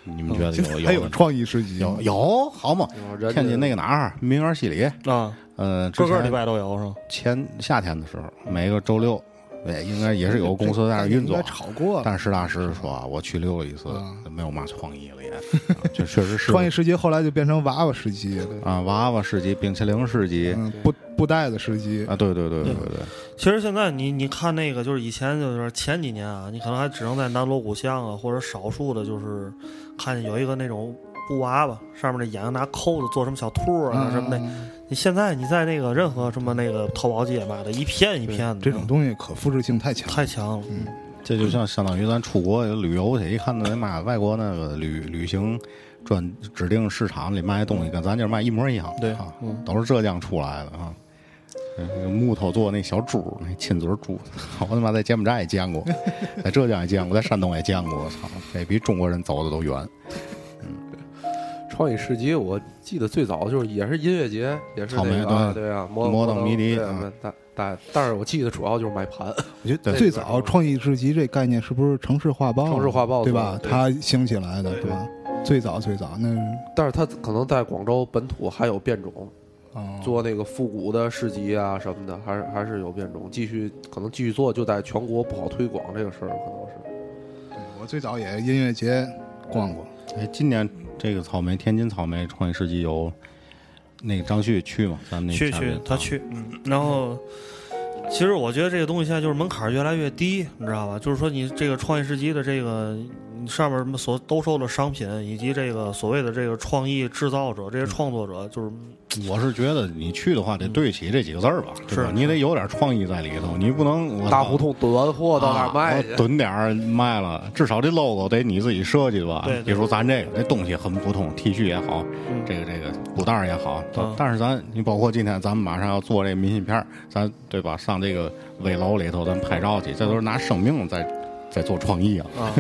[SPEAKER 5] 你们觉得有
[SPEAKER 2] 还
[SPEAKER 5] 有
[SPEAKER 2] 有创意市集吗
[SPEAKER 5] 有有好嘛
[SPEAKER 6] 有人？家
[SPEAKER 5] 天津那个哪儿，民园西里，
[SPEAKER 4] 啊，
[SPEAKER 5] 嗯，之
[SPEAKER 4] 各个
[SPEAKER 5] 前
[SPEAKER 4] 礼拜都有是吧？
[SPEAKER 5] 前夏天的时候，每个周六，也应该也是有公司在那儿运
[SPEAKER 2] 嗯应
[SPEAKER 5] 作啊
[SPEAKER 2] 该。炒过了。
[SPEAKER 5] 但是实打实说啊，我去溜了一次，没有嘛创意了也，啊这确实是
[SPEAKER 2] 创意市集后来就变成娃娃市集了，
[SPEAKER 5] 啊，娃娃市集、冰淇淋市集
[SPEAKER 2] 嗯，布布袋子市集，
[SPEAKER 5] 啊，对对对对对，
[SPEAKER 4] 其实现在你你看那个，就是以前就是前几年啊，你可能还只能在南锣鼓巷啊，或者少数的，就是看见有一个那种布娃娃，上面的眼睛拿扣子做什么小兔儿啊
[SPEAKER 2] 嗯
[SPEAKER 4] 什么的。你现在你在那个任何什么那个淘宝街买的，一片一
[SPEAKER 2] 对
[SPEAKER 5] 嗯
[SPEAKER 4] 片的，
[SPEAKER 2] 这种东西可复制性太强了。
[SPEAKER 4] 太强了。
[SPEAKER 5] 这就像相当于咱出国旅游去，一看那妈外国那个旅旅行专指定市场里卖的东西，跟咱这儿卖一模一样，
[SPEAKER 4] 对
[SPEAKER 5] 啊
[SPEAKER 4] 嗯，
[SPEAKER 5] 都是浙江出来的啊。嗯木头做那小猪，那亲嘴猪，我他妈在柬埔寨也见 过，在浙江也见过，在山东也见过，我操，这比中国人走的都远。
[SPEAKER 6] 创意市集，我记得最早就是也是音乐节，也是
[SPEAKER 5] 草莓
[SPEAKER 6] 那个啊
[SPEAKER 5] 对
[SPEAKER 6] 对啊，摩
[SPEAKER 5] 摩登
[SPEAKER 6] 登
[SPEAKER 5] 迷笛
[SPEAKER 6] 对啊
[SPEAKER 5] 嗯
[SPEAKER 6] 但但但是我记得主要就是买盘，
[SPEAKER 2] 我觉得
[SPEAKER 6] 对
[SPEAKER 2] 最早创意市集这概念是不是城市画报？啊
[SPEAKER 6] 城市画报
[SPEAKER 2] 对吧？
[SPEAKER 6] 对
[SPEAKER 2] 它兴起来的，对吧？最早最早那是
[SPEAKER 6] 但是它可能在广州本土还有变种，
[SPEAKER 2] 哦
[SPEAKER 6] 做那个复古的市集啊什么的，还是还是有变种，继续可能继续做，就在全国不好推广这个事儿，可能是
[SPEAKER 2] 我最早也音乐节逛过，
[SPEAKER 5] 哎，今年这个草莓，天津草莓创业世纪有那个张旭去吗？咱们那啊
[SPEAKER 4] 去
[SPEAKER 5] 嘉
[SPEAKER 4] 去
[SPEAKER 5] 宾，
[SPEAKER 4] 他去，嗯，然后。其实我觉得这个东西现在就是门槛儿越来越低，你知道吧？就是说你这个创业市集的这个你上面什么所兜售的商品，以及这个所谓的这个创意制造者、这些创作者，就是
[SPEAKER 5] 我是觉得你去的话得对得起这几个字儿吧，对吧
[SPEAKER 4] 是
[SPEAKER 5] 你得有点创意在里头，你不能我
[SPEAKER 6] 大
[SPEAKER 5] 操
[SPEAKER 6] 胡同囤完货到哪儿卖去
[SPEAKER 5] 嗯啊，囤点儿卖了，至少这 logo 得你自己设计的吧？
[SPEAKER 4] 对对
[SPEAKER 5] 比如咱这个，这东西很普通，T 恤也好，
[SPEAKER 4] 嗯
[SPEAKER 5] 这个这个布袋儿也好，
[SPEAKER 4] 嗯
[SPEAKER 5] 但是咱你包括今天咱们马上要做这明信片儿，咱对吧？上这个危楼里头咱拍照去，这都是拿生命在在做创意啊！
[SPEAKER 4] 啊，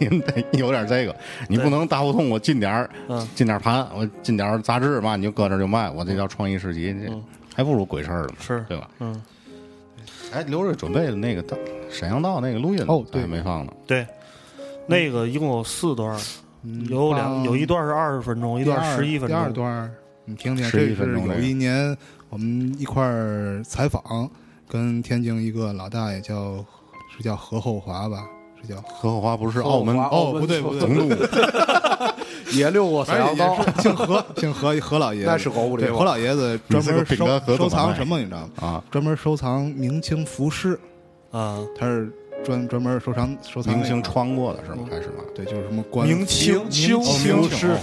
[SPEAKER 5] 你得有点这个，你不能大胡同我进点儿
[SPEAKER 4] 嗯
[SPEAKER 5] 进点儿盘，我进点儿杂志嘛，你就搁那儿就卖，我这叫创意市集，这
[SPEAKER 4] 嗯
[SPEAKER 5] 还不如鬼事儿呢，
[SPEAKER 4] 是
[SPEAKER 5] 对吧？
[SPEAKER 4] 嗯，
[SPEAKER 5] 哎，刘瑞准备的那个大沈阳道那个录音
[SPEAKER 2] 哦对
[SPEAKER 5] 还没放呢。
[SPEAKER 4] 对，那个一共有四段儿，
[SPEAKER 2] 嗯
[SPEAKER 4] 有两
[SPEAKER 2] 放
[SPEAKER 4] 有一段是二十分钟，一
[SPEAKER 2] 第
[SPEAKER 4] 段
[SPEAKER 2] 二
[SPEAKER 4] 十一分
[SPEAKER 2] 第二
[SPEAKER 4] 钟，
[SPEAKER 2] 段儿你听听，
[SPEAKER 5] 11
[SPEAKER 2] 这
[SPEAKER 5] 分
[SPEAKER 2] 是
[SPEAKER 5] 钟
[SPEAKER 2] 有一年我们一块儿采访，跟天津一个老大爷叫是叫何厚华吧，是叫
[SPEAKER 5] 何厚华不是澳门
[SPEAKER 6] 何厚华
[SPEAKER 5] 哦
[SPEAKER 6] 澳门
[SPEAKER 2] 不对不对
[SPEAKER 5] 总督，
[SPEAKER 6] 也溜过
[SPEAKER 2] 反
[SPEAKER 6] 三
[SPEAKER 2] 正
[SPEAKER 6] 羊
[SPEAKER 2] 也
[SPEAKER 6] 刀，
[SPEAKER 2] 是姓何，姓何何老爷子，
[SPEAKER 6] 那是狗不理
[SPEAKER 2] 对
[SPEAKER 6] 我
[SPEAKER 2] 何老爷子专
[SPEAKER 5] 你这个
[SPEAKER 2] 门
[SPEAKER 5] 饼干盒
[SPEAKER 2] 收
[SPEAKER 5] 怎么
[SPEAKER 2] 收藏
[SPEAKER 5] 卖
[SPEAKER 2] 什么，你知道吗？
[SPEAKER 5] 啊，
[SPEAKER 2] 专门收藏明清服饰，
[SPEAKER 4] 啊，
[SPEAKER 2] 他是专专门收藏收藏那
[SPEAKER 5] 明
[SPEAKER 2] 个
[SPEAKER 5] 星穿过的是吗？还哦是什么？
[SPEAKER 2] 对，就是什么官
[SPEAKER 6] 明 清
[SPEAKER 2] 清
[SPEAKER 4] 哦
[SPEAKER 6] 清
[SPEAKER 2] 服饰，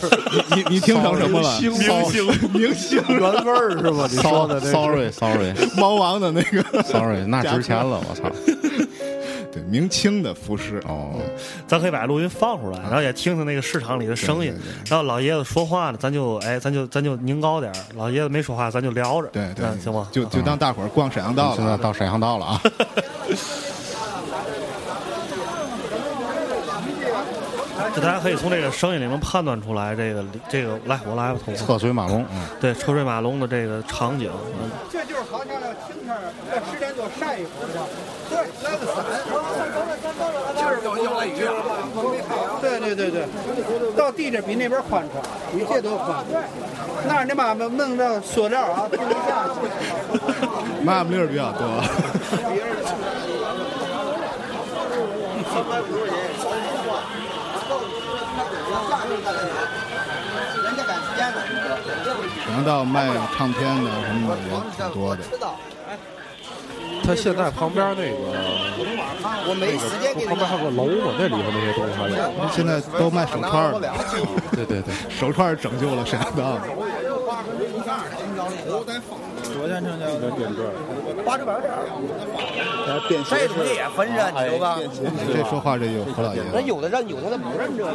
[SPEAKER 2] 你你你听成什么了？
[SPEAKER 6] 明星明星原味儿是吧？你说的这是
[SPEAKER 5] sorry sorry
[SPEAKER 2] 猫王的那 个
[SPEAKER 5] sorry，那值钱了，我操！
[SPEAKER 2] 对明清的服饰
[SPEAKER 5] 哦，
[SPEAKER 4] 咱可以把录音放出来，然后也听听那个市场里的声音
[SPEAKER 2] 啊对对对。
[SPEAKER 4] 然后老爷子说话呢，咱就哎，咱就咱就拧高点儿；老爷子没说话，咱就聊着。
[SPEAKER 2] 对对
[SPEAKER 4] 嗯，行吗？
[SPEAKER 2] 就就当大伙儿逛沈阳道
[SPEAKER 5] 嗯现在
[SPEAKER 2] 了。
[SPEAKER 5] 到沈阳道了 啊！
[SPEAKER 4] 就大家可以从这个声音里面判断出来，这个这个来我来吧，同
[SPEAKER 5] 侧水马龙，嗯，
[SPEAKER 4] 对车水马龙的这个场景，嗯
[SPEAKER 8] 这就是好像要清晨要十点多晒一会儿的，对，来个伞，就是有有了雨啊，对对对对，到地这比那边宽敞，比这都宽。那儿你妈们弄着塑料 啊，不能下去。
[SPEAKER 2] 妈妈粒儿比较多， 沈阳道卖唱片的什么的也挺多的。
[SPEAKER 6] 他现在旁边那个
[SPEAKER 8] 我没时间给
[SPEAKER 6] 旁边还有个楼嘛，那里头那些东西还有。
[SPEAKER 2] 现在都卖手串儿了，
[SPEAKER 6] 对对对，
[SPEAKER 2] 手串儿拯救了沈阳道。
[SPEAKER 8] 这东西也分着，
[SPEAKER 4] 哎
[SPEAKER 8] 你知道吧？
[SPEAKER 2] 这说话这有何老爷啊子，
[SPEAKER 8] 有的认，有的他不认这个。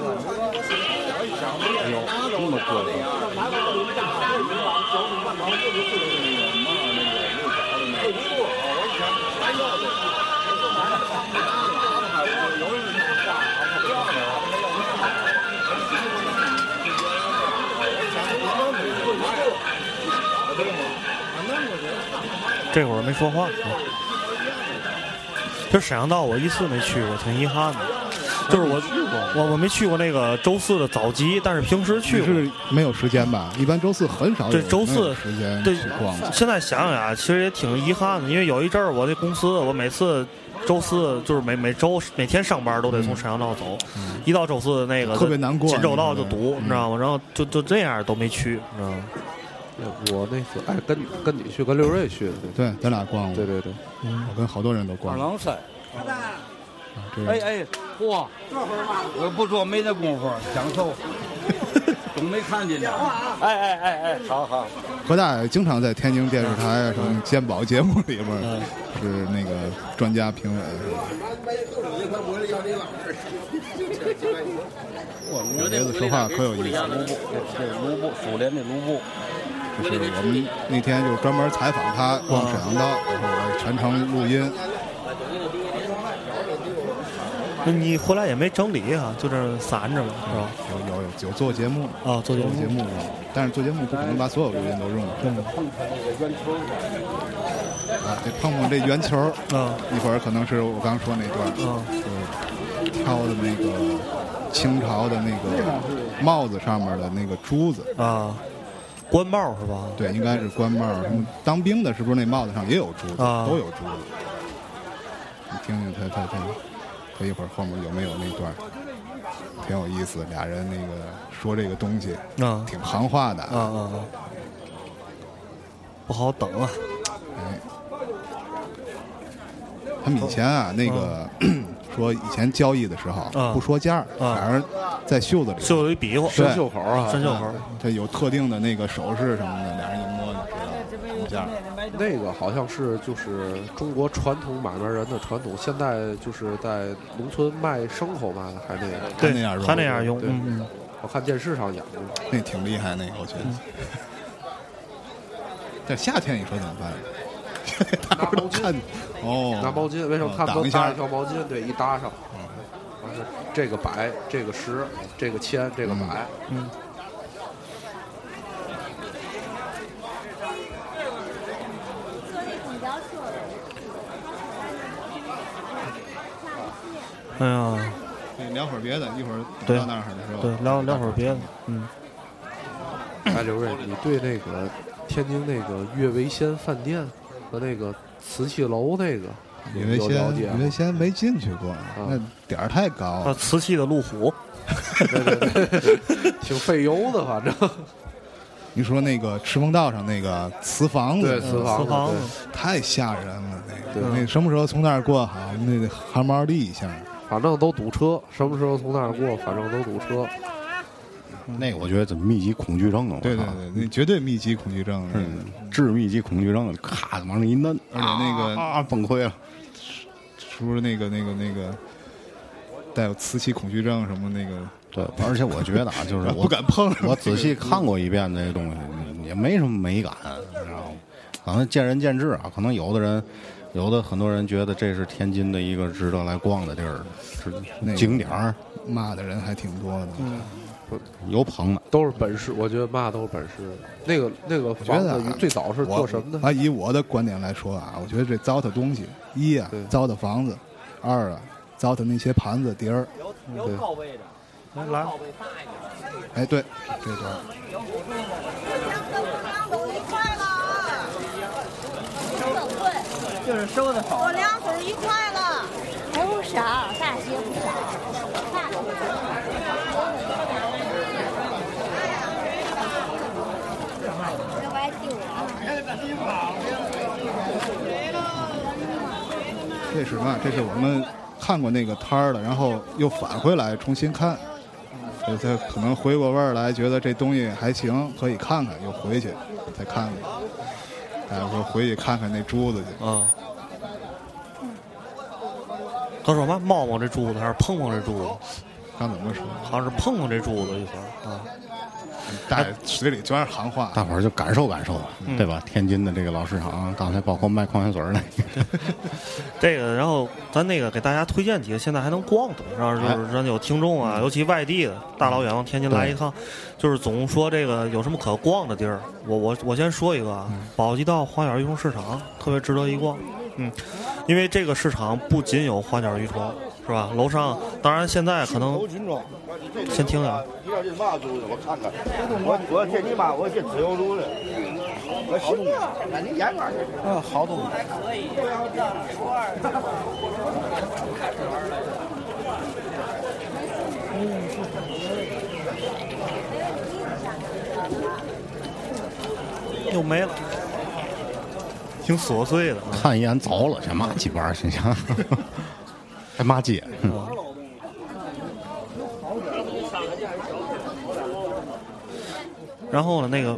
[SPEAKER 4] 这会儿没说话。嗯就沈阳道，我一次没去过，挺遗憾的。就是我我我没去过那个周四的早集，但是平时去
[SPEAKER 2] 你
[SPEAKER 4] 过。
[SPEAKER 2] 是没有时间吧？一般周四很少有
[SPEAKER 4] 对，周
[SPEAKER 2] 没有
[SPEAKER 4] 四
[SPEAKER 2] 时间
[SPEAKER 4] 对
[SPEAKER 2] 去逛。，
[SPEAKER 4] 现在想想啊，其实也挺遗憾的，因为有一阵儿我那公司，我每次周四就是每每周每天上班都得从沈阳道走，一到周四那个
[SPEAKER 2] 嗯特别难过
[SPEAKER 4] 锦州道就
[SPEAKER 2] 那嗯
[SPEAKER 4] 堵，你知道吗？然后就就这样都没去，你知道吗？
[SPEAKER 6] 我那次哎跟跟你去，跟刘瑞去的那次，
[SPEAKER 2] 对，咱俩逛过
[SPEAKER 6] 对，对对，
[SPEAKER 2] 我跟好多人都逛过。
[SPEAKER 3] 郎山，
[SPEAKER 2] 这
[SPEAKER 3] 哎
[SPEAKER 2] 个
[SPEAKER 3] 哎，嚯！我不说没那功夫，享受，总没看见呢。哎哎哎哎，好好。
[SPEAKER 2] 何大爷经常在天津电视台啊什么鉴宝节目里边儿是那个专家评委。我觉得说话可有意思，
[SPEAKER 3] 卢布，对卢布，苏联的卢布。
[SPEAKER 2] 就是我们那天就专门采访他逛沈阳道，然后我全程录音。
[SPEAKER 4] 那你回来也没整理啊，就这散着了，是吧？
[SPEAKER 2] 有有有有嗯做节目
[SPEAKER 4] 啊做节目
[SPEAKER 2] 节目，但是做节目不可能把所有录音都用了。啊，得碰碰这圆球儿，
[SPEAKER 4] 啊
[SPEAKER 2] 一会儿可能是我刚说那段儿，
[SPEAKER 4] 啊
[SPEAKER 2] 就是挑的那个清朝的那个帽子上面的那个珠子，
[SPEAKER 4] 啊，官帽是吧？
[SPEAKER 2] 对，应该是官帽儿。什么当兵的是不是那帽子上也有珠子？
[SPEAKER 4] 啊
[SPEAKER 2] 都有珠子。你听听他他他，他一会儿后面有没有那段儿？挺有意思，俩人那个说这个东西，
[SPEAKER 4] 啊
[SPEAKER 2] 挺行话的。
[SPEAKER 4] 啊啊啊！不好等啊，
[SPEAKER 2] 他们以前啊，那个 说以前交易的时候
[SPEAKER 4] 啊
[SPEAKER 2] 不说价儿，
[SPEAKER 4] 啊
[SPEAKER 2] 反而在袖子里
[SPEAKER 4] 就有一比划，
[SPEAKER 2] 对
[SPEAKER 6] 生袖口啊，
[SPEAKER 4] 伸袖口。
[SPEAKER 2] 他有特定的那个首饰什么的，俩人一摸就知道什么价儿。
[SPEAKER 6] 那个好像是就是中国传统买卖人的传统，现在就是在农村卖牲口卖的还那样。
[SPEAKER 4] 对，
[SPEAKER 2] 那样用
[SPEAKER 4] 他那样用，
[SPEAKER 6] 对
[SPEAKER 4] 嗯嗯。
[SPEAKER 6] 我看电视上演过，
[SPEAKER 2] 那挺厉害，那个我觉得。但夏天你说怎么办？大伙儿都看哦，
[SPEAKER 6] 拿毛巾，为什么
[SPEAKER 2] 哦
[SPEAKER 6] 他们
[SPEAKER 2] 挡
[SPEAKER 6] 都
[SPEAKER 2] 一
[SPEAKER 6] 搭
[SPEAKER 2] 下
[SPEAKER 6] 一？条毛巾？对，一搭上，完事这个摆，这个十，这个千，这个百，
[SPEAKER 4] 哎呀，
[SPEAKER 2] 对聊会儿别的，一会儿等
[SPEAKER 4] 对
[SPEAKER 2] 到那儿的时候，
[SPEAKER 4] 对，聊聊会儿别的，嗯，
[SPEAKER 6] 哎，刘瑞，你对那个天津那个岳维先饭店和那个瓷器楼那个
[SPEAKER 2] 以
[SPEAKER 6] 有
[SPEAKER 2] 为
[SPEAKER 6] 有了
[SPEAKER 2] 先
[SPEAKER 6] 解
[SPEAKER 2] 以
[SPEAKER 6] 吗？
[SPEAKER 2] 嗯为先没进去过，那点儿太高
[SPEAKER 4] 啊，
[SPEAKER 2] 了。
[SPEAKER 4] 瓷器的路虎，
[SPEAKER 6] 对对对，挺费油的，反正
[SPEAKER 2] 你说那个驰风道上那个瓷房子，
[SPEAKER 6] 对瓷房
[SPEAKER 4] 瓷房
[SPEAKER 6] 子
[SPEAKER 4] 子
[SPEAKER 2] 嗯太吓人了，那个那什么时候从那儿过好，那得汗毛立一下。
[SPEAKER 6] 对，反正都堵车，什么时候从那儿过，反正都堵车。
[SPEAKER 5] 那个我觉得怎么密集恐惧症啊？我
[SPEAKER 2] 对对
[SPEAKER 5] 靠
[SPEAKER 2] 对，那绝对密集恐惧症，那个
[SPEAKER 5] 嗯，致密集恐惧症，咔往那一摁，
[SPEAKER 2] 而且那个
[SPEAKER 5] 啊啊崩溃了。
[SPEAKER 2] 是不是那个那个那个带有磁器恐惧症什么那个？
[SPEAKER 5] 对，而且我觉得 啊，就是我
[SPEAKER 2] 不敢碰
[SPEAKER 5] 我仔细看过一遍这东西，也没什么美感，你知道吗？可能见仁见智啊，可能有的人，有的很多人觉得这是天津的一个值得来逛的地儿，
[SPEAKER 2] 那
[SPEAKER 5] 是
[SPEAKER 2] 个
[SPEAKER 5] 景点儿，
[SPEAKER 2] 骂的人还挺多的。
[SPEAKER 5] 有捧的。
[SPEAKER 6] 都是本事，我觉得嘛都是本事。那个那个
[SPEAKER 2] 我觉
[SPEAKER 6] 房
[SPEAKER 2] 得啊
[SPEAKER 6] 子最早是做什么的？
[SPEAKER 2] 我啊，以我的观点来说啊，我觉得这糟蹋东西，一啊
[SPEAKER 6] 对
[SPEAKER 2] 糟蹋房子，二啊糟蹋那些盘子碟儿。
[SPEAKER 6] 对
[SPEAKER 4] 来来，
[SPEAKER 2] 哎，对，对对，
[SPEAKER 1] 都一块了，
[SPEAKER 8] 就是收的好。
[SPEAKER 1] 我两口一块了，还不少，大学不少，大学不少。要不然丢了。
[SPEAKER 2] 这是什么？这是我们看过那个摊儿的，然后又返回来重新看，所以他可能回过味儿来，觉得这东西还行，可以看看，又回去再看看。哎，我说回去看看那珠子去。
[SPEAKER 4] 啊。他说嘛，猫猫这柱子还是碰碰这柱子？
[SPEAKER 2] 刚怎么说？
[SPEAKER 4] 好像是碰碰这柱子一会儿啊。
[SPEAKER 2] 大爷嘴里全是行话。
[SPEAKER 5] 哎大伙儿就感受感受，
[SPEAKER 2] 嗯
[SPEAKER 5] 对吧？天津的这个老市场，啊刚才包括卖矿泉水儿那个，
[SPEAKER 4] 这个，然后咱那个给大家推荐几个现在还能逛的东西，然后就是咱有听众啊，尤其外地的，大老远往天津来一趟，就是总说这个有什么可逛的地儿。我我我先说一个啊，宝鸡道花鸟鱼虫市场特别值得一逛，嗯，因为这个市场不仅有花鸟鱼虫，是吧？楼上当然现在可能
[SPEAKER 9] 群众，
[SPEAKER 4] 先听听啊，
[SPEAKER 9] 你要这嘛猪的，我看看。我我这你妈，我这自由猪的。我行啊，那你眼光
[SPEAKER 3] 嗯，好东西。
[SPEAKER 4] 又没了，挺琐碎的啊。
[SPEAKER 5] 看一眼走了，这嘛鸡巴儿心想，
[SPEAKER 2] 哎
[SPEAKER 5] 还骂街。嗯
[SPEAKER 4] 然后呢，那个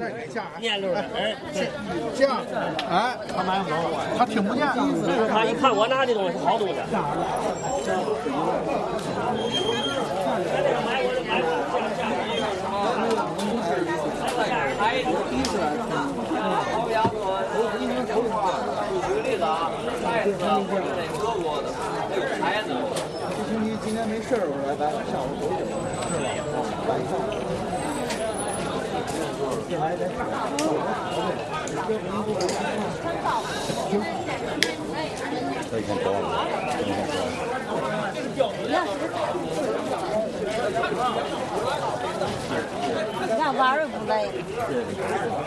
[SPEAKER 9] 他一看我拿这东西是好东西。
[SPEAKER 1] 你看玩儿也不累。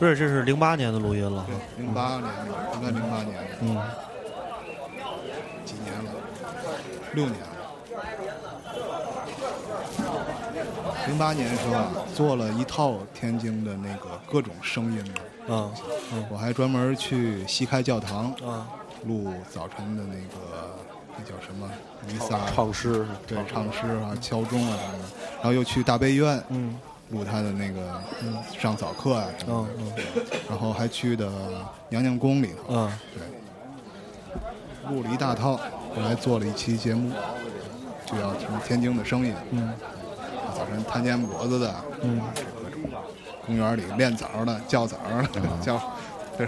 [SPEAKER 4] 瑞瑞这是零八年的录音了，
[SPEAKER 2] 零八年，应该零八年，嗯，几年了？六年了。零八年的时候啊，做了一套天津的那个各种声音的，
[SPEAKER 4] 啊
[SPEAKER 2] 我还专门去西开教堂
[SPEAKER 4] 啊，
[SPEAKER 2] 录早晨的那个那叫什么弥撒
[SPEAKER 6] 唱啊诗
[SPEAKER 2] 对，唱诗啊、敲钟啊什么的，然后又去大悲院，
[SPEAKER 4] 嗯，
[SPEAKER 2] 录他的那个嗯上早课啊什么
[SPEAKER 4] 嗯
[SPEAKER 2] 的，然后还去的娘娘宫里头，
[SPEAKER 4] 嗯
[SPEAKER 2] 对，录了一大套，后来做了一期节目，就要听天津的声音，嗯，早晨摊煎饼果子的，嗯，各种公园里练枣的、叫枣的、 叫，这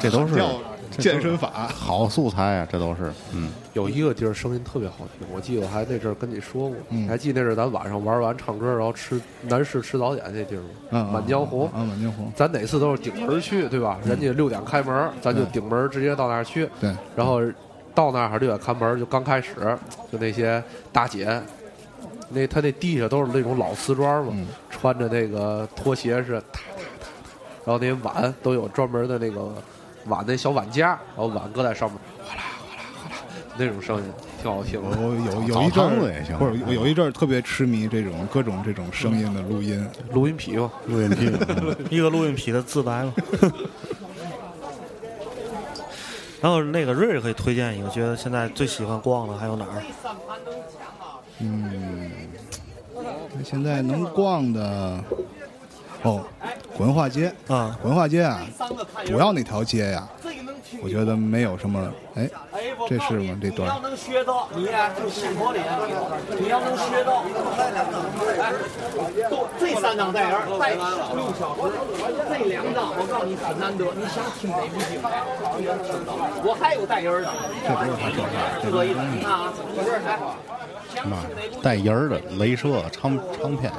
[SPEAKER 5] 这都是
[SPEAKER 2] 叫
[SPEAKER 5] 这都是
[SPEAKER 2] 健身法，
[SPEAKER 5] 好素材啊，这都是，嗯，
[SPEAKER 6] 有一个地儿声音特别好听，我记得我还那阵儿跟你说过，
[SPEAKER 2] 嗯
[SPEAKER 6] 你还记得那阵儿咱晚上玩完唱歌，然后吃南市吃早点那地儿吗？
[SPEAKER 2] 嗯，
[SPEAKER 6] 满江红。
[SPEAKER 2] 啊，满江红，
[SPEAKER 6] 咱哪次都是顶门儿去，对吧？人家六点开门儿，咱
[SPEAKER 2] 嗯
[SPEAKER 6] 就顶门儿直接到那儿去。
[SPEAKER 2] 对
[SPEAKER 6] 然后到那儿还六点开门儿，就刚开始，就那些大姐，那她那地下都是那种老瓷砖嘛，
[SPEAKER 2] 嗯
[SPEAKER 6] 穿着那个拖鞋是踏踏踏踏然后那些碗都有专门的那个碗那小碗架，然后碗搁在上面，哗啦哗啦哗啦那种声音挺好听
[SPEAKER 4] 哦
[SPEAKER 6] 的。
[SPEAKER 2] 我有有
[SPEAKER 6] 澡
[SPEAKER 2] 一阵
[SPEAKER 6] 堂子
[SPEAKER 2] 儿
[SPEAKER 6] 也行，
[SPEAKER 2] 不是我有一阵儿特别痴迷这种各种这种声音的录音，
[SPEAKER 6] 录音皮嘛，
[SPEAKER 2] 录音哎皮，
[SPEAKER 5] 嗯
[SPEAKER 4] 一个录音癖的自白嘛。然后那个瑞瑞可以推荐一个，觉得现在最喜欢逛的还有哪儿？
[SPEAKER 2] 嗯，那现在能逛的，哦，文化街
[SPEAKER 4] 啊，
[SPEAKER 2] 文化街啊，主要那条街呀、我觉得没有什么，哎，这是我们这段儿，
[SPEAKER 10] 能学到，你呀就心窝里，你要能学到，哎，都这三张带人儿带六小时，这两张我告诉你很难得，你想听哪部精彩，都能听到。我还有带人儿的，可以的啊，不是哎。
[SPEAKER 5] 妈，带音儿的镭射唱唱片，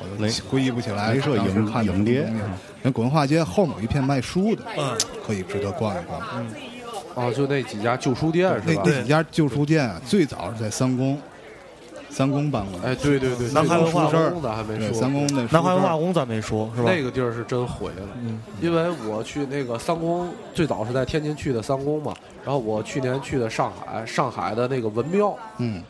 [SPEAKER 2] 我都回忆不起来
[SPEAKER 5] 镭射
[SPEAKER 2] 当时
[SPEAKER 5] 影
[SPEAKER 2] 看的
[SPEAKER 5] 影碟
[SPEAKER 2] 什么东西。人文化街后面有一片卖书的，可以值得逛一逛。
[SPEAKER 6] 哦，就那几家旧书店
[SPEAKER 2] 那
[SPEAKER 6] 是吧？
[SPEAKER 2] 那几家旧书店啊，最早是在三宫，三宫办过的。
[SPEAKER 6] 哎，对对对，
[SPEAKER 4] 南开文化
[SPEAKER 2] 书生
[SPEAKER 4] 宫
[SPEAKER 6] 咱还没
[SPEAKER 2] 对
[SPEAKER 6] 说
[SPEAKER 2] 三宫那
[SPEAKER 4] 南华
[SPEAKER 2] 书
[SPEAKER 4] 文
[SPEAKER 2] 生
[SPEAKER 4] 化宫咱没说是吧？嗯
[SPEAKER 6] 那个地儿是真毁了，因为我去那个三宫，最早是在天津去的三宫嘛，然后我去年去的上海，上海的那个文庙，
[SPEAKER 2] 嗯，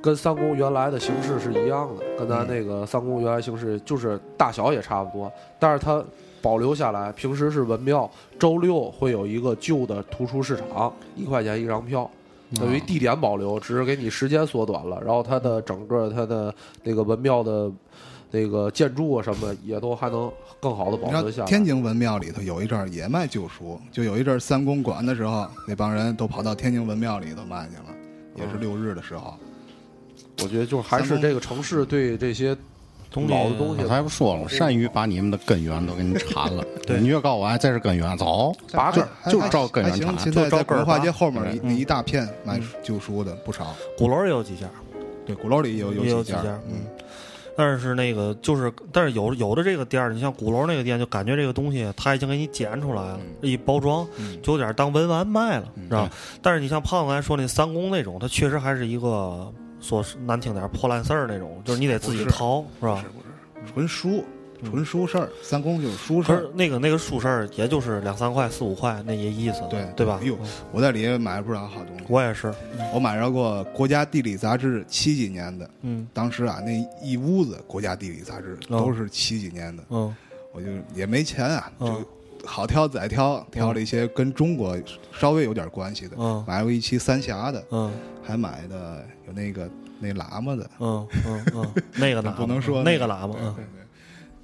[SPEAKER 6] 跟三宫原来的形式是一样的，跟咱那个三宫原来形式就是大小也差不多，但是它保留下来，平时是文庙，周六会有一个旧的图书市场，一块钱一张票。等于地点保留，只是给你时间缩短了，然后它的整个它的那个文庙的那个建筑啊什么也都还能更好的保
[SPEAKER 2] 你知
[SPEAKER 6] 存下
[SPEAKER 2] 道
[SPEAKER 6] 来。
[SPEAKER 2] 天津文庙里头有一阵儿也卖旧书，就有一阵儿三公馆的时候，那帮人都跑到天津文庙里头卖去了，也是
[SPEAKER 5] 嗯
[SPEAKER 2] 六日的时候。
[SPEAKER 6] 我觉得就是还是这个城市对这些老的东西
[SPEAKER 5] 我才不说了，我善于把你们的根源都给你缠了。
[SPEAKER 4] 对
[SPEAKER 5] 你越告诉我哎，这是根源，走，
[SPEAKER 6] 拔
[SPEAKER 5] 就
[SPEAKER 6] 根儿
[SPEAKER 5] 就照根
[SPEAKER 2] 还
[SPEAKER 5] 源
[SPEAKER 2] 行，
[SPEAKER 5] 查，
[SPEAKER 2] 现
[SPEAKER 5] 就
[SPEAKER 2] 在
[SPEAKER 5] 照
[SPEAKER 2] 在
[SPEAKER 5] 根儿
[SPEAKER 2] 文化
[SPEAKER 5] 拔
[SPEAKER 2] 街后面儿一
[SPEAKER 5] 嗯
[SPEAKER 2] 那一大片卖旧书的不少，
[SPEAKER 4] 鼓楼也有几家，
[SPEAKER 2] 对，鼓楼里有
[SPEAKER 4] 也有
[SPEAKER 2] 几家
[SPEAKER 4] 几家
[SPEAKER 2] 儿，嗯，
[SPEAKER 4] 但是那个就是，但是有有的这个店儿，你像鼓楼那个店，就感觉这个东西它已经给你剪出来了，
[SPEAKER 2] 嗯
[SPEAKER 4] 一包装就有点当文玩卖了，是吧？但是你像胖子来说那三公那种，它确实还是一个说难听点儿破烂事儿那种，就是你得自己掏，是吧？
[SPEAKER 2] 纯书，纯书事儿，三公就是书事
[SPEAKER 4] 嗯可
[SPEAKER 2] 儿
[SPEAKER 4] 是。那个那个书事儿，也就是两三块、四五块那些意思，
[SPEAKER 2] 对
[SPEAKER 4] 对吧嗯
[SPEAKER 2] 哎？呦，我在里面买了不少好东西。
[SPEAKER 4] 我也是，
[SPEAKER 2] 我买着过《国家地理》杂志七几年的，
[SPEAKER 4] 嗯
[SPEAKER 2] 当时啊，那一屋子《国家地理》杂志
[SPEAKER 4] 哦
[SPEAKER 2] 都是七几年的，
[SPEAKER 4] 嗯
[SPEAKER 2] 我就也没钱啊，
[SPEAKER 4] 嗯
[SPEAKER 2] 就好挑歹挑，挑了一些跟中国稍微有点关系的，
[SPEAKER 4] 嗯
[SPEAKER 2] 买过一期三峡的，
[SPEAKER 4] 嗯
[SPEAKER 2] 还买的有那个那喇嘛的，
[SPEAKER 4] 嗯嗯 嗯，那个喇叭
[SPEAKER 2] 不能说
[SPEAKER 4] 那
[SPEAKER 2] 那
[SPEAKER 4] 个
[SPEAKER 2] 个
[SPEAKER 4] 喇叭，嗯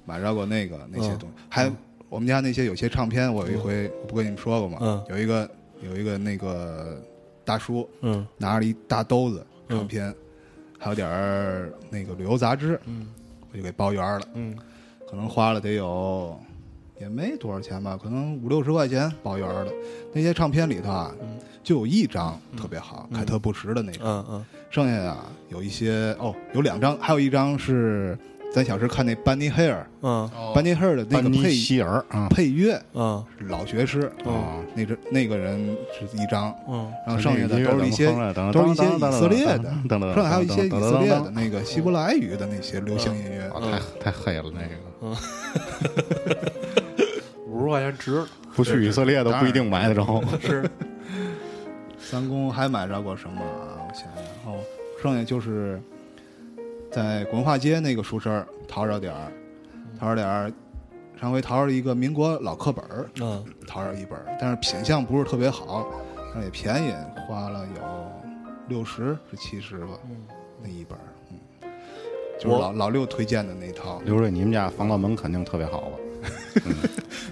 [SPEAKER 2] 买着过那个那些东西，还我们家那些有些唱片，我有一回我不跟你们说过吗？
[SPEAKER 4] 嗯
[SPEAKER 2] 有一个有一个那个大叔，
[SPEAKER 4] 嗯
[SPEAKER 2] 拿着一大兜子唱片，还有点儿那个旅游杂志，嗯，我就给包圆儿了，
[SPEAKER 4] 嗯，
[SPEAKER 2] 可能花了得有也没多少钱吧，可能五六十块钱包圆儿了。
[SPEAKER 4] 嗯
[SPEAKER 2] 那些唱片里头啊，就有一张特别好，凯特·布什的那张，
[SPEAKER 4] 嗯嗯
[SPEAKER 2] 剩下啊有一些哦，有两张，还有一张是咱小时候看那班尼黑尔，
[SPEAKER 4] 嗯
[SPEAKER 2] 班尼黑尔的那个
[SPEAKER 5] 班尼
[SPEAKER 2] 配
[SPEAKER 5] 希尔啊，
[SPEAKER 2] 配乐
[SPEAKER 4] 嗯
[SPEAKER 2] 是老学师啊，那只那个人是一张，
[SPEAKER 4] 嗯
[SPEAKER 2] 然后剩下的啊都是一些都是一些以色列的，剩下还有一些以色列的嗯那个希伯来语的那些流行音乐。
[SPEAKER 5] 啊，太太黑了那个。
[SPEAKER 6] 五十块钱值了。
[SPEAKER 5] 不去以色列都不一定买得着。
[SPEAKER 2] 是，三公还买着过什么啊？我想想，哦，剩下就是在文化街那个书身儿淘着点儿，淘着点儿。上回淘着一个民国老课本儿，
[SPEAKER 4] 嗯，
[SPEAKER 2] 淘着一本儿，但是品相不是特别好，但是也便宜，花了有六十是七十吧，那一本儿，嗯，就是
[SPEAKER 4] 我
[SPEAKER 2] 老老六推荐的那一套，
[SPEAKER 5] 刘瑞，你们家防盗门肯定特别好吧？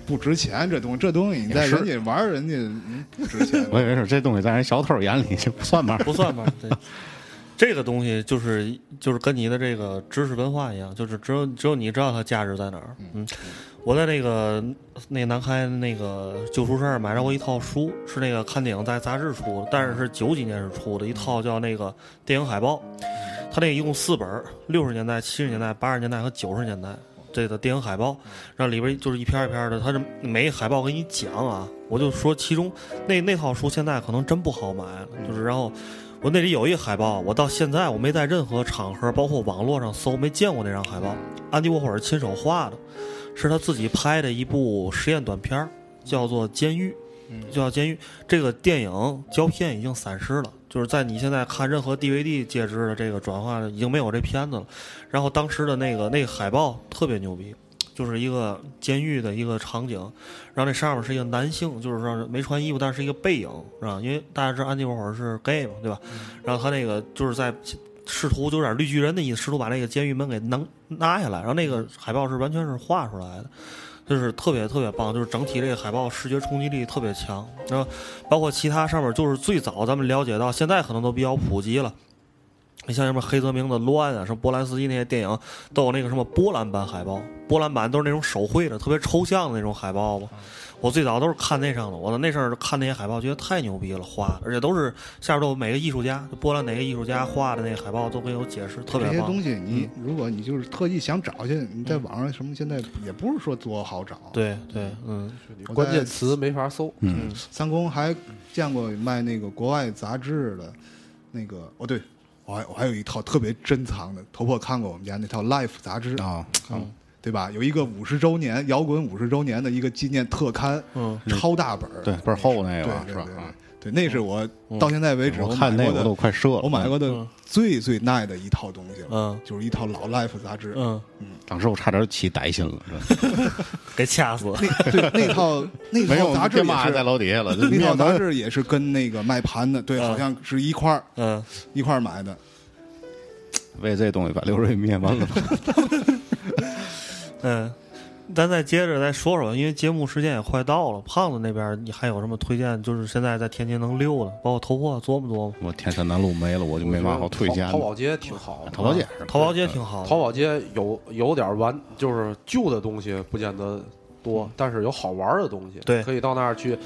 [SPEAKER 2] 不值钱这东西，这东西你在
[SPEAKER 5] 也是，
[SPEAKER 2] 人家玩儿人家嗯不值钱
[SPEAKER 5] 我以为是这东西在人小偷眼里就不算嘛。
[SPEAKER 4] 不算吧？对，这个东西就是就是跟你的这个知识文化一样，就是只有只有你知道它价值在哪儿。嗯，我在那个那南开那个旧书市买着过一套书，是那个看电影在杂志出的，但是是九几年时出的一套叫那个电影海报，它那个一共四本儿，六十年代、七十年代、八十年代和九十年代。这个电影海报，然后里边就是一篇一篇的，它是每一海报给你讲啊，我就说其中那那套书现在可能真不好买了，就是然后我那里有一海报，我到现在我没在任何场合，包括网络上搜，没见过那张海报。安迪沃霍尔亲手画的，是他自己拍的一部实验短片儿，叫做《监狱》。就叫《监狱》这个电影胶片已经散失了，就是在你现在看任何 DVD 介质的这个转化已经没有这片子了。然后当时的那个那个海报特别牛逼，就是一个监狱的一个场景，然后那上面是一个男性，就是说没穿衣服，但是一个背影，是吧？因为大家知道安迪沃霍尔是 gay 嘛，对吧？然后他那个就是在试图就有点绿巨人的意思，试图把那个监狱门给能拉下来。然后那个海报是完全是画出来的。就是特别特别棒，就是整体这个海报视觉冲击力特别强，然后包括其他上面就是最早咱们了解到，现在可能都比较普及了。你像什么黑泽明的《乱》啊，什么波兰斯基那些电影，都有那个什么波兰版海报，波兰版都是那种手绘的，特别抽象的那种海报嘛。我最早都是看那上的，我在那上看那些海报，觉得太牛逼了，画的，而且都是下边都有每个艺术家，波兰哪个艺术家画的那个海报都会有解释，特别
[SPEAKER 2] 这
[SPEAKER 4] 棒。
[SPEAKER 2] 些东西你
[SPEAKER 5] 嗯
[SPEAKER 2] 如果你就是特意想找去，你在网上什么现在也不是说多好找。
[SPEAKER 4] 对对，嗯，
[SPEAKER 2] 关键
[SPEAKER 6] 词没法搜。
[SPEAKER 5] 嗯，
[SPEAKER 2] 三公还见过卖那个国外杂志的，那个哦对，我还我还有一套特别珍藏的，头破看过我们家那套《Life》杂志
[SPEAKER 5] 啊，
[SPEAKER 2] 看过。对吧？有一个五十周年摇滚五十周年的一个纪念特刊，
[SPEAKER 4] 嗯
[SPEAKER 2] 超大本儿，
[SPEAKER 5] 对倍儿厚那个吧
[SPEAKER 2] 对
[SPEAKER 5] 是吧
[SPEAKER 2] 对对
[SPEAKER 5] 啊
[SPEAKER 2] 对，那是我到现在为止
[SPEAKER 5] 嗯我
[SPEAKER 2] 买
[SPEAKER 5] 看那
[SPEAKER 2] 过
[SPEAKER 5] 个
[SPEAKER 2] 的
[SPEAKER 5] 我都快射了
[SPEAKER 2] 我买过的
[SPEAKER 5] 嗯
[SPEAKER 2] 最最耐的一套东西了，
[SPEAKER 4] 嗯，
[SPEAKER 2] 就是一套老 Life 杂志，
[SPEAKER 4] 嗯
[SPEAKER 5] 当时我差点起歹心了，是吧？
[SPEAKER 4] 给掐死。
[SPEAKER 2] 对，那套那
[SPEAKER 5] 没
[SPEAKER 2] 套
[SPEAKER 5] 有
[SPEAKER 2] 杂志
[SPEAKER 5] 爹
[SPEAKER 2] 也
[SPEAKER 5] 妈还
[SPEAKER 2] 是
[SPEAKER 5] 在楼底下了，这
[SPEAKER 2] 那套
[SPEAKER 5] 面
[SPEAKER 2] 杂
[SPEAKER 5] 门
[SPEAKER 2] 志也是跟那个卖盘的，对，好像是一块儿，
[SPEAKER 4] 嗯，
[SPEAKER 2] 一块儿买的。
[SPEAKER 5] 啊为这东西把刘瑞灭门了。
[SPEAKER 4] 嗯，咱再接着再说说，因为节目时间也快到了。胖子那边你还有什么推荐？就是现在在天津能溜的，包括头货琢磨琢磨。
[SPEAKER 5] 我天山南路没了，我就没嘛好推荐的。
[SPEAKER 6] 嗯淘宝街挺好的，
[SPEAKER 5] 淘宝街是吧嗯
[SPEAKER 4] 淘宝街挺好的
[SPEAKER 6] 淘宝街有有点完，就是旧的东西不见得多，但是有好玩的东西，
[SPEAKER 4] 对
[SPEAKER 6] 可以到那儿去。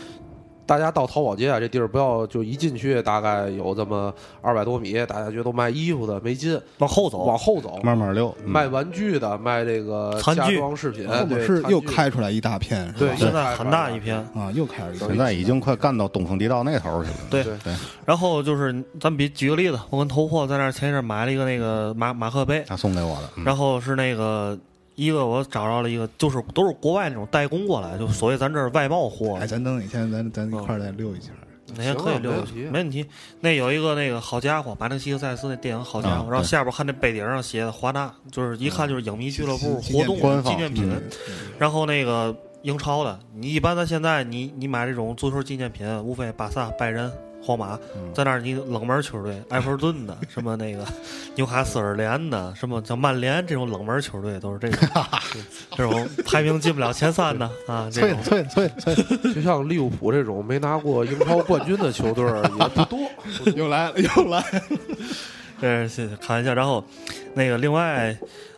[SPEAKER 6] 大家到淘宝街啊，这地儿不要就一进去，大概有这么二百多米，大家觉得都卖衣服的没劲，
[SPEAKER 4] 往后走，
[SPEAKER 6] 往后走，
[SPEAKER 5] 慢慢溜嗯
[SPEAKER 6] 卖玩具的，卖这个
[SPEAKER 5] 餐
[SPEAKER 6] 家
[SPEAKER 5] 具
[SPEAKER 6] 装饰品，
[SPEAKER 2] 后面
[SPEAKER 6] 对
[SPEAKER 2] 是
[SPEAKER 6] 餐
[SPEAKER 2] 又
[SPEAKER 6] 具
[SPEAKER 2] 开出来一大片，是吧
[SPEAKER 6] 对
[SPEAKER 4] 现在很大一片
[SPEAKER 2] 啊，又开了一大片。
[SPEAKER 5] 现在已经快干到东风地道那头去了。
[SPEAKER 4] 对
[SPEAKER 5] 对，
[SPEAKER 4] 然后就是咱们比举个例子，我跟头货在那儿前一阵买了一个那个马马克杯，
[SPEAKER 5] 他送给我的。嗯
[SPEAKER 4] 然后是那个一个我找着了一个，就是都是国外那种代工过来，就所谓咱这儿外贸货。
[SPEAKER 5] 啊
[SPEAKER 2] 哎，咱等哪天咱咱一块儿再溜一圈儿。
[SPEAKER 5] 嗯
[SPEAKER 4] 哪天可以溜
[SPEAKER 2] 行啊没
[SPEAKER 4] 达
[SPEAKER 2] 问题
[SPEAKER 4] 没问题。那有一个那个好家伙，马丁·西克塞斯那电影《好家伙》，
[SPEAKER 5] 啊
[SPEAKER 4] 然后
[SPEAKER 5] 对
[SPEAKER 4] 下边看那背顶上写的华纳，就是一看就是影迷俱乐部
[SPEAKER 5] 纪
[SPEAKER 4] 活
[SPEAKER 5] 念
[SPEAKER 4] 动
[SPEAKER 5] 官
[SPEAKER 4] 纪
[SPEAKER 5] 方
[SPEAKER 4] 念品
[SPEAKER 5] 嗯。
[SPEAKER 4] 然后那个英超的，你一般咱现在你你买这种足球纪念品，无非巴萨、拜仁、皇马，
[SPEAKER 5] 嗯
[SPEAKER 4] 在那儿你冷门球队，埃弗顿的，什么那个纽卡斯尔联的，什么像曼联这种冷门球队都是这种 这种排名进不了前三的啊，这种。
[SPEAKER 5] 脆脆脆，
[SPEAKER 6] 就像利物浦这种没拿过英超冠军的球队儿也不多。
[SPEAKER 2] 又来了，又来了。
[SPEAKER 4] 这是开玩笑。然后，那个另外，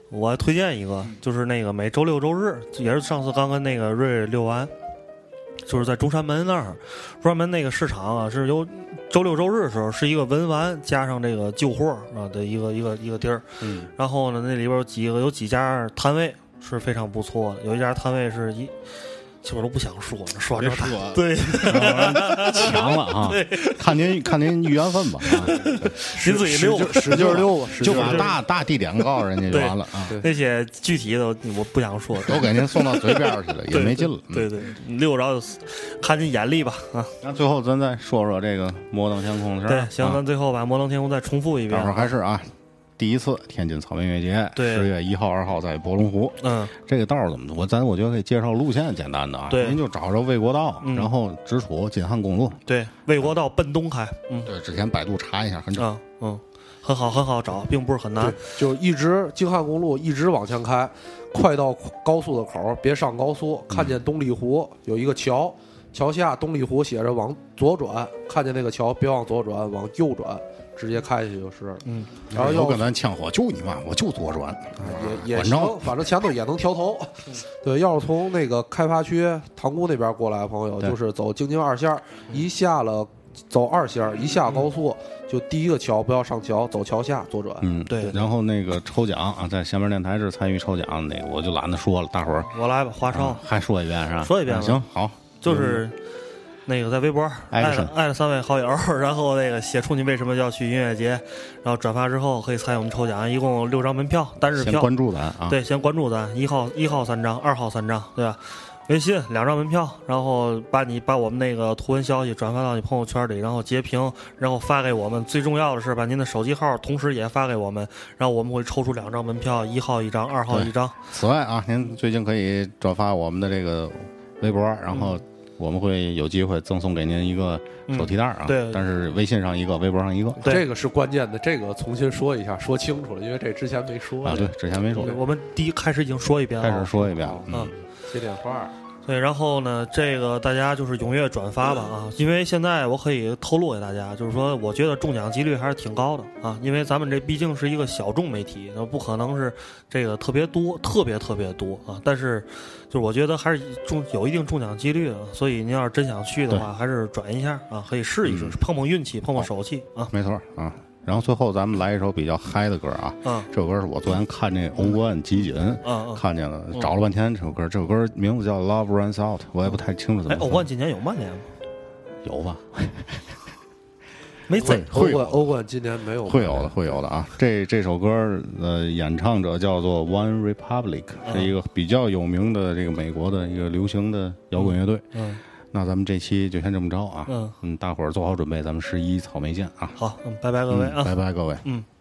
[SPEAKER 4] 我推荐一个，就是那个每周六周日，也是上次刚跟那个瑞瑞遛完，就是在中山门那儿，中山门那个市场啊，是由周六周日的时候是一个文玩加上这个旧货啊的一个一个一个地儿。
[SPEAKER 5] 嗯，
[SPEAKER 4] 然后呢，那里边有几个有几家摊位是非常不错的，有一家摊位是一。其实我都不想说了，说完之后
[SPEAKER 5] 别说了
[SPEAKER 4] 对，
[SPEAKER 5] 强了啊
[SPEAKER 4] 对，！
[SPEAKER 5] 看您看您缘分吧，啊
[SPEAKER 4] 您自己溜吧，
[SPEAKER 5] 使劲儿溜
[SPEAKER 4] 吧，
[SPEAKER 5] 就把大大地点告诉人家就
[SPEAKER 4] 对
[SPEAKER 5] 完了啊。
[SPEAKER 4] 那些具体的我不想说，
[SPEAKER 5] 都给您送到嘴边儿去了也
[SPEAKER 4] 对
[SPEAKER 5] 没劲了嗯
[SPEAKER 4] 对对，对溜着就死看您眼力吧啊！
[SPEAKER 5] 那最后咱再说说这个摩登天空的事
[SPEAKER 4] 对
[SPEAKER 5] 儿，。
[SPEAKER 4] 行，
[SPEAKER 5] 啊
[SPEAKER 4] 咱最后把《摩登天空》再重复一遍
[SPEAKER 5] 等会。儿还是啊，第一次天津草莓音乐节，
[SPEAKER 4] 对
[SPEAKER 5] 十月一号、二号在博龙湖。
[SPEAKER 4] 嗯，
[SPEAKER 5] 这个道儿怎么走？我咱我觉得可以介绍路线简单的啊，
[SPEAKER 4] 对
[SPEAKER 5] 您就找着卫国道，
[SPEAKER 4] 嗯
[SPEAKER 5] 然后直处锦汉公路。
[SPEAKER 4] 对，魏国道奔东海，嗯，
[SPEAKER 5] 对，之前百度查一下，很
[SPEAKER 4] 啊，嗯，很好，很好找，并不是很难
[SPEAKER 5] 啊
[SPEAKER 6] 对。，就一直京汉公路一直往前开，快到高速的口儿，别上高速，
[SPEAKER 5] 嗯
[SPEAKER 6] 看见东丽湖有一个桥，桥下东丽湖写着往左转，看见那个桥别往左转，往右转，直接开下去就是。
[SPEAKER 4] 嗯，
[SPEAKER 6] 然后
[SPEAKER 5] 有
[SPEAKER 6] 要
[SPEAKER 5] 跟咱呛火，就你妈，我就左转，
[SPEAKER 6] 也也
[SPEAKER 5] 管嗯
[SPEAKER 6] 行
[SPEAKER 5] 着，
[SPEAKER 6] 反正前头也能调头。对，要是从那个开发区塘沽那边过来的朋友，
[SPEAKER 5] 对嗯
[SPEAKER 6] 就是走京津二线儿，一下了走二线儿，一下高速就第一个桥，不要上桥，走桥下左转。
[SPEAKER 5] 嗯，
[SPEAKER 4] 对
[SPEAKER 5] 然后那个抽奖啊，在闲门电台是参与抽奖，那个我就懒得说了，大伙儿
[SPEAKER 4] 我来吧，花
[SPEAKER 5] 啊
[SPEAKER 4] 超
[SPEAKER 5] 还说一遍是吧？
[SPEAKER 4] 说一遍吧
[SPEAKER 5] 啊行好，
[SPEAKER 4] 就是那个在微博艾
[SPEAKER 5] 艾克
[SPEAKER 4] 特
[SPEAKER 5] 森
[SPEAKER 4] 艾特三位好友， 然后那个写出你为什么要去音乐节，然后转发之后可以参与我们抽奖，一共有六张门票，单日票。
[SPEAKER 5] 先关注咱啊
[SPEAKER 4] 对，先关注咱，一号一号三张，二号三张，对吧？微信两张门票，然后把你把我们那个图文消息转发到你朋友圈里，然后截屏，然后发给我们。最重要的是把您的手机号同时也发给我们，然后我们会抽出两张门票，一号一张，二号一张。
[SPEAKER 5] 此外啊，您最近可以转发我们的这个微博，然后我们会有机会赠送给您一个手提袋啊。
[SPEAKER 4] 嗯嗯对
[SPEAKER 5] 但是微信上一个，微博上一个。
[SPEAKER 6] 这个是关键的，这个重新说一下，说清楚了，因为这之前没说
[SPEAKER 5] 啊，对，之前没说，
[SPEAKER 4] 我们第一开始已经说一遍了，
[SPEAKER 5] 开始说一遍了。
[SPEAKER 4] 嗯
[SPEAKER 5] 嗯，
[SPEAKER 6] 接电话，
[SPEAKER 4] 对，然后呢，这个大家就是踊跃转发吧啊，因为现在我可以透露给大家，就是说，我觉得中奖几率还是挺高的啊，因为咱们这毕竟是一个小众媒体，那不可能是这个特别多、特别特别多啊。但是，就是我觉得还是中有一定中奖几率的，所以您要是真想去的话，还是转一下啊，可以试一
[SPEAKER 5] 嗯
[SPEAKER 4] 试，碰碰运气，碰碰手气啊。
[SPEAKER 5] 没错啊。然后最后咱们来一首比较嗨的歌啊，
[SPEAKER 4] 嗯
[SPEAKER 5] 这首歌是我昨天看那欧冠集锦，
[SPEAKER 4] 嗯
[SPEAKER 5] 看见了，
[SPEAKER 4] 嗯
[SPEAKER 5] 找了半天这首歌，这首歌名字叫《Love Runs Out》，我也不太清楚怎
[SPEAKER 4] 哎
[SPEAKER 5] 么，
[SPEAKER 4] 欧
[SPEAKER 5] 说，
[SPEAKER 4] 冠今年有曼联吗？
[SPEAKER 5] 有吧？
[SPEAKER 4] 没
[SPEAKER 5] 会
[SPEAKER 4] 怎
[SPEAKER 5] 会有
[SPEAKER 6] 冠欧冠今年没有
[SPEAKER 5] 会有的，会有的啊！这这首歌，呃，演唱者叫做 One Republic，是
[SPEAKER 4] 嗯
[SPEAKER 5] 一个比较有名的这个美国的一个流行的摇滚乐队。
[SPEAKER 4] 嗯，
[SPEAKER 5] 那咱们这期就先这么着啊。
[SPEAKER 4] 嗯
[SPEAKER 5] 大伙儿做好准备，咱们十一草莓见啊！
[SPEAKER 4] 好，嗯，拜拜各位
[SPEAKER 5] 嗯
[SPEAKER 4] 啊，
[SPEAKER 5] 拜拜各位。
[SPEAKER 4] 嗯。
[SPEAKER 3] "Mm, Oh,